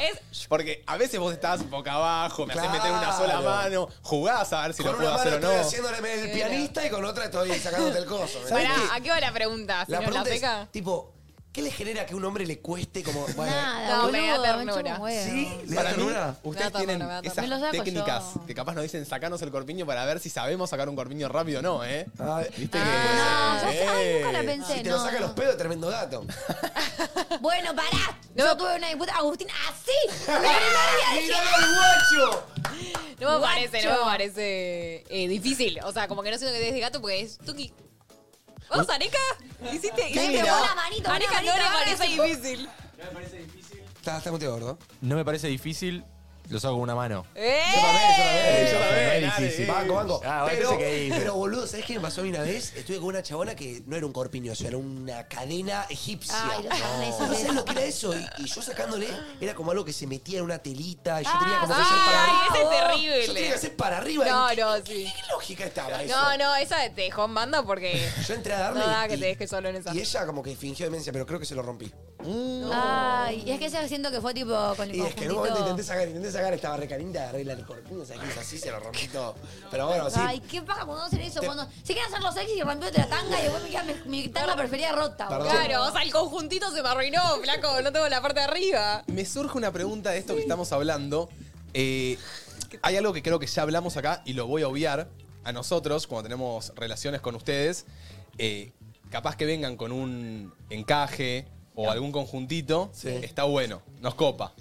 A: Porque a veces vos estás boca abajo, me haces
E: Claro.
A: meter una sola mano, jugás a ver si
E: Con
A: lo puedo
E: una mano
A: hacer o
E: estoy
A: no.
E: haciéndole medio el pianista y con otra estoy sacándote el coso. ¿me
C: Pará,
E: entendés?
C: ¿a qué va la pregunta?
E: La
C: ¿Señor la
E: pregunta
C: peca?
E: es, tipo, ¿qué le genera que un hombre le cueste como... Bueno,
B: Nada,
C: No,
B: boludo,
C: me da ternura.
B: chupa un huevo.
E: ¿Sí? ¿Le
A: Para
E: da
A: mí,
E: ternura?
A: ustedes tienen
B: Me lo
A: esas
B: saco
A: técnicas que capaz nos dicen sacanos el corpiño para ver si sabemos sacar un corpiño rápido o no, ¿eh? ¿Viste
B: Ah,
A: que-
B: ya sé, ay, nunca la
A: Eh.
B: pensé,
E: Si te
B: no.
E: lo saca los pedos, tremendo gato.
B: Bueno, pará. Yo tuve una disputa, Agustín, así. La primera día dije,
E: ¡Mirá el guacho!
C: No me
B: Guacho.
C: parece, no me parece eh, difícil. O sea, como que no siento que te des de gato porque es Tuki. Vamos, Areca. Hiciste.
B: ¿Qué
C: hiciste
B: mira?
C: vos.
B: Una manito, una
C: Areca no
B: manito,
C: le
B: ahora
C: parece
B: sí.
C: difícil.
E: Estás está metido gordo.
D: No me parece difícil, lo saco con una mano.
C: ¡Eh!
D: Yo también,
E: difícil. Banco, banco.
M: Ah, bueno,
E: pero,
M: pensé que ahí-
E: pero, boludo, ¿sabes qué me pasó a mí una vez? Estuve con una chabona que no era un corpiño, eso era una cadena egipcia.
M: Ay, los japoneses.
E: no. sabes lo que era eso. Y, y yo sacándole, era como algo que se metía en una telita. Y yo tenía como que
C: Ah, Ay,
E: hacer para arriba.
C: ese es terrible.
E: Yo tenía que hacer para arriba.
C: No,
E: ¿En qué,
C: no, sí.
E: qué lógica estaba eso?
C: No, no, esa te dejó en banda porque.
E: Yo entré a darle
C: No da que
E: y-
C: te dejes solo en esa.
E: Y ella como que fingió demencia, pero creo que se lo rompí.
B: Ay, y es que ella siento que fue tipo con el
E: Y es que en un
B: conjuntito.
E: momento intenté sacar, intenté sacar, estaba re caliente, agarré el corpiño, ¿sabes qué hizo así? Se lo rompí todo. Pero bueno, sí.
B: Ay, qué paja cuando hacen eso.
E: Te-
B: Cuando se quieren hacer los sexy y rompiéndote la tanga y después me queda mi, mi tanga preferida rota.
A: Perdón.
C: Claro, o sea, el conjuntito se me arruinó, flaco, no tengo la parte de arriba.
A: Me surge una pregunta de esto que estamos hablando. Eh, hay algo que creo que ya hablamos acá y lo voy a obviar. A nosotros, cuando tenemos relaciones con ustedes, eh, capaz que vengan con un encaje o algún conjuntito, está bueno, nos copa.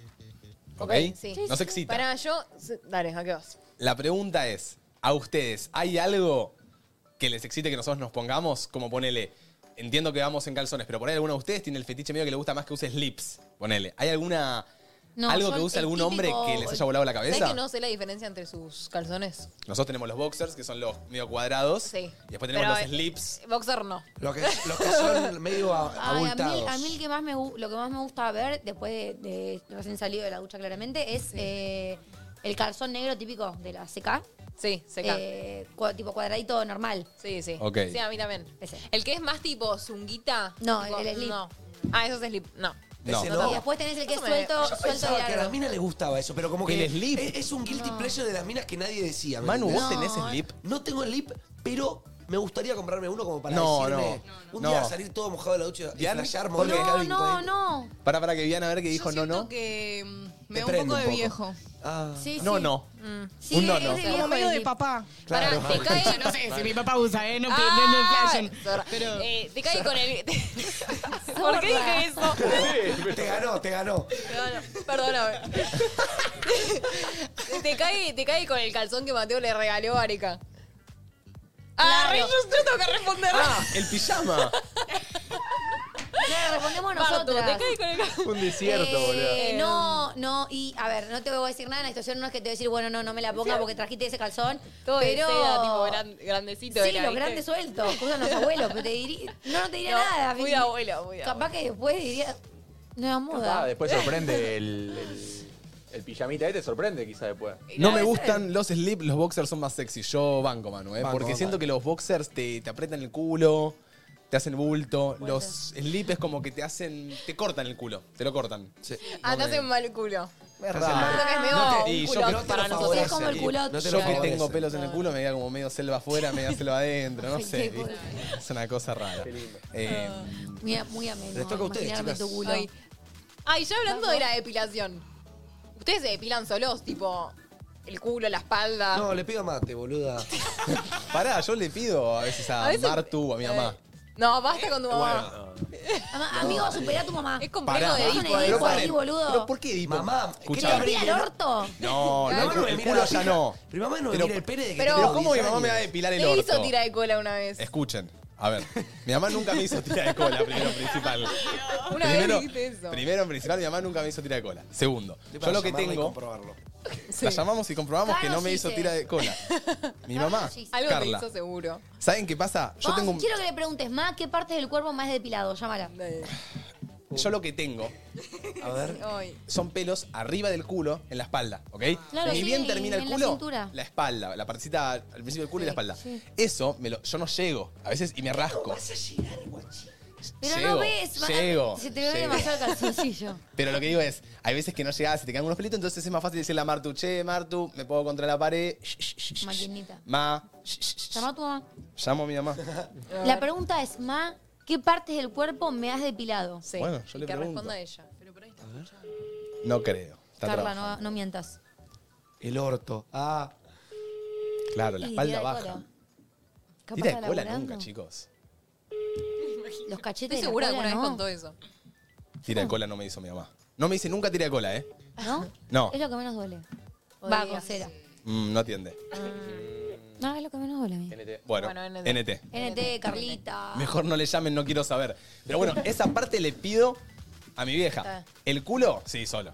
A: ¿Ok? Nos excita.
C: Para yo. Dale, ¿a qué vas?
A: La pregunta es, ¿a ustedes hay algo que les excite que nosotros nos pongamos? Como ponele, entiendo que vamos en calzones, pero por ahí alguno de ustedes tiene el fetiche medio que le gusta más que use slips. Ponele, ¿hay alguna...
C: No,
A: ¿Algo
C: yo
A: que
C: el-
A: use
C: el
A: algún
C: típico-
A: hombre que les haya volado la
C: ¿Sabes
A: cabeza?
C: que no sé la diferencia entre sus calzones?
A: Nosotros tenemos los boxers, que son los medio cuadrados.
C: Sí.
A: Y después tenemos
C: Pero, eh,
A: los slips.
C: Boxer no.
E: Los que, los que son medio a-
B: Ay, a mí,
E: abultados.
B: a mí el que más me, gu- lo que más me gusta ver después de, de recién salido de la ducha claramente es eh, el calzón negro típico de la CK.
C: Sí, CK.
B: tipo cuadradito normal.
C: Sí, sí.
B: Ok.
C: Sí, a mí también. El que es más tipo zunguita.
B: No,
C: tipo,
B: el- el slip.
C: No. Ah, eso es slip. No.
E: No. Ese no.
B: Y después tenés el que es
C: Eso me-
B: suelto,
E: Yo
B: suelto y
E: pensaba que a las
B: largo.
E: minas les gustaba eso, pero como que
A: El slip.
E: Es, es un guilty pleasure de las minas que nadie decía. ¿me
A: Manu, ¿vos
E: entendés?
A: tenés slip?
E: No tengo slip, pero me gustaría comprarme uno como para
A: No,
E: decirme
A: no,
E: un
A: no.
E: día salir todo mojado de la ducha y
A: ¿Diana?
E: flashear
A: ¿Por
E: modelo
A: qué?
E: Calvin
B: No,
E: Klein.
B: no.
A: Para, para que Viviana a ver que dijo no,
H: Siento
A: no.
H: que mm, me
A: Te
H: da un
A: prende
H: poco
A: un
H: de
A: poco.
H: viejo.
E: Ah.
H: Sí,
A: No,
H: sí.
A: no.
H: Mm.
A: Sí, Un no, no.
H: es de viejo medio de papá.
A: Claro.
H: Pará, te cae. No sé si mi papá usa, ¿eh? No,
C: Ah,
H: no, no inflayen.
C: zorra.
H: Pero.
C: Eh, te cae con el. ¿Por qué dije eso?
E: Te ganó, te ganó.
C: Perdóname. te, cae, te cae con el calzón que Mateo le regaló a Areca. Ah, re, yo, yo tengo que responder.
A: El pijama.
B: Claro, respondemos
C: Bartu,
B: nosotras.
C: te cae con el calzón.
A: Un desierto,
B: Eh,
A: boludo.
B: no, no, y a ver, no te voy a decir nada, la situación no es que te voy a decir, bueno, no, no me la ponga porque trajiste ese calzón,
C: Todo de
B: pero...
C: seda, tipo, gran- grandecito
B: Sí,
C: era,
B: los
C: ¿viste?
B: grandes sueltos, que usan los abuelos, pero te diría, no, no te diría
C: No,
B: nada.
C: muy de
B: Vivi.
C: abuelo, muy de
B: Capaz que después diría, nueva moda.
D: Ah, después sorprende el, el, el pijamita este, sorprende quizá después.
A: No me gustan los slip, los boxers son más sexy. Yo banco, Manu, ¿eh?
D: Banco,
A: Porque
D: banco.
A: siento que los boxers te, te aprietan el culo, te hacen bulto. Los slip es como que te hacen. te cortan el culo, te lo cortan.
C: Ah, te hacen mal el culo.
A: Verdad.
C: Creo que es medio
A: Ah. No
C: un
A: te- y yo
C: culo
A: que- no te
C: para
A: lo
C: nosotros.
A: favorece,
C: como el
A: y
C: culo.
A: yo
C: claro.
A: que tengo pelos en el culo me da como medio selva afuera, media selva adentro, no
B: Ay,
A: sé.
B: qué bueno.
A: ¿viste? Es una cosa rara. Eh,
C: Ah.
B: Muy, a- muy ameno.
A: Les toca a ustedes,
B: imaginarme
A: chicas.
B: tu culo.
C: Ay. Ay, yo hablando de la depilación. Ustedes se depilan solos, tipo, el culo, la espalda.
E: No, le pido mate, boluda.
A: Pará, yo le pido a veces a,
C: A veces-
A: Martu o a mi mamá.
C: No, basta con tu mamá.
B: Ama- Amigo, supera a tu mamá.
C: Es complejo
A: Pará.
C: de
B: Es un
C: Edipo.
A: Pero
B: Edipo ahí,
A: paren,
B: boludo.
A: ¿Pero por qué Edipo?
E: Mamá,
A: Escuchá.
B: ¿Te pila el orto?
A: No,
E: Mi
A: no,
E: mamá
A: el,
E: no me
A: el
E: mira
A: culo
E: la
A: ya
E: pija.
A: no.
E: Mi mamá no me
A: Pero-
E: mira el pene de que
A: Pero,
E: tengo
A: ¿cómo mi
E: 10
A: mamá me va a
E: años?
A: depilar el
C: Le hizo
A: orto?
C: tira de cola una vez.
A: Escuchen, a ver, mi mamá nunca me hizo tira de cola, primero en principal.
C: Una vez
A: primero,
C: dijiste eso.
A: primero en principal, mi mamá nunca me hizo tira de cola. Segundo, yo
E: para
A: lo que
E: llamarla y
A: tengo, la llamamos y comprobamos que
B: Claro,
A: no me
B: sí
A: hizo
B: sé.
A: tira de cola. Mi mamá,
C: Algo te
A: Carla,
C: hizo seguro.
A: ¿saben qué pasa? Yo
B: Vamos,
A: tengo un-
B: Quiero que le preguntes, más ¿qué parte del cuerpo más depilado? Llámala.
A: yo lo que tengo
E: A ver.
C: Ay.
A: son pelos arriba del culo en la espalda, ¿ok?
B: Claro,
A: Ni
B: sí,
A: bien termina el
B: en la
A: culo,
B: cintura.
A: la espalda, la partecita al principio del culo y la espalda. Eso me lo, yo no llego a veces y me rasco.
B: Pero
A: Llego,
B: no ves, va-
A: llego,
B: se te ve
A: llego.
B: demasiado el calzoncillo.
A: Pero lo que digo es, hay veces que no llegás y te quedan unos pelitos, entonces es más fácil decirle a Martu, che, Martu, me puedo contra la pared. Sh, sh, sh, sh.
B: Maquinita.
A: Ma,
B: Llama a tu mamá.
A: llamo a mi mamá.
B: La pregunta es, Ma, ¿qué partes del cuerpo me has depilado?
C: Sí.
A: Bueno, yo le
B: que
A: pregunto.
B: responda
C: ella.
A: No creo. Está
B: Carla,
A: trabajando.
B: no, no mientas.
E: El orto. Ah.
A: Claro, la
B: Y
A: espalda
B: tira de
A: baja.
B: cola. Capaz
A: Tira de
B: está
A: cola
B: laburando.
A: nunca, chicos.
B: Los cachetes
C: Estoy
B: de la
C: segura que
B: cola,
C: alguna
B: ¿no?
C: vez contó eso.
A: Tira de cola no me hizo mi mamá. No me dice nunca tira de cola, ¿eh?
B: ¿No?
A: No.
B: Es lo que menos duele. Va,
C: Podría
B: con cera.
A: Mm, no atiende.
B: No, es lo que menos duele a mí.
A: Bueno,
B: Bueno, Ah.
A: NT.
B: NT, Carlita.
A: Mejor no le llamen, no quiero saber. Pero bueno, esa parte le pido a mi vieja. El culo, sí, solo.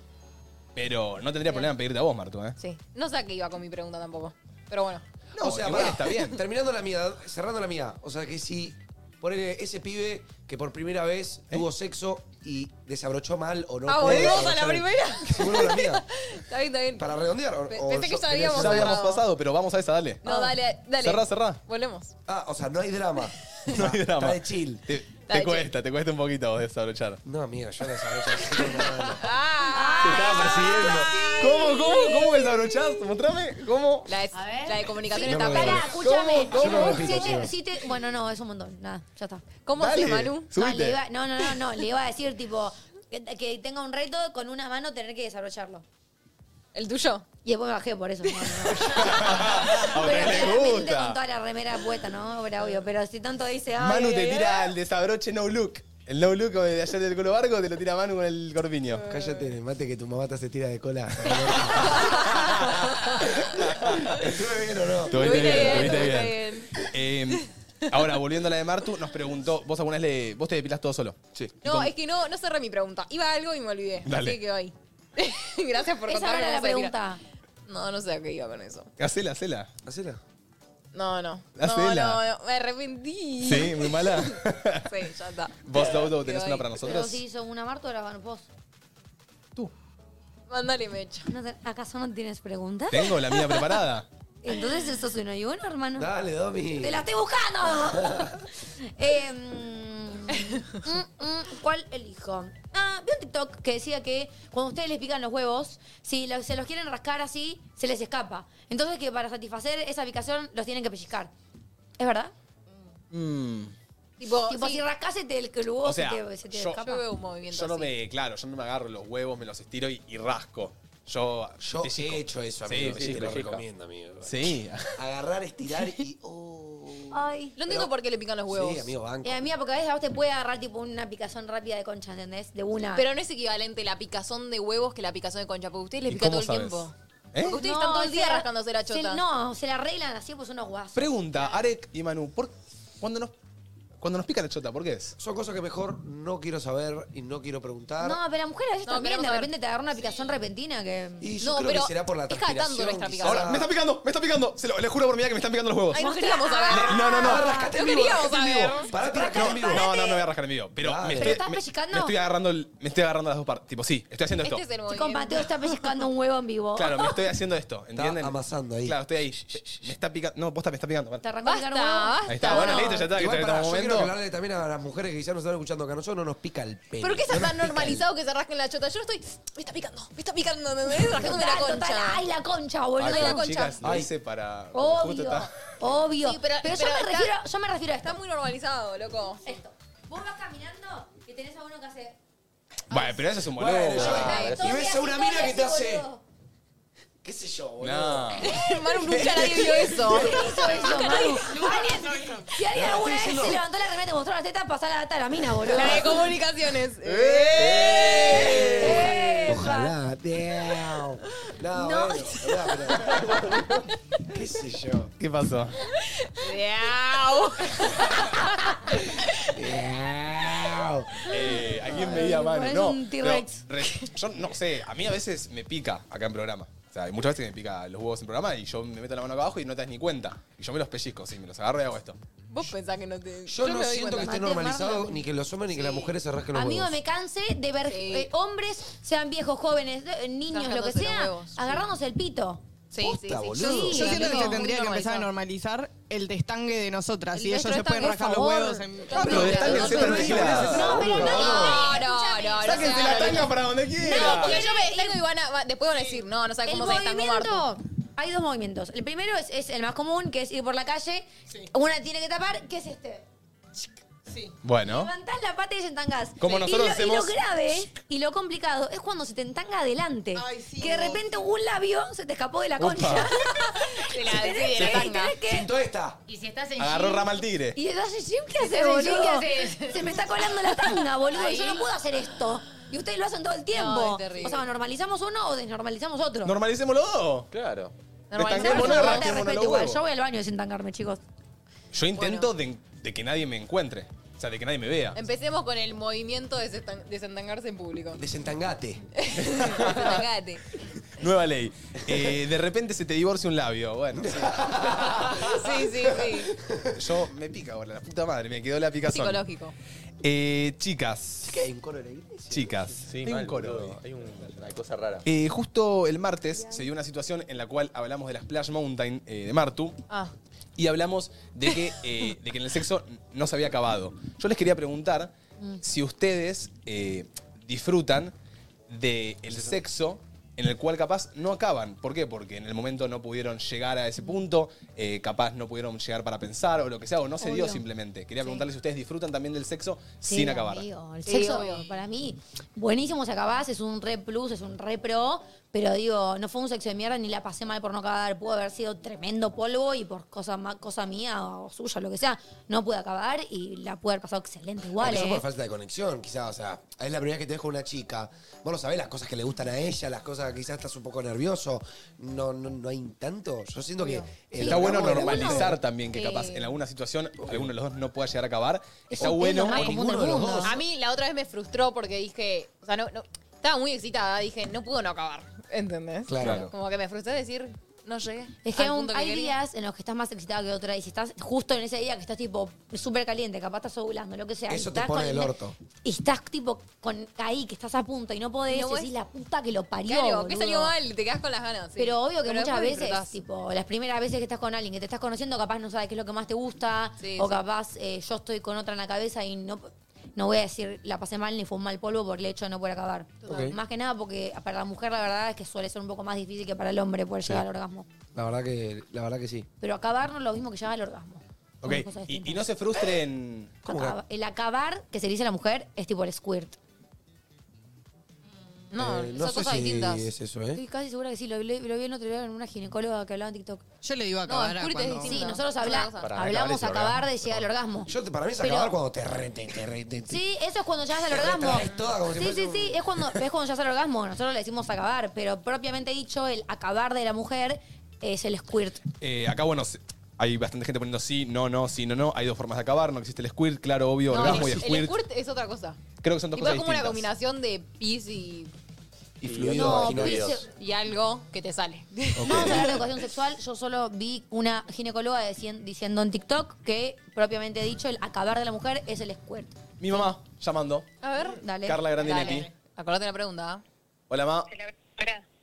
A: Pero no tendría problema en pedirte a vos, Martu, ¿eh?
C: Sí. No sé a qué iba con mi pregunta tampoco. Pero bueno.
E: No, o sea,
A: igual
E: pará.
A: está bien.
E: Terminando la mía, cerrando la mía. O sea, que si ponele ese pibe que por primera vez tuvo sexo y desabrochó mal o no.
C: Ah,
E: pudo
C: volvimos a la
E: desabrochar el-
C: primera.
E: Volvimos a la mía.
C: Está bien, está bien.
E: Para redondear. o-
C: Pe-
E: o
C: pensé que
E: yo-
C: ya habíamos
A: Ya habíamos
C: cerrado.
A: pasado, pero vamos a esa, dale.
B: Ah.
C: No, dale, dale.
A: Cerrá, cerrá.
C: Volvemos.
E: Ah, o sea, no hay drama.
A: No hay drama.
E: Está de chill.
A: Te,
C: de chill.
A: te cuesta, te cuesta un poquito vos desabrochar.
E: No, amiga, yo desabrocho así.
B: Ah.
A: Te estaba persiguiendo. ¿Cómo, cómo, cómo desabrochás? Mostrame cómo.
C: La de, la de comunicación
A: Sí,
C: está
A: no me
C: parada.
A: veo.
B: Pará, escúchame.
A: ¿Cómo? ¿Cómo?
B: Si
A: Yo no me
B: te-
A: fijo,
B: si te- bueno, no, es un montón. Nada, ya está.
C: ¿Cómo
A: Dale,
C: haces, Manu?
B: No,
A: subite.
B: le iba- no, no, no, no, le iba a decir, tipo, que, que tenga un reto con una mano tener que desabrocharlo.
C: ¿El tuyo?
B: Y después me bajé por eso. no, no, no.
A: A ustedes
B: pero
A: les
B: claramente con
A: gusta.
B: toda la remera puesta, ¿no? Era obvio. Pero si tanto dice, ay,
A: Manu
B: ay,
A: te
B: ay,
A: tira el desabroche no look. El no look de ayer del Colo Barco te lo tira Manu con el corpiño.
E: Cállate, mate, que tu mamá te hace tira de cola. ¿Estuve bien o no?
A: Estuviste
E: Estuviste
A: bien,
E: bien,
A: estuviste bien.
C: estuviste
A: Eh, ahora, volviendo a la de Martu, nos preguntó, vos alguna vez le, vos te depilás todo solo. Sí.
C: No, es que no, no cerré mi pregunta. Iba a algo y me olvidé.
A: Dale.
C: Así que hoy. Gracias por
B: Esa
C: contarme.
B: era la
C: cómo se tira.
B: pregunta.
C: No, no sé a qué iba con eso.
A: Ah, Hacela, hacela.
E: Hacela.
C: No, no. No,
A: Hacela.
C: no, no, me arrepentí.
A: Sí, muy mala.
C: Sí, ya está.
A: Vos, Daudo, tenés una
C: Quedó ahí.
A: para
B: Pero
A: nosotros.
B: si hizo una Marta, ahora van vos.
C: Mándale mecha.
B: No te- ¿Acaso no tienes preguntas?
A: Tengo la mía preparada.
B: Entonces eso es uno y uno, hermano.
E: Dale, Domi.
B: ¡Te la estoy buscando! Eh, mm, mm, mm, ¿Cuál elijo? Ah, vi un TikTok que decía que cuando ustedes les pican los huevos, si lo- se los quieren rascar así, se les escapa. Entonces que para satisfacer esa picación los tienen que pellizcar. ¿Es verdad?
A: Mm.
C: Tipo,
B: tipo
C: Oh, sí.
B: si rascase te, el, el huevo
A: O sea,
B: se te, se te
A: yo-
B: escapa.
C: Yo veo un movimiento
A: Yo no
C: así.
A: me, claro, yo no me agarro los huevos, me los estiro y, y rasco. Yo,
E: Yo
A: pellizco.
E: he hecho eso,
A: Sí,
E: amigo.
A: sí,
E: y te lo
A: pellizco.
E: recomiendo, amigo.
A: Sí.
E: Agarrar, estirar y. oh.
B: Ay.
C: No entiendo por qué le pican los huevos.
E: Sí, amigo, banco.
B: Eh, mía, porque a veces a vos te puede agarrar tipo una picazón rápida de concha, ¿entendés? De una.
C: Pero no es equivalente la picazón de huevos que la picazón de concha, porque ustedes les
A: ¿Y
C: pica todo
A: cómo sabes?
C: el tiempo.
A: ¿Eh?
C: Porque ustedes están todo el
B: se
C: día rascándose la
B: se-
C: chota.
B: no, se la arreglan así, pues unos guasos.
A: Pregunta, Arek y Manu, ¿por, cuando, nos, cuando nos pica la chota, ¿por qué es?
E: Son cosas que mejor no quiero saber y no quiero preguntar.
B: No, pero a mujeres a veces
C: No,
B: también
C: queremos
B: de
C: saber.
B: repente te agarra una picazón repentina que.
E: y yo
C: no,
E: creo
C: pero
E: que será por la
C: es cada tanto
E: transpiración.
C: nuestra
E: quizá.
A: Ahora, me está picando, me está picando. Se lo, le juro por mi vida que me están picando los huevos.
C: Ay, no
B: Mostrá.
C: queríamos
A: Le-
C: saber.
A: no, no, no.
E: rascate
C: No
E: en vivo,
C: queríamos
E: rascate en vivo.
C: saber. Este
E: Pará, pará,
A: No,
E: en vivo.
A: no, no, no voy a rascar en vivo. Pero
E: Dale.
A: me
B: ¿Pero
A: estoy,
B: estás
A: me-
B: pellizcando?
A: me estoy agarrando el- me estoy agarrando las dos partes. Tipo, sí, estoy haciendo esto.
C: Este es el
B: Chico, Mateo
C: movimiento.
B: está pellizcando un huevo en vivo.
A: Claro, me estoy haciendo esto, ¿entienden?
E: amasando ahí.
A: Claro, estoy ahí. Shh, shh, shh. Me está picando. No, posta, me está picando.
B: Te arrancó a
C: Basta,
B: picar huevo.
C: basta.
A: Ahí está, bueno,
C: no.
A: listo, ya está. Que
E: Igual,
A: está en este
E: pará, yo quiero
A: momento.
E: hablarle también a las mujeres que quizás nos están escuchando, que a nosotros no nos pica el pelo.
C: ¿Pero qué está
E: No nos
C: tan
E: pica el-
C: normalizado que se rasquen la chota? Yo no estoy. Me está picando, me está picando, me me- rascándome la
B: Total, total,
C: concha.
B: Ay, la concha, boludo.
C: Ay, la concha.
A: Chicas, lo
E: Ay.
A: hice para. justo
B: Obvio.
A: está-
B: Obvio.
C: Sí, pero-
B: pero
C: pero
B: yo, me
C: está-
B: refiero, yo me refiero a esto.
C: Está muy normalizado, loco.
B: esto. Vos vas caminando y tenés a uno que hace.
A: Bueno, pero eso es un boludo.
E: Bueno, yo-
A: Ah,
E: Y ves a una
B: Todo
E: mina que te
B: así,
E: hace.
B: boludo.
E: ¿Qué sé yo, boludo?
A: No.
C: Hermano, nunca nadie vio eso.
B: Hizo eso, Manu. Alguien- Si alguien
E: No,
B: alguna
E: estoy
B: vez
E: diciendo-
B: se levantó la remera y te mostró la teta, pasá la data a la mina, boludo.
C: La de comunicaciones.
B: ¡Eh!
E: Ojalá. damn. No,
B: No.
E: bueno, pará, pero- ¿Qué sé yo?
A: ¿Qué pasó?
C: Miau.
E: Damn.
A: Eh, alguien me a mano.
B: parece
A: No,
B: un T-Rex.
A: pero, re- yo no sé, a mí a veces me pica acá en programa. O sea, hay muchas veces que me pica los huevos en programa y yo me meto la mano acá abajo y no te das ni cuenta. Y yo me los pellizco, sí, me los agarro y hago esto.
C: Vos pensás que no te.
E: Yo no
C: me doy
E: siento que
C: cuenta.
E: esté
B: Mate,
E: normalizado
B: Marlon.
E: ni que los hombres ni que las mujeres se rasquen los
B: Amigo,
E: huevos.
B: me cansé de ver
C: Sí.
B: eh, hombres, sean viejos, jóvenes, eh, niños, lo que
C: Rascándose los
B: sea,
C: huevos, sí.
B: agarrándose el pito.
C: Sí, sí,
E: Posta,
C: sí.
E: boludo.
H: Yo siento que
C: amigo,
H: se tendría
C: muy
H: que empezar a
C: normalizado.
H: normalizar el destangue de nosotras.
C: El
H: y ellos
C: nuestro
H: se pueden
C: destangue,
H: rascar los
B: por favor.
H: huevos en.
C: Ah, pero
A: destangue
E: No,
A: se
E: no,
A: perfila.
E: no,
B: No, pero no.
C: No, no, no. no
A: ¡Sáquense
C: se
A: la
C: hagan.
A: tanga para donde
C: No,
A: quiera!
C: porque yo me detengo y van a, va- después van a decir, no, no sabe
B: El
C: cómo se destango Marto.
B: movimiento, hay dos movimientos. El primero es, es el más común, que es ir por la calle. Una tiene que tapar, que es este.
A: Bueno.
B: Levantás la pata y te entangás.
A: Como
B: Y
A: nosotros
B: lo- y lo,
A: hacemos-
B: grave y lo complicado es cuando se te entanga adelante.
H: Ay, sí,
B: que de
H: no,
B: repente un labio se te escapó de la
A: Upa.
B: concha.
C: De la, sí, de
B: Y
C: la tanga.
B: tenés que-
E: Siento esta.
F: Y si estás en
A: Agarró
F: jean,
A: rama al tigre.
B: Y entonces, Jim, ¿qué hace,
F: Entonces, Jim,
B: boludo?
F: ¿qué haces?
B: Se me está colando la tanga, boludo.
F: Ahí.
B: Yo no puedo hacer esto. Y ustedes lo hacen todo el
C: No,
B: tiempo.
C: es terrible.
B: o sea, normalizamos uno o desnormalizamos otro.
A: Normalicémoslo todo.
D: Claro.
C: Normalizar
A: Destanguémonos,
C: es una
B: Te
A: rasquémonos
B: respeto
A: los
B: igual.
A: huevos.
B: Yo voy al baño sin tangarme, chicos.
A: Yo intento de, de que nadie me encuentre. O sea, de que nadie me vea.
C: Empecemos con el movimiento de desestan- desentangarse en público.
E: Desentangate.
C: Desentangate.
A: Nueva ley. Eh, de repente se te divorcia un labio. Bueno, sí.
C: Sí, sí, sí.
A: yo me pica ahora, la puta madre, me quedó la picazón.
C: Psicológico.
A: Eh, chicas,
E: ¿Qué hay un coro de la iglesia?
A: chicas, hay
D: mal,
A: un coro.
D: boludo. Hay un- una cosa rara.
A: Eh, justo el martes se dio una situación en la cual hablamos de la Splash Mountain eh, de Martu
C: Ah.
A: y hablamos de que, eh, de que en el sexo no se había acabado. Yo les quería preguntar
B: Mm.
A: si ustedes eh, disfrutan del sexo en el cual capaz no acaban. ¿Por qué? Porque en el momento no pudieron llegar a ese punto, eh, capaz no pudieron llegar para pensar o lo que sea, o no se dio
B: Obvio.
A: simplemente. Quería preguntarles si ustedes disfrutan también del sexo
B: Sí,
A: sin acabar.
B: amigo, el
C: Sí,
B: sexo,
C: obvio.
B: para mí, buenísimo se acabás, es un re plus, es un re pro, pero digo, no fue un sexo de mierda ni la pasé mal por no acabar. Pudo haber sido tremendo polvo y por cosa, ma- cosa mía o suya, lo que sea, no pude acabar y la pude haber pasado excelente igual.
E: Porque
B: ¿eh?
E: yo por falta de conexión, quizás, o sea, es la primera vez que te dejo una chica. Vos no sabés las cosas que le gustan a ella, las cosas que quizás estás un poco nervioso. No, no, no hay tanto. Yo siento que. eh, el
A: Está bueno
E: ramo de la
A: normalizar
E: mujer-
A: también que capaz
C: Sí.
A: en alguna situación alguno de los dos no pueda llegar a acabar.
B: Es
A: Está
B: un- es
A: bueno.
B: lo más común del
A: Ninguno de los
B: mundo.
A: dos.
C: A mí la otra vez me frustró porque dije, o sea, no, no- estaba muy excitada, dije, no pudo no acabar, ¿entendés?
A: Claro.
C: Como que me frustré decir, no llegué.
B: Es que,
C: al
B: un-
C: punto
B: hay
C: quería.
B: días en los que estás más excitado que otra y si estás justo en ese día que estás tipo súper caliente, capaz estás ovulando, lo que sea. y
E: Eso te
B: estás
E: pone
B: con-
E: el orto.
B: Y estás tipo con ahí, que estás a punto y no podés,
C: No
B: y decís
C: podés.
B: la puta que lo parió.
C: Claro, ¿qué
B: boludo".
C: salió mal? Te quedas con las ganas. sí.
B: Pero obvio que muchas
C: después
B: veces,
C: disfrutás.
B: tipo, las primeras veces que estás con alguien que te estás conociendo, capaz no sabes qué es lo que más te gusta,
C: Sí,
B: o
C: sí.
B: capaz eh, yo estoy con otra en la cabeza y no, no voy a decir la pasé mal ni fue un mal polvo por el hecho de no poder acabar.
E: Total. Ok.
B: Más que nada porque para la mujer la verdad es que suele ser un poco más difícil que para el hombre poder
E: Sí.
B: llegar al orgasmo.
E: La verdad que, la verdad que sí.
B: Pero acabar no es lo mismo que llegar al orgasmo.
A: Ok,
B: Son cosas
A: y, y no se frustren.
B: Acaba- el acabar que se le dice a la mujer es tipo el squirt.
E: ¿Eh? No, Eh, no son sé cosas si distintas. es eso, ¿eh?
B: Estoy casi segura que sí. Lo, lo- lo vi en otro día en una ginecóloga que hablaba en TikTok.
N: Yo le digo
B: acabar
N: acabar a cuando-
B: Sí, nosotros
C: Otra
B: habla-
C: cosa.
E: Para mí acabar
B: hablamos
E: es el
B: acabar
E: orgasmo.
B: de llegar al orgasmo.
E: Yo, para mí es
B: Pero-
E: acabar cuando te rete, te rete. te-
B: Sí, eso es cuando llegas al orgasmo.
E: retraes toda como si
B: Sí,
E: fuese
B: sí,
E: un-
B: sí, es cuando, es cuando llegas al orgasmo. Nosotros le decimos acabar, pero propiamente dicho, el acabar de la mujer es el squirt.
A: Eh, acá, bueno, se- hay bastante gente poniendo sí, no, no, sí, no, no. Hay dos formas de acabar. No existe el squirt, claro, obvio,
C: No,
A: orgasmo y
C: el,
A: squirt.
C: el squirt es otra cosa.
A: Creo que son dos
C: Tipo, es
A: cosas
C: como una
A: distintas.
C: combinación de pis y,
E: Y
A: fluidos vaginarios.
C: pis y algo que te sale.
B: Vamos a hablar de educación sexual. Yo solo vi una ginecóloga decien- diciendo en TikTok que, propiamente dicho, el acabar de la mujer es el squirt.
A: Mi mamá, llamando.
C: A ver, dale.
A: Carla Grandini
C: Dale.
A: aquí.
C: Acordate la pregunta. ¿ah?
A: Hola, ma.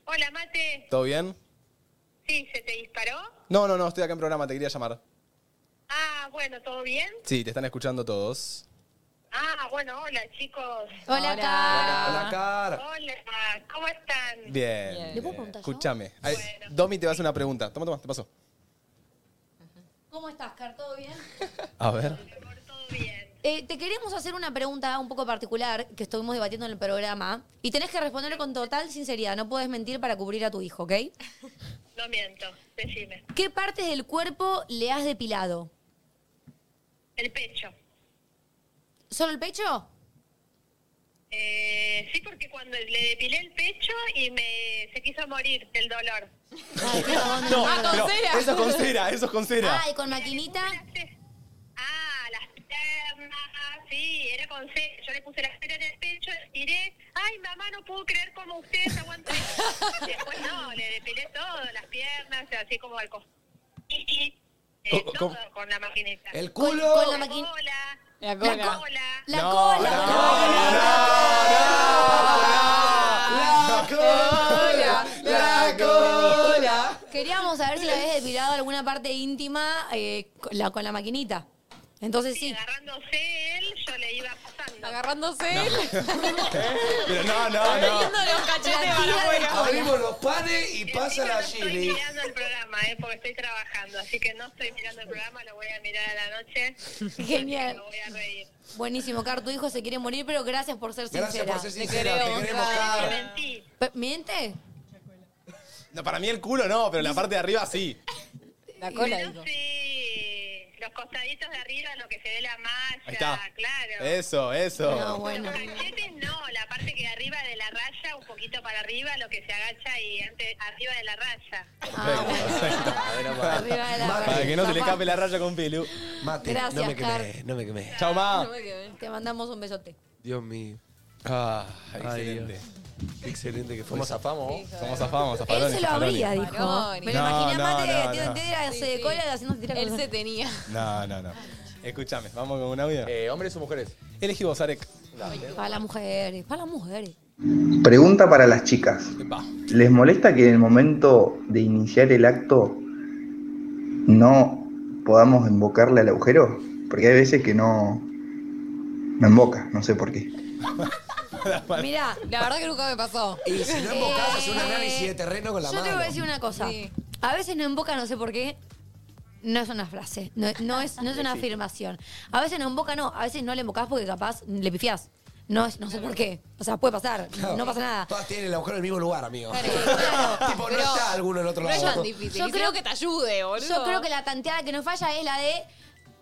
H: Hola, Mate.
A: ¿Todo bien?
H: Sí, ¿se te disparó?
A: No, no, no, estoy acá en programa, te quería llamar.
H: Ah, bueno, ¿todo bien?
A: Sí, te están escuchando todos.
H: Ah, bueno, hola, chicos.
B: Hola,
A: Hola, Car.
H: Hola, ¿cómo están?
A: Bien.
H: ¿Le puedo preguntar yo?
A: Escúchame. Ay, Domi te va a hacer una pregunta. Toma, toma, te pasó.
B: ¿Cómo estás, Car? ¿Todo bien?
A: A ver.
B: Eh, te queremos hacer una pregunta un poco particular que estuvimos debatiendo en el programa y tenés que responder con total sinceridad. No puedes mentir para cubrir a tu hijo, ¿ok?
H: No miento, decime.
B: ¿Qué partes del cuerpo le has depilado?
H: El pecho.
B: ¿Solo el pecho?
H: Eh, sí, porque cuando le depilé el pecho y me se quiso morir del dolor.
A: No,
H: Ah, con
A: pero
H: cera.
A: eso es con cera, eso es con cera.
B: Ah, ¿y con maquinita?
H: Ah, sí, era con C. Yo le puse la cera en el pecho, tiré. Ay, mamá, no puedo creer cómo ustedes aguantan. esto". Después no, le depilé todo, las piernas, así como al costado. Y, y, eh,
A: Co-
H: todo
A: co-
H: con la maquinita.
E: El culo.
H: Con, la maquinita.
C: La
H: cola.
C: cola.
B: La
H: cola.
E: La cola, la cola.
B: Queríamos saber si le habías depilado alguna parte íntima eh, con, la, con la maquinita. Entonces sí.
H: Agarrándose él, yo le iba pasando.
C: Agarrándose él.
A: Pero no, no, no.
C: Viendo los cachetes
H: La
C: para
H: tira
C: afuera.
H: de-
E: Abrimos los panes y pasa la
H: Estoy
E: Gili.
H: mirando el programa, eh, porque estoy trabajando, así que no estoy mirando el programa, lo voy a mirar a la noche.
B: Genial.
H: Me voy a reír.
B: Buenísimo, Car, tu hijo se quiere morir, pero gracias por ser
E: Gracias
B: sincera.
E: por ser sincera, te
B: queremos,
E: queremos, Car.
B: Pe- ¿Miente?
A: No, Para mí el culo no, pero la parte de arriba sí.
C: La
H: cola,
C: digo.
H: Sí, los costaditos de arriba, lo que se ve la malla,
A: Ahí está.
H: claro.
A: Eso, eso.
B: No, Ah, bueno.
H: Los cachetes no, la parte que arriba de la raya, un poquito para arriba, lo que se agacha y antes, arriba de la raya.
B: Ah,
A: Para
B: Arriba de la
A: para que no se le escape la raya con Pilu.
E: Mate,
B: Gracias,
E: no me
B: Car.
E: quemé, no me quemé.
A: Chao, ma.
B: Te mandamos un besote.
E: Dios mío.
A: Ah, excelente.
E: Excelente que fue.
A: ¿Cómo
E: esa.
A: zafamos?
E: Hijo de-
A: ¿Cómo zafamos?
B: Él
A: Zafarones,
B: se lo abría,
A: zafarones.
B: dijo. Me lo
A: No,
B: imaginé
A: no,
B: a Mate
A: no,
B: metido
A: no.
B: entera, se de cola y haciendo tirar
C: Él se tenía.
A: No, no, no. Escúchame, vamos con un audio.
D: Eh, ¿Hombres o mujeres?
A: Eh, Elegí vos, Arek.
B: Para las mujeres, para las mujeres.
O: Pregunta para las chicas. ¿Les molesta que en el momento de iniciar el acto no podamos invocarle al agujero? Porque hay veces que no, no invoca, no sé por qué.
B: Mirá,
C: la verdad que nunca me pasó.
E: Y si no invocás, hace un
B: Eh,
E: análisis de terreno con la
B: Yo
E: mano.
B: te voy a decir una cosa. A veces no invoca, no sé por qué. No es una frase, no, no es, no es una
E: Sí.
B: afirmación. A veces no invoca, no. A veces no le invocás porque capaz le pifiás. No, es- no sé por qué. O sea, puede pasar.
E: Claro.
B: No pasa nada.
E: Todas tienen el agujero en el mismo lugar, amigo. tipo, no
B: pero-
E: está alguno en otro
C: No
E: lado.
C: es tan difícil. Y creo que te ayude, boludo.
B: Yo creo que la tanteada que no falla es la de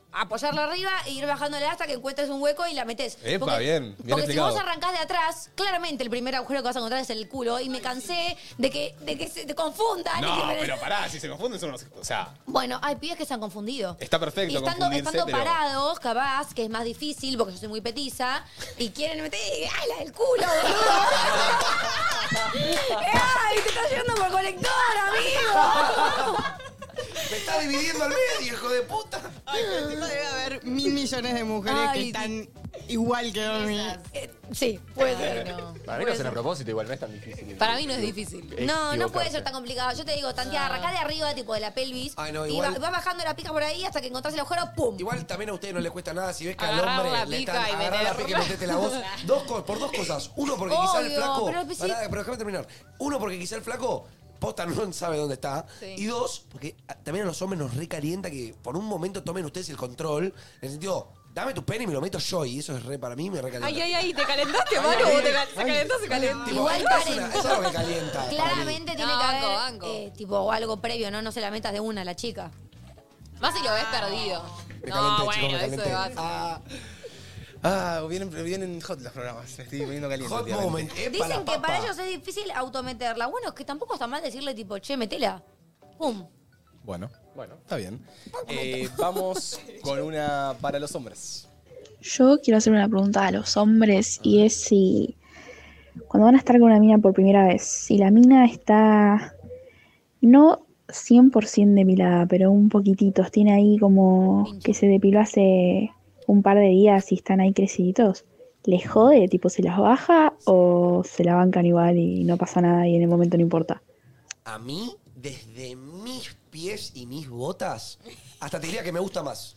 B: apoyarla arriba e ir bajándole hasta que encuentres un hueco y la metes.
A: Epa, bien, bien
B: Porque
A: explicado.
B: si vos arrancás de atrás, claramente el primer agujero que vas a encontrar es el culo. Y me cansé de que, de que se te confundan. y
A: No,
B: que me-
A: pero pará, si se confunden son unos. O sea,
B: Bueno, hay pibes que se han confundido.
A: está perfecto
B: Y estando,
A: confundirse,
B: estando
A: pero.
B: parados, capaz, que es más difícil porque yo soy muy petiza, y quieren meter. ¡Ay, la del culo, boludo! ¡Ay, te está yendo por conector, amigo!
E: Me está dividiendo al medio, hijo de puta.
H: Ay, pero encima debe haber mil millones de mujeres
B: Ay,
H: que están igual que Domi.
B: Eh, sí,
D: Para mí no es a propósito, igual no es tan difícil.
B: Para mí no es difícil.
E: Eh,
B: No, no puede
D: equivocarse.
B: ser tan complicado. Yo te digo, tanteada, arrancá de arriba, tipo de la pelvis,
E: Ah. Ay, no,
B: y
E: igual-
B: va- vas bajando la pica por ahí hasta que encontrás el agujero, ¡pum!
E: Igual también a ustedes no les cuesta nada si ves que al
B: Agarrar
E: hombre
B: la
E: le
B: pica
E: están
B: y
E: agarrar la
B: meterla.
E: pica y metete la voz. Dos co- por dos cosas. Uno, porque quizá el
B: Obvio,
E: flaco.
B: pero el pisi-
E: Pará, pero déjame terminar. Uno, porque quizá el flaco posta no sabe dónde está.
B: Sí.
E: Y dos, porque a- también a los hombres nos recalienta que por un momento tomen ustedes el control. En el sentido, dame tu pene y me lo meto yo. Y eso es re para mí, me recalienta.
C: Ay, ay, ay, te calentaste,
E: Ay,
C: Manu.
E: ay,
C: te cal- se
E: ay.
C: calentó, se calentó.
E: Tipo,
B: Igual
E: eso es una-
B: calentó.
E: Eso es lo que calienta. para mí.
B: Claramente tiene
C: No,
B: que
C: banco,
B: haber
C: banco.
B: eh, tipo algo previo, ¿no? No se la metas de una a la chica.
C: Más si lo ves perdido.
A: Me
C: No,
A: calenté, chicos,
C: bueno,
A: me
C: eso de
A: calenté.
C: base.
A: Ah, vienen, vienen hot los programas. Me estoy poniendo caliente.
E: Hot
A: últimamente.
E: moment.
B: Dicen que para ellos es difícil autometerla. Bueno, es que tampoco está mal decirle tipo, che, metela. ¡Pum!
A: Bueno, bueno, está bien. Eh, vamos con una para los hombres.
P: Yo quiero hacer una pregunta a los hombres y es si cuando van a estar con una mina por primera vez, si la mina está no 100% depilada, pero un poquitito, tiene ahí como que se depiló hace un par de días y están ahí creciditos, ¿les jode? Tipo, ¿se las baja o se la bancan igual y no pasa nada y en el momento no importa?
E: A mí, desde mis pies y mis botas, hasta te diría que me gusta más.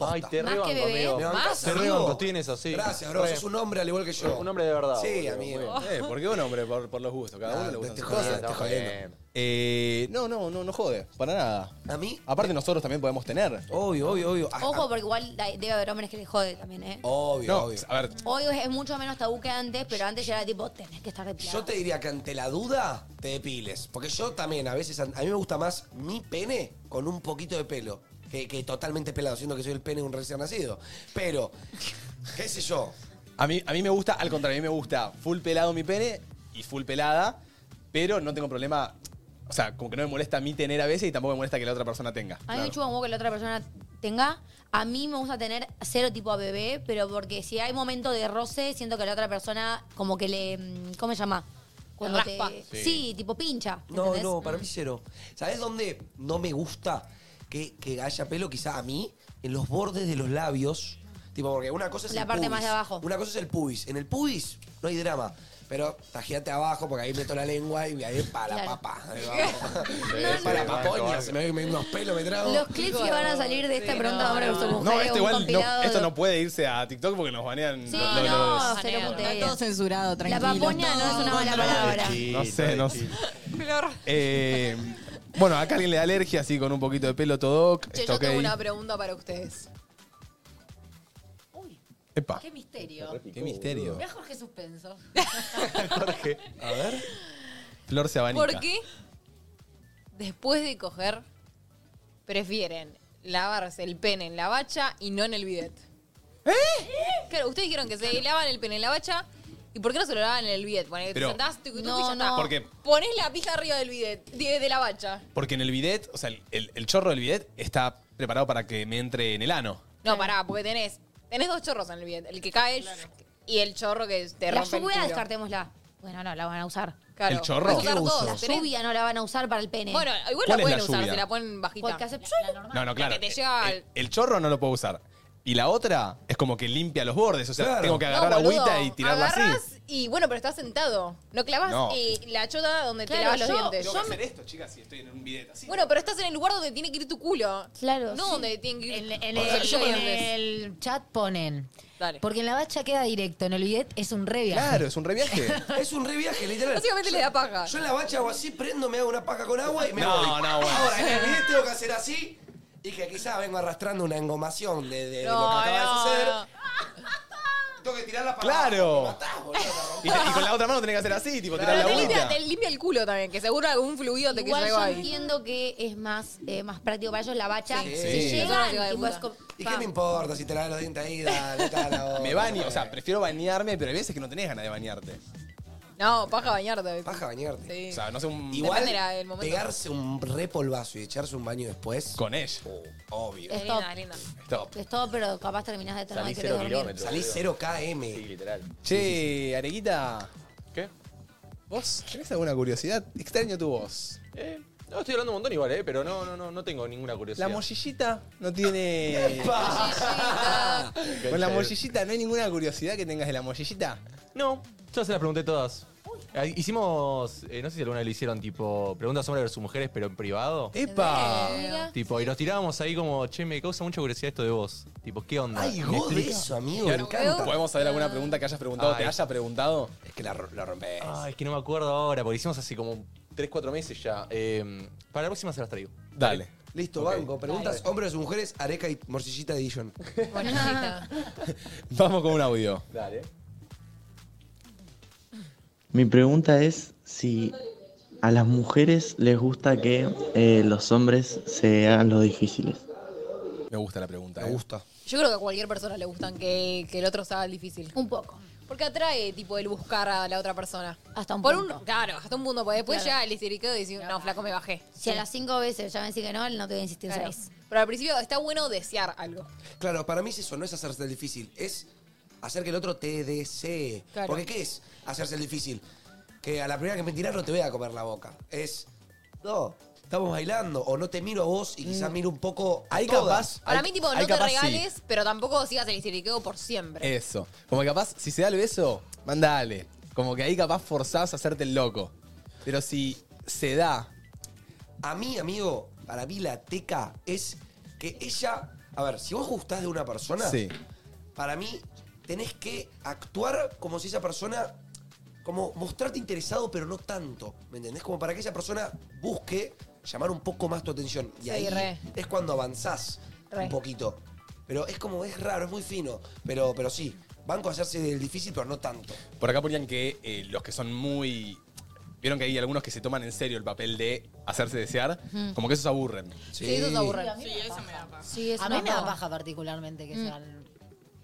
D: Ay, te
E: Más
D: rebanco,
E: que bebé.
D: amigo.
E: ¿Me bancás,
D: Te
E: amigo?
D: rebanco, estoy en eso, sí.
E: Gracias, bro.
D: Re.
E: Sos un hombre al igual que yo.
D: Un hombre de verdad.
E: Sí,
D: boludo,
E: amigo.
D: muy
B: Oh.
D: bien.
A: Eh, ¿Por qué un hombre? Por, por los gustos. Cada uno le gusta.
E: te
A: sus
E: jodas,
A: Ah, cosas.
E: te Está jodiendo.
A: Eh, no, no, no, no jode. Para nada.
E: ¿A mí?
A: Aparte, nosotros también podemos tener.
E: Obvio, obvio, obvio.
B: Ojo, porque igual da- debe haber hombres que les jode también, ¿eh?
E: Obvio,
A: No,
E: obvio.
A: A ver,
B: Hoy es mucho menos tabú que antes, pero antes ya era tipo, tenés que estar depilada.
E: Yo te diría que ante la duda, te depiles. Porque yo también, a veces, a mí me gusta más mi pene con un poquito de pelo. Que, que totalmente pelado, siendo que soy el pene de un recién nacido. Pero, qué sé yo.
A: a mí, a mí me gusta, al contrario, a mí me gusta full pelado mi pene y full pelada, pero no tengo problema. O sea, como que no me molesta a mí tener a veces y tampoco me molesta que la otra persona tenga.
B: A mí me chupa un huevo que la otra persona tenga. A mí me gusta tener cero tipo a bebé, pero porque si hay momento de roce, siento que la otra persona como que le... mm, ¿Cómo se llama? Cuando te-
C: Raspa.
B: Sí. tipo pincha.
E: No,
B: ¿entendés?
E: no, para mí cero. ¿Sabes dónde no me gusta que, que haya pelo? Quizá a mí, en los bordes de los labios. Tipo, porque una cosa es
B: La
E: el
B: parte
E: pubis.
B: más de abajo.
E: Una cosa es el pubis. En el pubis no hay drama. Pero tajeate abajo porque ahí meto la lengua y ahí para la
B: Claro.
E: papa. Ahí va.
A: No,
E: para la
A: no.
E: papoña, se me ven unos pelos, me trago.
B: Los clips que van a salir de esta pregunta de hombre versus mujer,
A: No, esto
B: un
A: igual, no,
B: compilado
A: esto
B: de-
A: no puede irse a TikTok porque nos banean.
B: Sí,
A: los- los-
B: no,
A: los-
B: cero putería.
H: Está todo censurado,
B: eh, La
H: tranquilo.
B: papoña no es una mala palabra.
A: No sé, no sé. Eh, bueno, acá alguien le da alergia, así con un poquito de pelo todo.
C: Che,
A: está
C: yo tengo
A: ok.
C: una pregunta para ustedes.
A: Epa.
F: Qué misterio.
A: Qué misterio.
F: Mira Jorge suspenso.
A: A ver. Flor se abanica.
C: ¿Por qué después de coger prefieren lavarse el pene en la bacha y no en el bidet? ¿Eh? Claro, ustedes dijeron que se lavan el pene en la bacha. ¿Y por qué no se lo lavan en el bidet? Bueno, te
A: Pero-
C: sentás, tucu, tucu,
B: No,
C: y ya está.
A: no. ¿Por qué?
C: Ponés la pija arriba del bidet, de, de la bacha.
A: Porque en el bidet, o sea, el, el- el chorro del bidet está preparado para que me entre en el ano.
C: No, pará, porque tenés, tenés dos chorros en el bidet. El que cae y el chorro que te
B: la
C: rompe el
B: lluvia
C: culo.
B: descartémosla. Bueno, no, la van a usar.
C: Claro.
A: ¿El chorro?
B: Vas a usar
A: ¿Qué
B: dos,
A: uso?
B: La lluvia no la van a usar para el pene.
C: Bueno,
A: ¿Cuál
C: igual la
A: es
C: pueden
A: la
C: usar,
A: lluvia?
C: si la ponen bajita.
B: Porque hace-
A: No, no, claro.
C: La Ah, que te llega
A: El, el chorro no lo puedo usar. Y la otra es como que limpia los bordes. O sea,
E: Claro.
A: tengo que
E: No,
A: agarrar
C: boludo,
A: agüita y tirarla
C: agarras
A: así.
C: y bueno, pero estás sentado. No clavas
A: No.
C: eh, la chota donde te
A: Claro,
C: lavas los
A: yo-
C: dientes.
A: tengo que hacer
C: me-
A: esto, chicas, si estoy en un bidet así.
C: Bueno, pero estás en el lugar donde tiene que ir tu culo.
B: Claro,
C: No
B: sí.
C: donde tiene que ir en,
F: En el, en el chat ponen. Porque en la bacha queda directo, en el bidet es un reviaje.
A: Claro, es un reviaje.
E: Es un reviaje, literal.
C: Básicamente le da paja.
E: Yo en la bacha hago así, prendo, me hago una paja con agua y me
A: No,
E: voy.
A: no, bueno.
E: Ahora, en el video tengo que hacer así y que quizás vengo arrastrando una engomación de, de- de lo
C: No,
E: que acaba
C: no,
E: de suceder.
C: no.
E: Tengo que tirarla para
A: ¡Claro!
E: abajo, me matás, boludo, me
A: Y,
E: rompí.
A: y con la otra mano tenés que hacer así, tipo, tirar
C: Pero
A: la
C: te limpia,
A: agüita.
C: te limpia el culo también, que seguro algún fluido te
B: Igual
C: quedó
B: yo
C: ahí.
B: entiendo que es más, eh, más práctico para ellos la bacha. Si
E: Sí. Sí.
B: llegan,
C: Eso no te va de
B: tipo, es
C: puta.
B: co-
E: ¿Y qué me importa si te lavas los dientes ahí? Dale, cara,
A: Me baño, o sea, prefiero bañarme, pero hay veces que no tenés ganas de bañarte.
C: No, paja bañarte.
E: Paja bañarte.
C: Sí.
A: O sea, no sé, un...
E: Igual,
C: Depende la- del momento.
E: pegarse un repolvazo y echarse un baño después.
A: Con ella.
E: obvio.
B: Es
C: Es
B: top.
C: linda, es linda.
A: Stop.
B: Es todo, pero capaz terminás de tomar y querés dormir.
E: Salí 0 km. Sí,
D: literal.
A: Che, Areguita.
D: ¿Qué?
A: ¿Vos tenés alguna curiosidad? Extraño tu voz.
D: Eh, no, estoy hablando un montón igual, eh, pero no, no, no, no tengo ninguna curiosidad.
A: La mollillita no tiene...
B: Ah,
A: Con la mollillita, ¿no hay ninguna curiosidad que tengas de la mollillita?
D: No, yo se las pregunté todas. Ah, Hicimos, eh, no sé si alguna vez lo hicieron, tipo, preguntas hombres versus mujeres, pero en privado.
E: Ah.
A: ¡Epa!
B: Eh,
D: Tipo, y nos tirábamos ahí como, che, me causa mucha curiosidad esto de vos. Tipo, ¿qué onda?
E: Ay,
D: ¿Me
E: vos de
D: explicas?
E: eso, amigo,
A: Claro,
E: me encanta.
A: ¿Podemos saber alguna pregunta que hayas preguntado,
D: Ay.
A: te haya preguntado?
E: Es que la, ro- la rompés.
D: Ah, es que no me acuerdo ahora, porque hicimos hace como 3, 4 meses ya. Eh, para la próxima se las traigo.
A: Dale.
E: Listo,
D: Ok.
E: banco. Preguntas hombres o mujeres, areca y morcillita edition.
A: Vamos con un audio.
D: Dale.
Q: Mi pregunta es si a las mujeres les gusta que eh, los hombres se hagan los difíciles.
A: Me gusta la pregunta. eh.
E: Me gusta.
C: Yo creo que a cualquier persona le gustan que, que el otro se haga el difícil.
B: Un poco.
C: Porque atrae, tipo, el buscar a la otra persona.
B: Hasta un
C: Por
B: punto.
C: un, claro, hasta un punto, porque después
B: Claro.
C: ya el histeriqueo y decir, no, flaco, me bajé.
B: Si a las cinco veces ya me decís que no, no te voy a insistir
C: Claro.
B: seis.
C: Pero al principio está bueno desear algo.
E: Claro, para mí es eso, no es hacerse el difícil, es hacer que el otro te desee.
C: Claro.
E: Porque ¿qué es hacerse el difícil? Que a la primera que me tiras no te voy a comer la boca. Es, no, estamos bailando, o no te miro a vos y quizás miro un poco a
A: Ahí
E: todas.
A: capaz-
C: Para
A: Hay-
C: mí, tipo,
A: hay
C: no te
A: capaz sí.
C: regales, pero tampoco sigas el histeriqueo por siempre.
A: Eso. Como que capaz, si se da el beso, mandale. Como que ahí capaz forzás a hacerte el loco. Pero si se da.
E: A mí, amigo, para mí la teca es que ella... A ver, si vos gustás de una persona,
A: Sí.
E: para mí tenés que actuar como si esa persona... Como mostrarte interesado, pero no tanto. ¿Me entendés? Como para que esa persona busque llamar un poco más tu atención. Y
C: Sí,
E: ahí
C: re.
E: es cuando avanzás
C: Re.
E: un poquito. Pero es como, es raro, es muy fino. Pero, pero sí, banco a hacerse el difícil, pero no tanto.
A: Por acá ponían que eh, los que son muy. Vieron que hay algunos que se toman en serio el papel de hacerse desear.
F: Ujú.
A: Como que esos aburren.
F: Sí, eso es aburrido.
H: Sí, eso me da paja.
B: Sí, eso
F: a mí
B: no.
F: me da paja particularmente
C: Mm.
F: que sean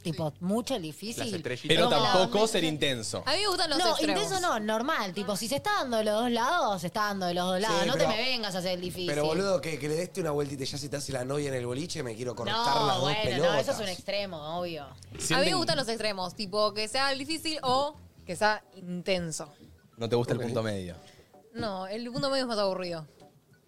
F: tipo mucho el difícil.
D: Las estrellitas.
A: Pero
F: Como-
A: tampoco ser intenso.
F: A
C: mí me gustan los
F: no,
C: extremos.
F: intenso no, normal. Tipo, si se está dando de los dos lados, se está dando de los dos lados. no
E: pero-
F: te me vengas a hacer el difícil.
E: Pero boludo, que, que le deste una vueltita y ya se te hace la novia en el boliche, me quiero cortar las
F: No,
E: dos
F: bueno,
E: pelotas.
F: no, eso es un extremo, obvio.
C: A mí me gustan los extremos, tipo, que sea el difícil o que sea intenso.
A: No te gusta el punto medio.
C: No, el punto medio es más aburrido.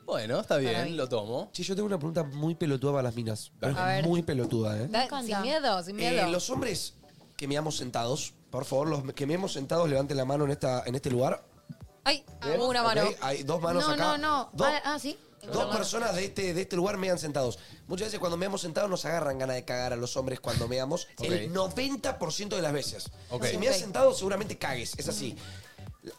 A: Bueno, está
C: Para mí.
A: bien, lo tomo.
E: Che, yo tengo una pregunta muy pelotuda para las minas.
C: A ver.
E: Muy pelotuda, ¿eh?
C: Da- sin miedo, sin
E: Eh,
C: miedo.
E: los hombres que meamos sentados, por favor, los que meamos sentados, levanten la mano en, esta, en este lugar.
C: Ay,
E: Bien,
C: una mano.
E: ¿Eh? ok, Hay dos manos
B: Ah, no, no,
E: acá.
B: no.
E: Dos,
B: Ah, ah, sí.
E: dos personas de este, de este lugar mean sentados. Muchas veces cuando meamos sentados nos agarran ganas de cagar a los hombres cuando meamos. El
A: Ok.
E: 90% de las veces.
A: Ok.
E: Si meas
A: Ok.
E: sentado seguramente cagues, es así.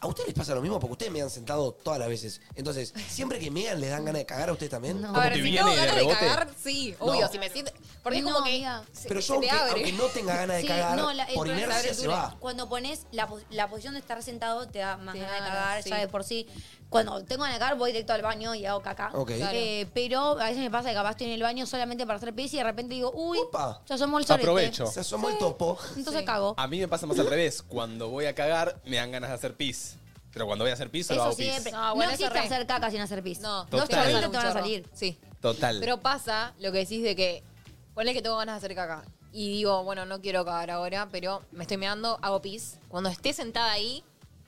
E: A ustedes les pasa lo mismo porque ustedes me han sentado todas las veces. Entonces, siempre que mean les dan ganas de cagar a ustedes también.
C: A ver, si tengo ganas de, cagar, sí,
E: No.
C: obvio, si me siento. Porque es
B: No,
C: como que.
B: amiga.
C: se-
E: Pero
C: se
E: yo,
C: te
E: aunque,
C: abre.
E: aunque no tenga ganas de
B: Sí,
E: cagar,
B: no, la- el
E: por
B: problema es
E: inercia
B: la
E: se
B: abertura.
E: va.
B: Cuando pones la, pos- la posición de estar sentado te da más
C: Te
B: ganas de
C: da,
B: cagar,
C: sí.
B: ya de por sí. Cuando tengo ganas de cagar voy directo al baño y hago caca.
E: Ok. Claro.
B: Eh, pero a veces me pasa que capaz estoy en el baño solamente para hacer pis y de repente digo, uy,
E: Opa.
B: ya somos el sorete.
A: Aprovecho.
E: Se asomó el topo.
B: Entonces cago.
A: A mí me pasa más al revés. Cuando voy a cagar, me dan ganas de hacer pis. Pero cuando voy a hacer pis, solo
B: Eso
A: hago pis.
B: siempre.
C: No,
B: No,
C: bueno, eso
B: existe
C: re.
B: hacer caca sin hacer pis.
C: No,
A: Total.
B: Dos chorritos te van a salir.
C: Sí.
A: Total.
C: Pero pasa lo que decís de que. Ponle que tengo ganas de hacer caca. y digo, bueno, no quiero cagar ahora, pero me estoy meando, hago pis. Cuando esté sentada ahí,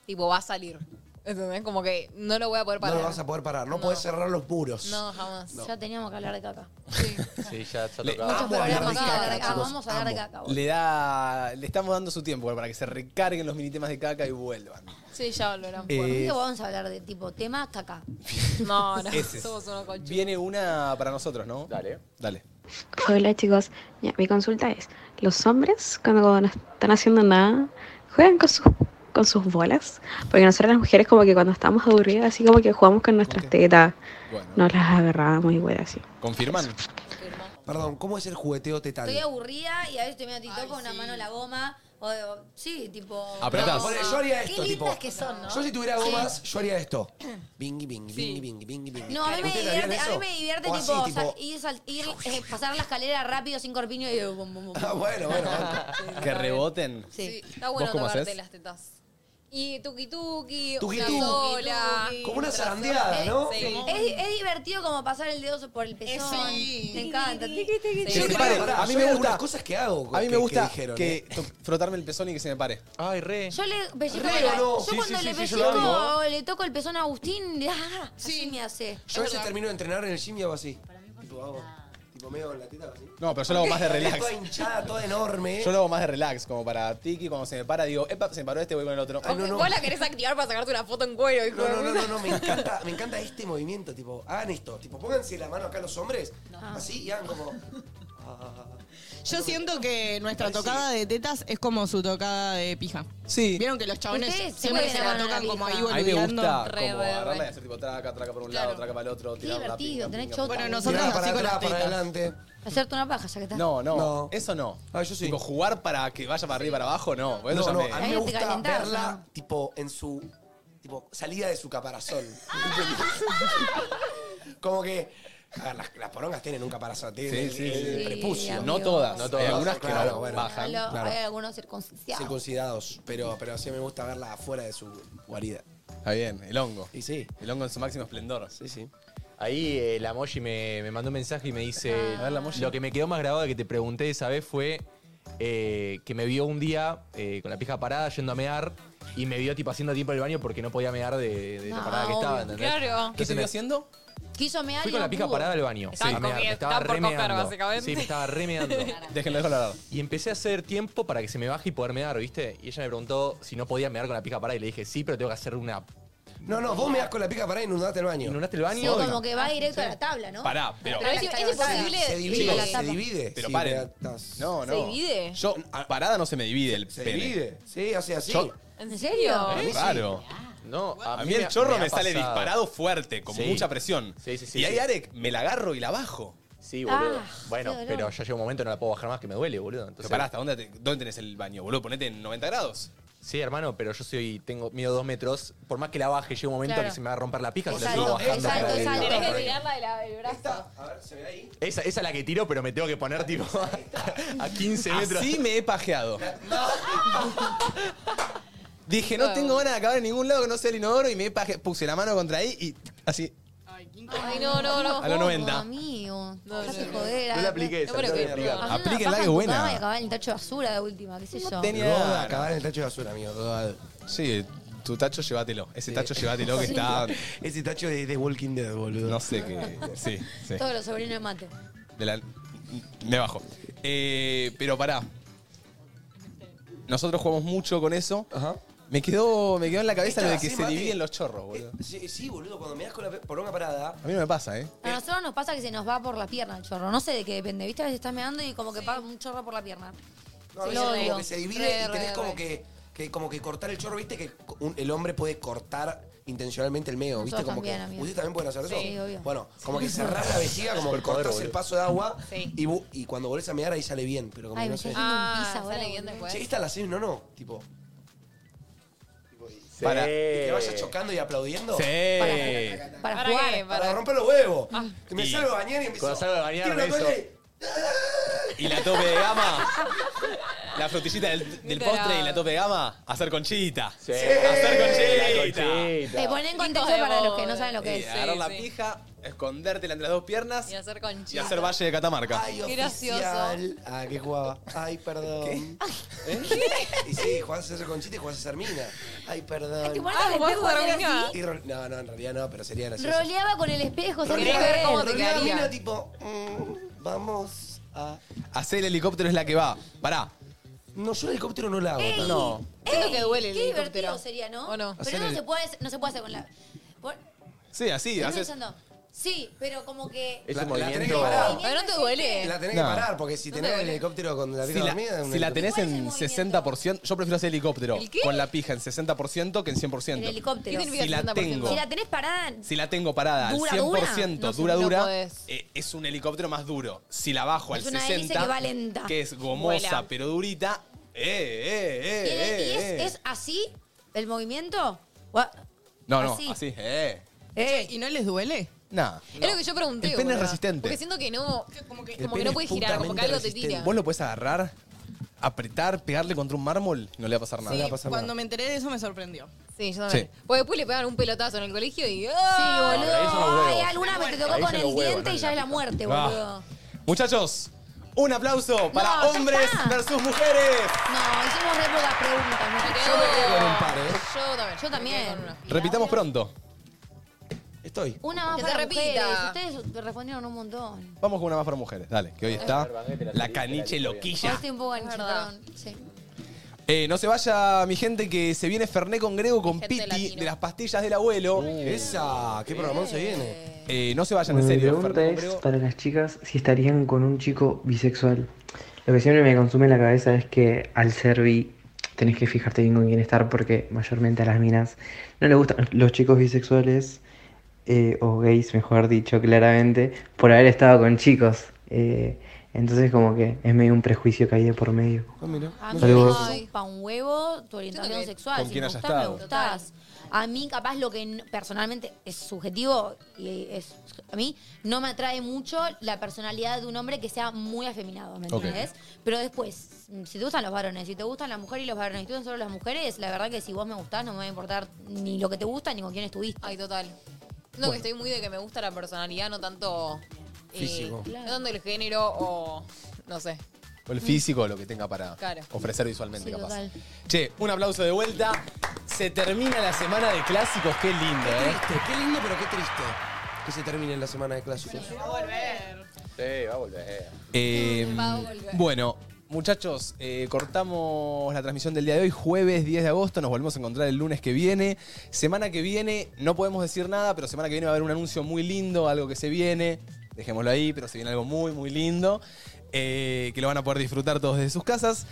C: tipo, va a salir. ¿Entendés? Como que no lo voy a poder
E: No
C: parar.
E: lo vas a poder parar, no, podés cerrar los puros.
C: No, jamás.
B: Ya teníamos que hablar de caca.
D: Sí, ya está
E: Ah,
A: Le-
D: tocado.
A: Amo hablar de
B: Vamos a
A: caca,
B: hablar de caca,
A: chicos,
B: vamos a hablar de
A: amo.
B: caca, vos.
A: Le da. Le estamos dando su tiempo para que se recarguen los minitemas de caca y vuelvan.
C: Sí, ya volverán.
A: Eh,
B: Conmigo vamos a hablar de tipo tema caca.
C: No, no,
A: Ese es.
C: somos unos colchones.
A: Viene una para nosotros, ¿no? Dale. Dale.
R: Hola chicos, Ya, mi consulta es, ¿los hombres cuando no están haciendo nada juegan con sus, con sus bolas? Porque nosotras las mujeres como que cuando estamos aburridas así como que jugamos con nuestras tetas, nos las agarramos y bueno así.
A: Confirman.
E: Perdón, ¿cómo es el jugueteo tetal?
B: Estoy aburrida y a veces te meto TikTok con una mano la goma. O, o- sí, tipo.
E: No, ponele, yo haría esto,
B: Qué
E: tipo,
B: lindas que son, ¿no?
E: Yo si tuviera
B: Sí.
E: gomas, yo haría esto. Bingi, bingi, bingi, bingi, bingi, bingi.
B: No, a mí me
E: ¿Ustedes
B: divierte,
E: harían
B: a mí
E: eso?
B: me divierte
E: O
B: tipo,
E: así,
B: sal- ir, sal- ir, eh, pasar la escalera rápido sin corpiño y bum, bum, bum.
E: Ah, bueno, bueno. bueno.
A: Que reboten.
B: Sí.
C: Está bueno
A: ¿Vos cómo
C: tocarte
A: hacés?
C: las tetas. Y tuki tuki,
E: Tuki
C: una
E: tuki.
C: sola.
E: Como una zarandeada, ¿no?
B: Es, es divertido como pasar el dedo
E: Eh,
B: por el pezón. Me encanta. Tiqui, tiqui,
A: Que se
B: tiqui.
A: pare.
E: pará,
A: a mí
E: yo
A: me
E: hay
A: gusta.
E: algunas cosas que hago.
A: A mí
E: que-
A: me gusta
E: que dijeron, ¿eh?
A: que to- frotarme el pezón y que se me pare.
D: Ay, re.
B: Yo le pellizco
E: Re,
B: la-
E: ¿o no?
B: Yo
E: Sí,
B: cuando
E: sí,
B: le
E: sí, sí, yo lo
B: pellizco
E: hago.
B: o le toco el pezón a Agustín, le- ah, así me hace.
E: Yo a veces termino de entrenar en el gym y hago así. Tipo, hago, tipo medio en la teta así.
A: No, pero yo lo hago más de relax.
E: Toda hinchada, toda enorme.
A: Yo lo hago más de relax, como para tiki, cuando se me para digo, epa, se me paró este, voy con el otro.
C: Vos- Ah, Vos la querés activar para sacarte una foto en cuero, hijo
E: No,
C: de
E: no, no,
C: puta.
E: no, no, me encanta, me encanta este movimiento, tipo, hagan esto, tipo, pónganse la mano acá los hombres, así, y hagan como. ah,
H: Yo siento que nuestra tocada de tetas es como su tocada de pija.
A: Sí.
H: Vieron que los chabones
B: Ustedes
H: siempre
B: siempre
H: se
B: se
H: la
B: van a la
H: tocan como ahí
B: pija.
A: A mí me
H: boludeando.
A: gusta
H: Re,
A: como
H: re,
A: agarrarla y
H: re.
A: hacer tipo traca, traca por un lado, traca para el otro,
B: Qué
A: tirar la
B: divertido,
A: pinga,
B: tenés
A: pinga,
B: chota.
A: pinga.
B: Bueno, nosotras
E: Mirá, para
B: así con
E: atrás,
B: las
E: para
B: tetas.
E: adelante.
B: Hacerte una paja, ya que está.
A: No, no,
E: No.
A: eso no.
E: Ah, yo sí.
A: Digo, jugar para que vaya para arriba y para abajo, no. Eso
E: No,
A: ya
E: no,
A: me-
E: a mí me
B: Ahí te
E: gusta
B: calentás,
E: verla, tipo, en su. Tipo, salida de su caparazón. como que. A ver, las, las porongas tienen un caparazón, tienen
A: Sí, sí,
E: el, el
A: sí.
E: prepucio.
A: No todas, no todas.
E: Hay
A: algunas que
E: eh, claro,
A: no
E: bueno.
A: bajan.
B: Lo-
E: Claro.
B: Hay algunos circuncidados.
E: Circuncidados, pero, pero sí me gusta verla afuera de su guarida.
A: Está bien, el hongo.
E: Y sí.
A: El hongo en su máximo esplendor.
E: Sí, sí.
D: Ahí eh, la Moji me, me mandó un mensaje y me dice,
E: Ah,
D: lo que me quedó más grabado que te pregunté esa vez fue eh, que me vio un día eh, con la pija parada yendo a mear y me vio tipo haciendo tiempo en el baño porque no podía mear de, de
B: No,
D: lo parada que
B: obvio,
D: estaba, ¿entendés?
B: claro.
A: ¿Qué te
D: me-
A: vio haciendo?
B: Quiso mear
D: Fui
B: y
D: con
B: no
D: la pija
B: pudo.
D: parada al baño.
B: Estaban
D: a mear,
B: comiendo,
D: me estaba
B: estaban por comer,
D: remeando.
B: básicamente.
D: Sí, me estaba remeando.
A: Déjenlo, déjenlo hablar.
D: Y empecé a hacer tiempo para que se me baje y poder mear, ¿viste? Y ella me preguntó si no podía mear con la pija parada y le dije, sí, pero tengo que hacer una...
E: No, no, vos me das con la pica para inundarte el baño.
D: Inundaste el baño.
B: Sí, como que va directo a la tabla, ¿no?
A: Pará, pero.
B: Pero es- es imposible
E: Se
B: Sí,
E: divide,
B: la
E: se
B: tapa.
E: divide.
A: Pero
E: Sí,
A: paren.
E: pero-
A: No, no.
B: ¿Se divide?
A: Yo, parada no se me divide el
E: Se
A: pene.
E: divide. Sí, hace así.
A: Yo-
B: ¿En serio?
A: Es raro.
D: No,
A: A mí el chorro me, sale disparado fuerte, con
D: Sí.
A: mucha presión.
D: Sí, sí, sí,
A: Y ahí
D: sí.
A: Arek me la agarro y la bajo.
D: Sí, boludo.
A: Ah,
D: bueno,
A: qué dolor.
D: pero ya llega un momento no la puedo bajar más que me duele, boludo. Entonces,
A: Pero pará, ¿hasta dónde, te- dónde tenés el baño, boludo? Ponete en 90 grados.
D: Sí, hermano, pero yo soy, tengo miedo dos metros. Por más que la baje, llega un momento
A: Claro.
D: que se me va a romper la pija. que la
A: Exacto,
D: sigo bajando
A: exacto,
D: para
A: exacto.
D: arriba.
C: Tenés que tirarla de la- del brazo.
E: A ver, se ve ahí.
D: Esa, esa es la que tiro, pero me tengo que poner tipo a 15 metros.
A: Así me he pajeado. Dije, no tengo ganas de acabar en ningún lado que no sea el inodoro y me paje- puse la mano contra ahí y así.
C: Ay, no, no, no.
A: A los 90.
B: Amigo,
C: No,
B: dejate
C: no, no.
B: joder.
D: No la apliqué esa,
B: No, pero
D: no la
B: que-
D: voy a aplicar.
B: hacer una
A: Aplíquenla,
B: paja
A: que
B: en tu
A: buena.
B: cama Y acabar en el tacho de basura de última, qué sé yo.
A: tenía-
E: Vos
A: Claro.
E: acabar en el tacho de basura, amigo. total.
A: Sí, tu tacho llévatelo. Ese tacho llévatelo que está.
E: Ese tacho de, de Walking Dead, boludo.
A: Ah. No sé qué. Sí, sí.
B: Todos los sobrinos de mate.
A: De la- me bajo. Eh, pero pará. Nosotros jugamos mucho con eso. Me quedó, me quedó en la cabeza lo de
E: Está,
A: que
E: sí,
A: se
E: mate. Eh,
A: dividen los chorros, boludo.
E: Sí, sí, boludo, cuando me das con la pe- poronga parada.
A: A mí no me pasa, ¿eh?
B: A nosotros nos pasa que se nos va por la pierna el chorro. No sé de qué depende. ¿Viste? A veces estás meando y como que pasa un chorro por la pierna.
E: No, a
B: Sí,
E: veces
B: lo
E: como
B: odio.
E: que se divide
B: Re,
E: y tenés
B: re,
E: como
B: re.
E: que, que como que cortar el chorro, viste que un- el hombre puede cortar intencionalmente el meo, viste
B: Nosotros
E: como
B: también,
E: que
B: amigo.
E: ustedes también pueden hacer eso.
B: Sí, obvio.
E: Bueno, como que cerrás la vejiga, como que
D: Por poder,
E: cortás el
D: boludo.
E: paso de agua
C: Sí.
E: y, bu- y cuando volvés a mear ahí sale bien, pero como
B: Ay, me
E: que no
B: está
E: sé.
B: yendo un pizza
C: Ah,
B: ahora.
C: sale bien después.
E: Che, esta la seis, no, no, tipo.
D: Sí.
E: Para, y que vayas chocando y aplaudiendo.
A: Sí. Eh,
B: Para,
C: ¿Para
B: jugar.
C: qué?
E: Para
C: Para-
B: Ah.
E: romper los huevos. Que me
D: Y
E: salgo a bañar y empiezo.
D: cuando salgo de bañar,
E: Tiro una
D: reviso.
E: toalla y-
A: y la tope de gama. La frutillita del, del
C: Te
A: postre
C: la-
A: y la tope de gama, hacer conchita. Hacer conchita.
B: Te ponen en contexto
C: de
B: para
C: voz.
B: los que no saben lo que
A: Sí,
B: es.
A: agarrar la pija, escondértela entre las dos piernas
C: Y hacer conchita.
A: y hacer Valle de Catamarca.
E: Ay,
C: Qué gracioso.
E: oficial. Ah, que jugaba. Ay, perdón. ¿Eh? Y sí, jugás a hacer conchita y jugás a hacer mina. Ay, perdón.
B: que ponete Ah, al ¿jugás a espejo hacer y hacer mina? así.
E: Y ro- No, no, en realidad no, pero sería gracioso.
B: Roleaba con el espejo.
E: Roleaba-
B: sin saber.
E: roleaba mina tipo, mm, vamos a...
A: Hacer el helicóptero es la que va. Pará.
E: No, yo el helicóptero no la hago.
A: Ey. No.
C: Siento que duele el
B: Qué divertido
C: helicóptero.
B: sería, ¿no?
C: ¿O no?
B: Pero
A: Hacer
B: eso no
A: el-
B: se puede, hacer- no se puede hacer con la. por-
A: Sí, así,
B: estoy
A: haces.
B: pensando. Sí, pero como que.
A: Es un
E: La- la tenés que
A: movimiento-
E: parar.
C: Pero no te duele.
E: La tenés
A: No.
E: que parar, porque si tenés el helicóptero con la
A: Si
E: pija
A: la,
E: dormida... es un
A: si la tenés
E: helicóptero.
A: en 60%, yo prefiero hacer helicóptero.
B: ¿El qué?
A: Con la pija en 60% que en 100%.
B: El helicóptero.
A: ¿Qué significa Si la 60%? tengo.
B: Si la tenés parada.
A: Si la tengo parada
B: ¿Dura,
A: al 100%,
B: dura? No,
A: dura,
B: no
A: dura,
B: podés.
A: eh, es un helicóptero más duro. Si la bajo
B: Es
A: al
B: una hélice
A: 60%,
B: que va lenta.
A: que es gomosa
B: Vuela.
A: pero durita, eh, eh, eh,
B: ¿Tiene- ¿Y
A: eh, eh.
B: es, es así el movimiento? O a-
A: No, no,
B: así.
A: así, eh.
B: Eh,
H: ¿Y no les duele?
A: Nada.
C: Es lo que yo pregunté.
A: El pene es
C: boluda.
A: resistente.
C: Porque siento que no. Como que, como que
A: puede
C: no puedes girar, como que algo te tira.
A: Vos lo puedes agarrar, apretar, pegarle contra un mármol y no le va a pasar nada.
H: Sí,
A: No le va a pasar
H: cuando
A: nada.
H: me enteré de eso me sorprendió.
C: Sí, yo
A: Sí.
C: también. Porque después le pegan un pelotazo en el colegio y.
B: Sí, boludo.
A: pero ahí son los huevos.
B: Ay, alguna vez te tocó
A: Ahí
B: con
A: son
B: el
A: los huevos,
B: diente
A: no
B: y
A: es
B: ya es la muerte,
A: Ah.
B: boludo.
A: Muchachos, un aplauso para
B: ya
A: hombres
B: está.
A: versus mujeres.
B: No, hicimos re pocas preguntas. ¿no?
C: Yo me quedo con un
A: par, ¿eh?
C: ¡ah! Yo también.
B: Yo también.
A: Repitamos pronto. Estoy.
B: Una más
C: Que
B: para
C: se
B: repita.
C: repita.
B: Ustedes te respondieron un montón.
A: Vamos con una más para mujeres. Dale, que hoy está la caniche
B: Yo
A: loquilla.
B: estoy un poco ancha, perdón. Sí.
A: Eh, no se vaya, mi gente, que se viene Ferné con Grego con
B: Gente
A: Piti de las pastillas del abuelo.
E: Esa, qué programón se viene.
A: Eh, no se vayan, en
Q: Bueno, mi
A: serio.
Q: pregunta
A: Ferné con
Q: es
A: Grego.
Q: para las chicas si estarían con un chico bisexual. Lo que siempre me consume la cabeza es que al ser bi tenés que fijarte bien con quién estar porque mayormente a las minas no les gustan los chicos bisexuales eh, o gays, mejor dicho, claramente, por haber estado con chicos. Eh, entonces como que es medio un prejuicio que hay de por medio.
B: A mí
Q: Saludos.
B: me pa' un huevo tu orientación sexual.
Q: con
B: si
Q: quién
B: me
Q: haya
B: gustás, me
Q: estado.
B: gustás. A mí, capaz, lo que no- personalmente es subjetivo y es. A mí no me atrae mucho la personalidad de un hombre que sea muy afeminado, ¿me
S: Ok.
B: entendés? Pero después, mm, si te gustan los varones, si te gustan las mujeres y los varones, si te gustan solo las mujeres, la verdad que si vos me gustás, no me va a importar ni lo que te gusta ni con quién estuviste.
C: Ay, total. Siento que estoy muy de que me gusta la personalidad, no tanto. eh,
A: Físico.
C: No tanto el género o. No sé.
A: O el físico, lo que tenga para
C: Claro.
A: ofrecer visualmente,
C: Sí,
A: capaz.
C: total.
A: Che, un aplauso de vuelta. Se termina la semana de clásicos. Qué lindo,
E: Qué
A: ¿eh?
E: triste, qué lindo, pero qué triste que se termine la semana de clásicos.
H: Va a volver.
D: Sí, va a volver.
A: Eh,
H: Va a volver.
A: bueno, muchachos, eh, cortamos la transmisión del día de hoy, jueves 10 de agosto. Nos volvemos a encontrar el lunes que viene. Semana que viene, no podemos decir nada, pero semana que viene va a haber un anuncio muy lindo, algo que se viene. Dejémoslo ahí, pero se viene algo muy, muy lindo. eh, que lo van a poder disfrutar todos desde sus casas.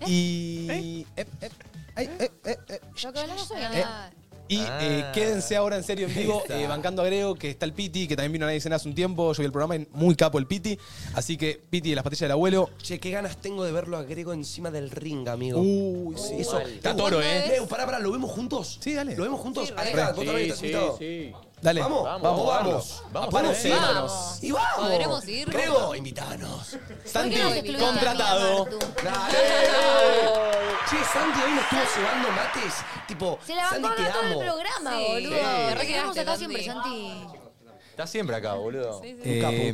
H: ¿Eh?
A: Y. ep, ep, ay, ep, ep, ep.
B: Lo que hablamos hoy,
A: Eh,
B: nada.
A: Y
B: Ah.
A: eh, quédense ahora en serio en vivo,
E: Esa.
A: eh, bancando a Grego, que está el Piti, que también vino a Nadie Cena hace un tiempo, yo vi el programa y muy capo el Piti. Así que Piti de las patillas del abuelo.
E: Che, qué ganas tengo de verlo a Grego encima del ring, amigo.
A: Uy, sí.
E: Eso,
A: Mal. Está toro, ¿eh?
E: Leo, pará, pará, ¿lo vemos juntos? Sí,
A: dale.
E: ¿Lo vemos juntos?
A: Sí, re.
E: Aleja, vos
A: Sí,
E: también estás
A: sí,
E: invitado.
A: sí. Dale.
E: Vamos,
A: Vamos,
E: vamos,
A: vamos.
E: vamos.
A: Vamos, este.
E: Aparecí.
A: vamos.
E: Vamos. Y vamos.
C: Podremos ir.
E: Grego, invítanos.
A: Santi,
E: ¿Por qué no nos
A: contratado.
E: Dale. Che, Santi hoy nos estuvo cebando mates. Tipo,
B: Se la bancó
E: Santi, te
B: acá todo el
E: amo.
B: programa,
C: Sí.
B: boludo.
C: Sí.
B: Te
C: Re
B: queremos
C: quedaste,
B: acá
C: Santi.
B: siempre, Santi.
D: Está siempre acá, boludo.
A: Eh,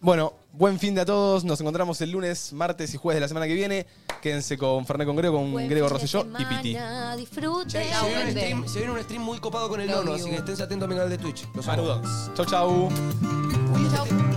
A: Bueno, buen fin de a todos. Nos encontramos el lunes, martes y jueves de la semana que viene. Quédense con Ferné con Grego, con Grego Mm, Rosselló y Piti.
B: Mañana, disfruten.
E: Se viene, un stream, se viene un stream muy copado con el
B: Love
E: nono,
B: you.
E: así que esténse atentos a mi canal de Twitch. Los amo.
A: Saludos. Chau, chau.
E: Cuídate.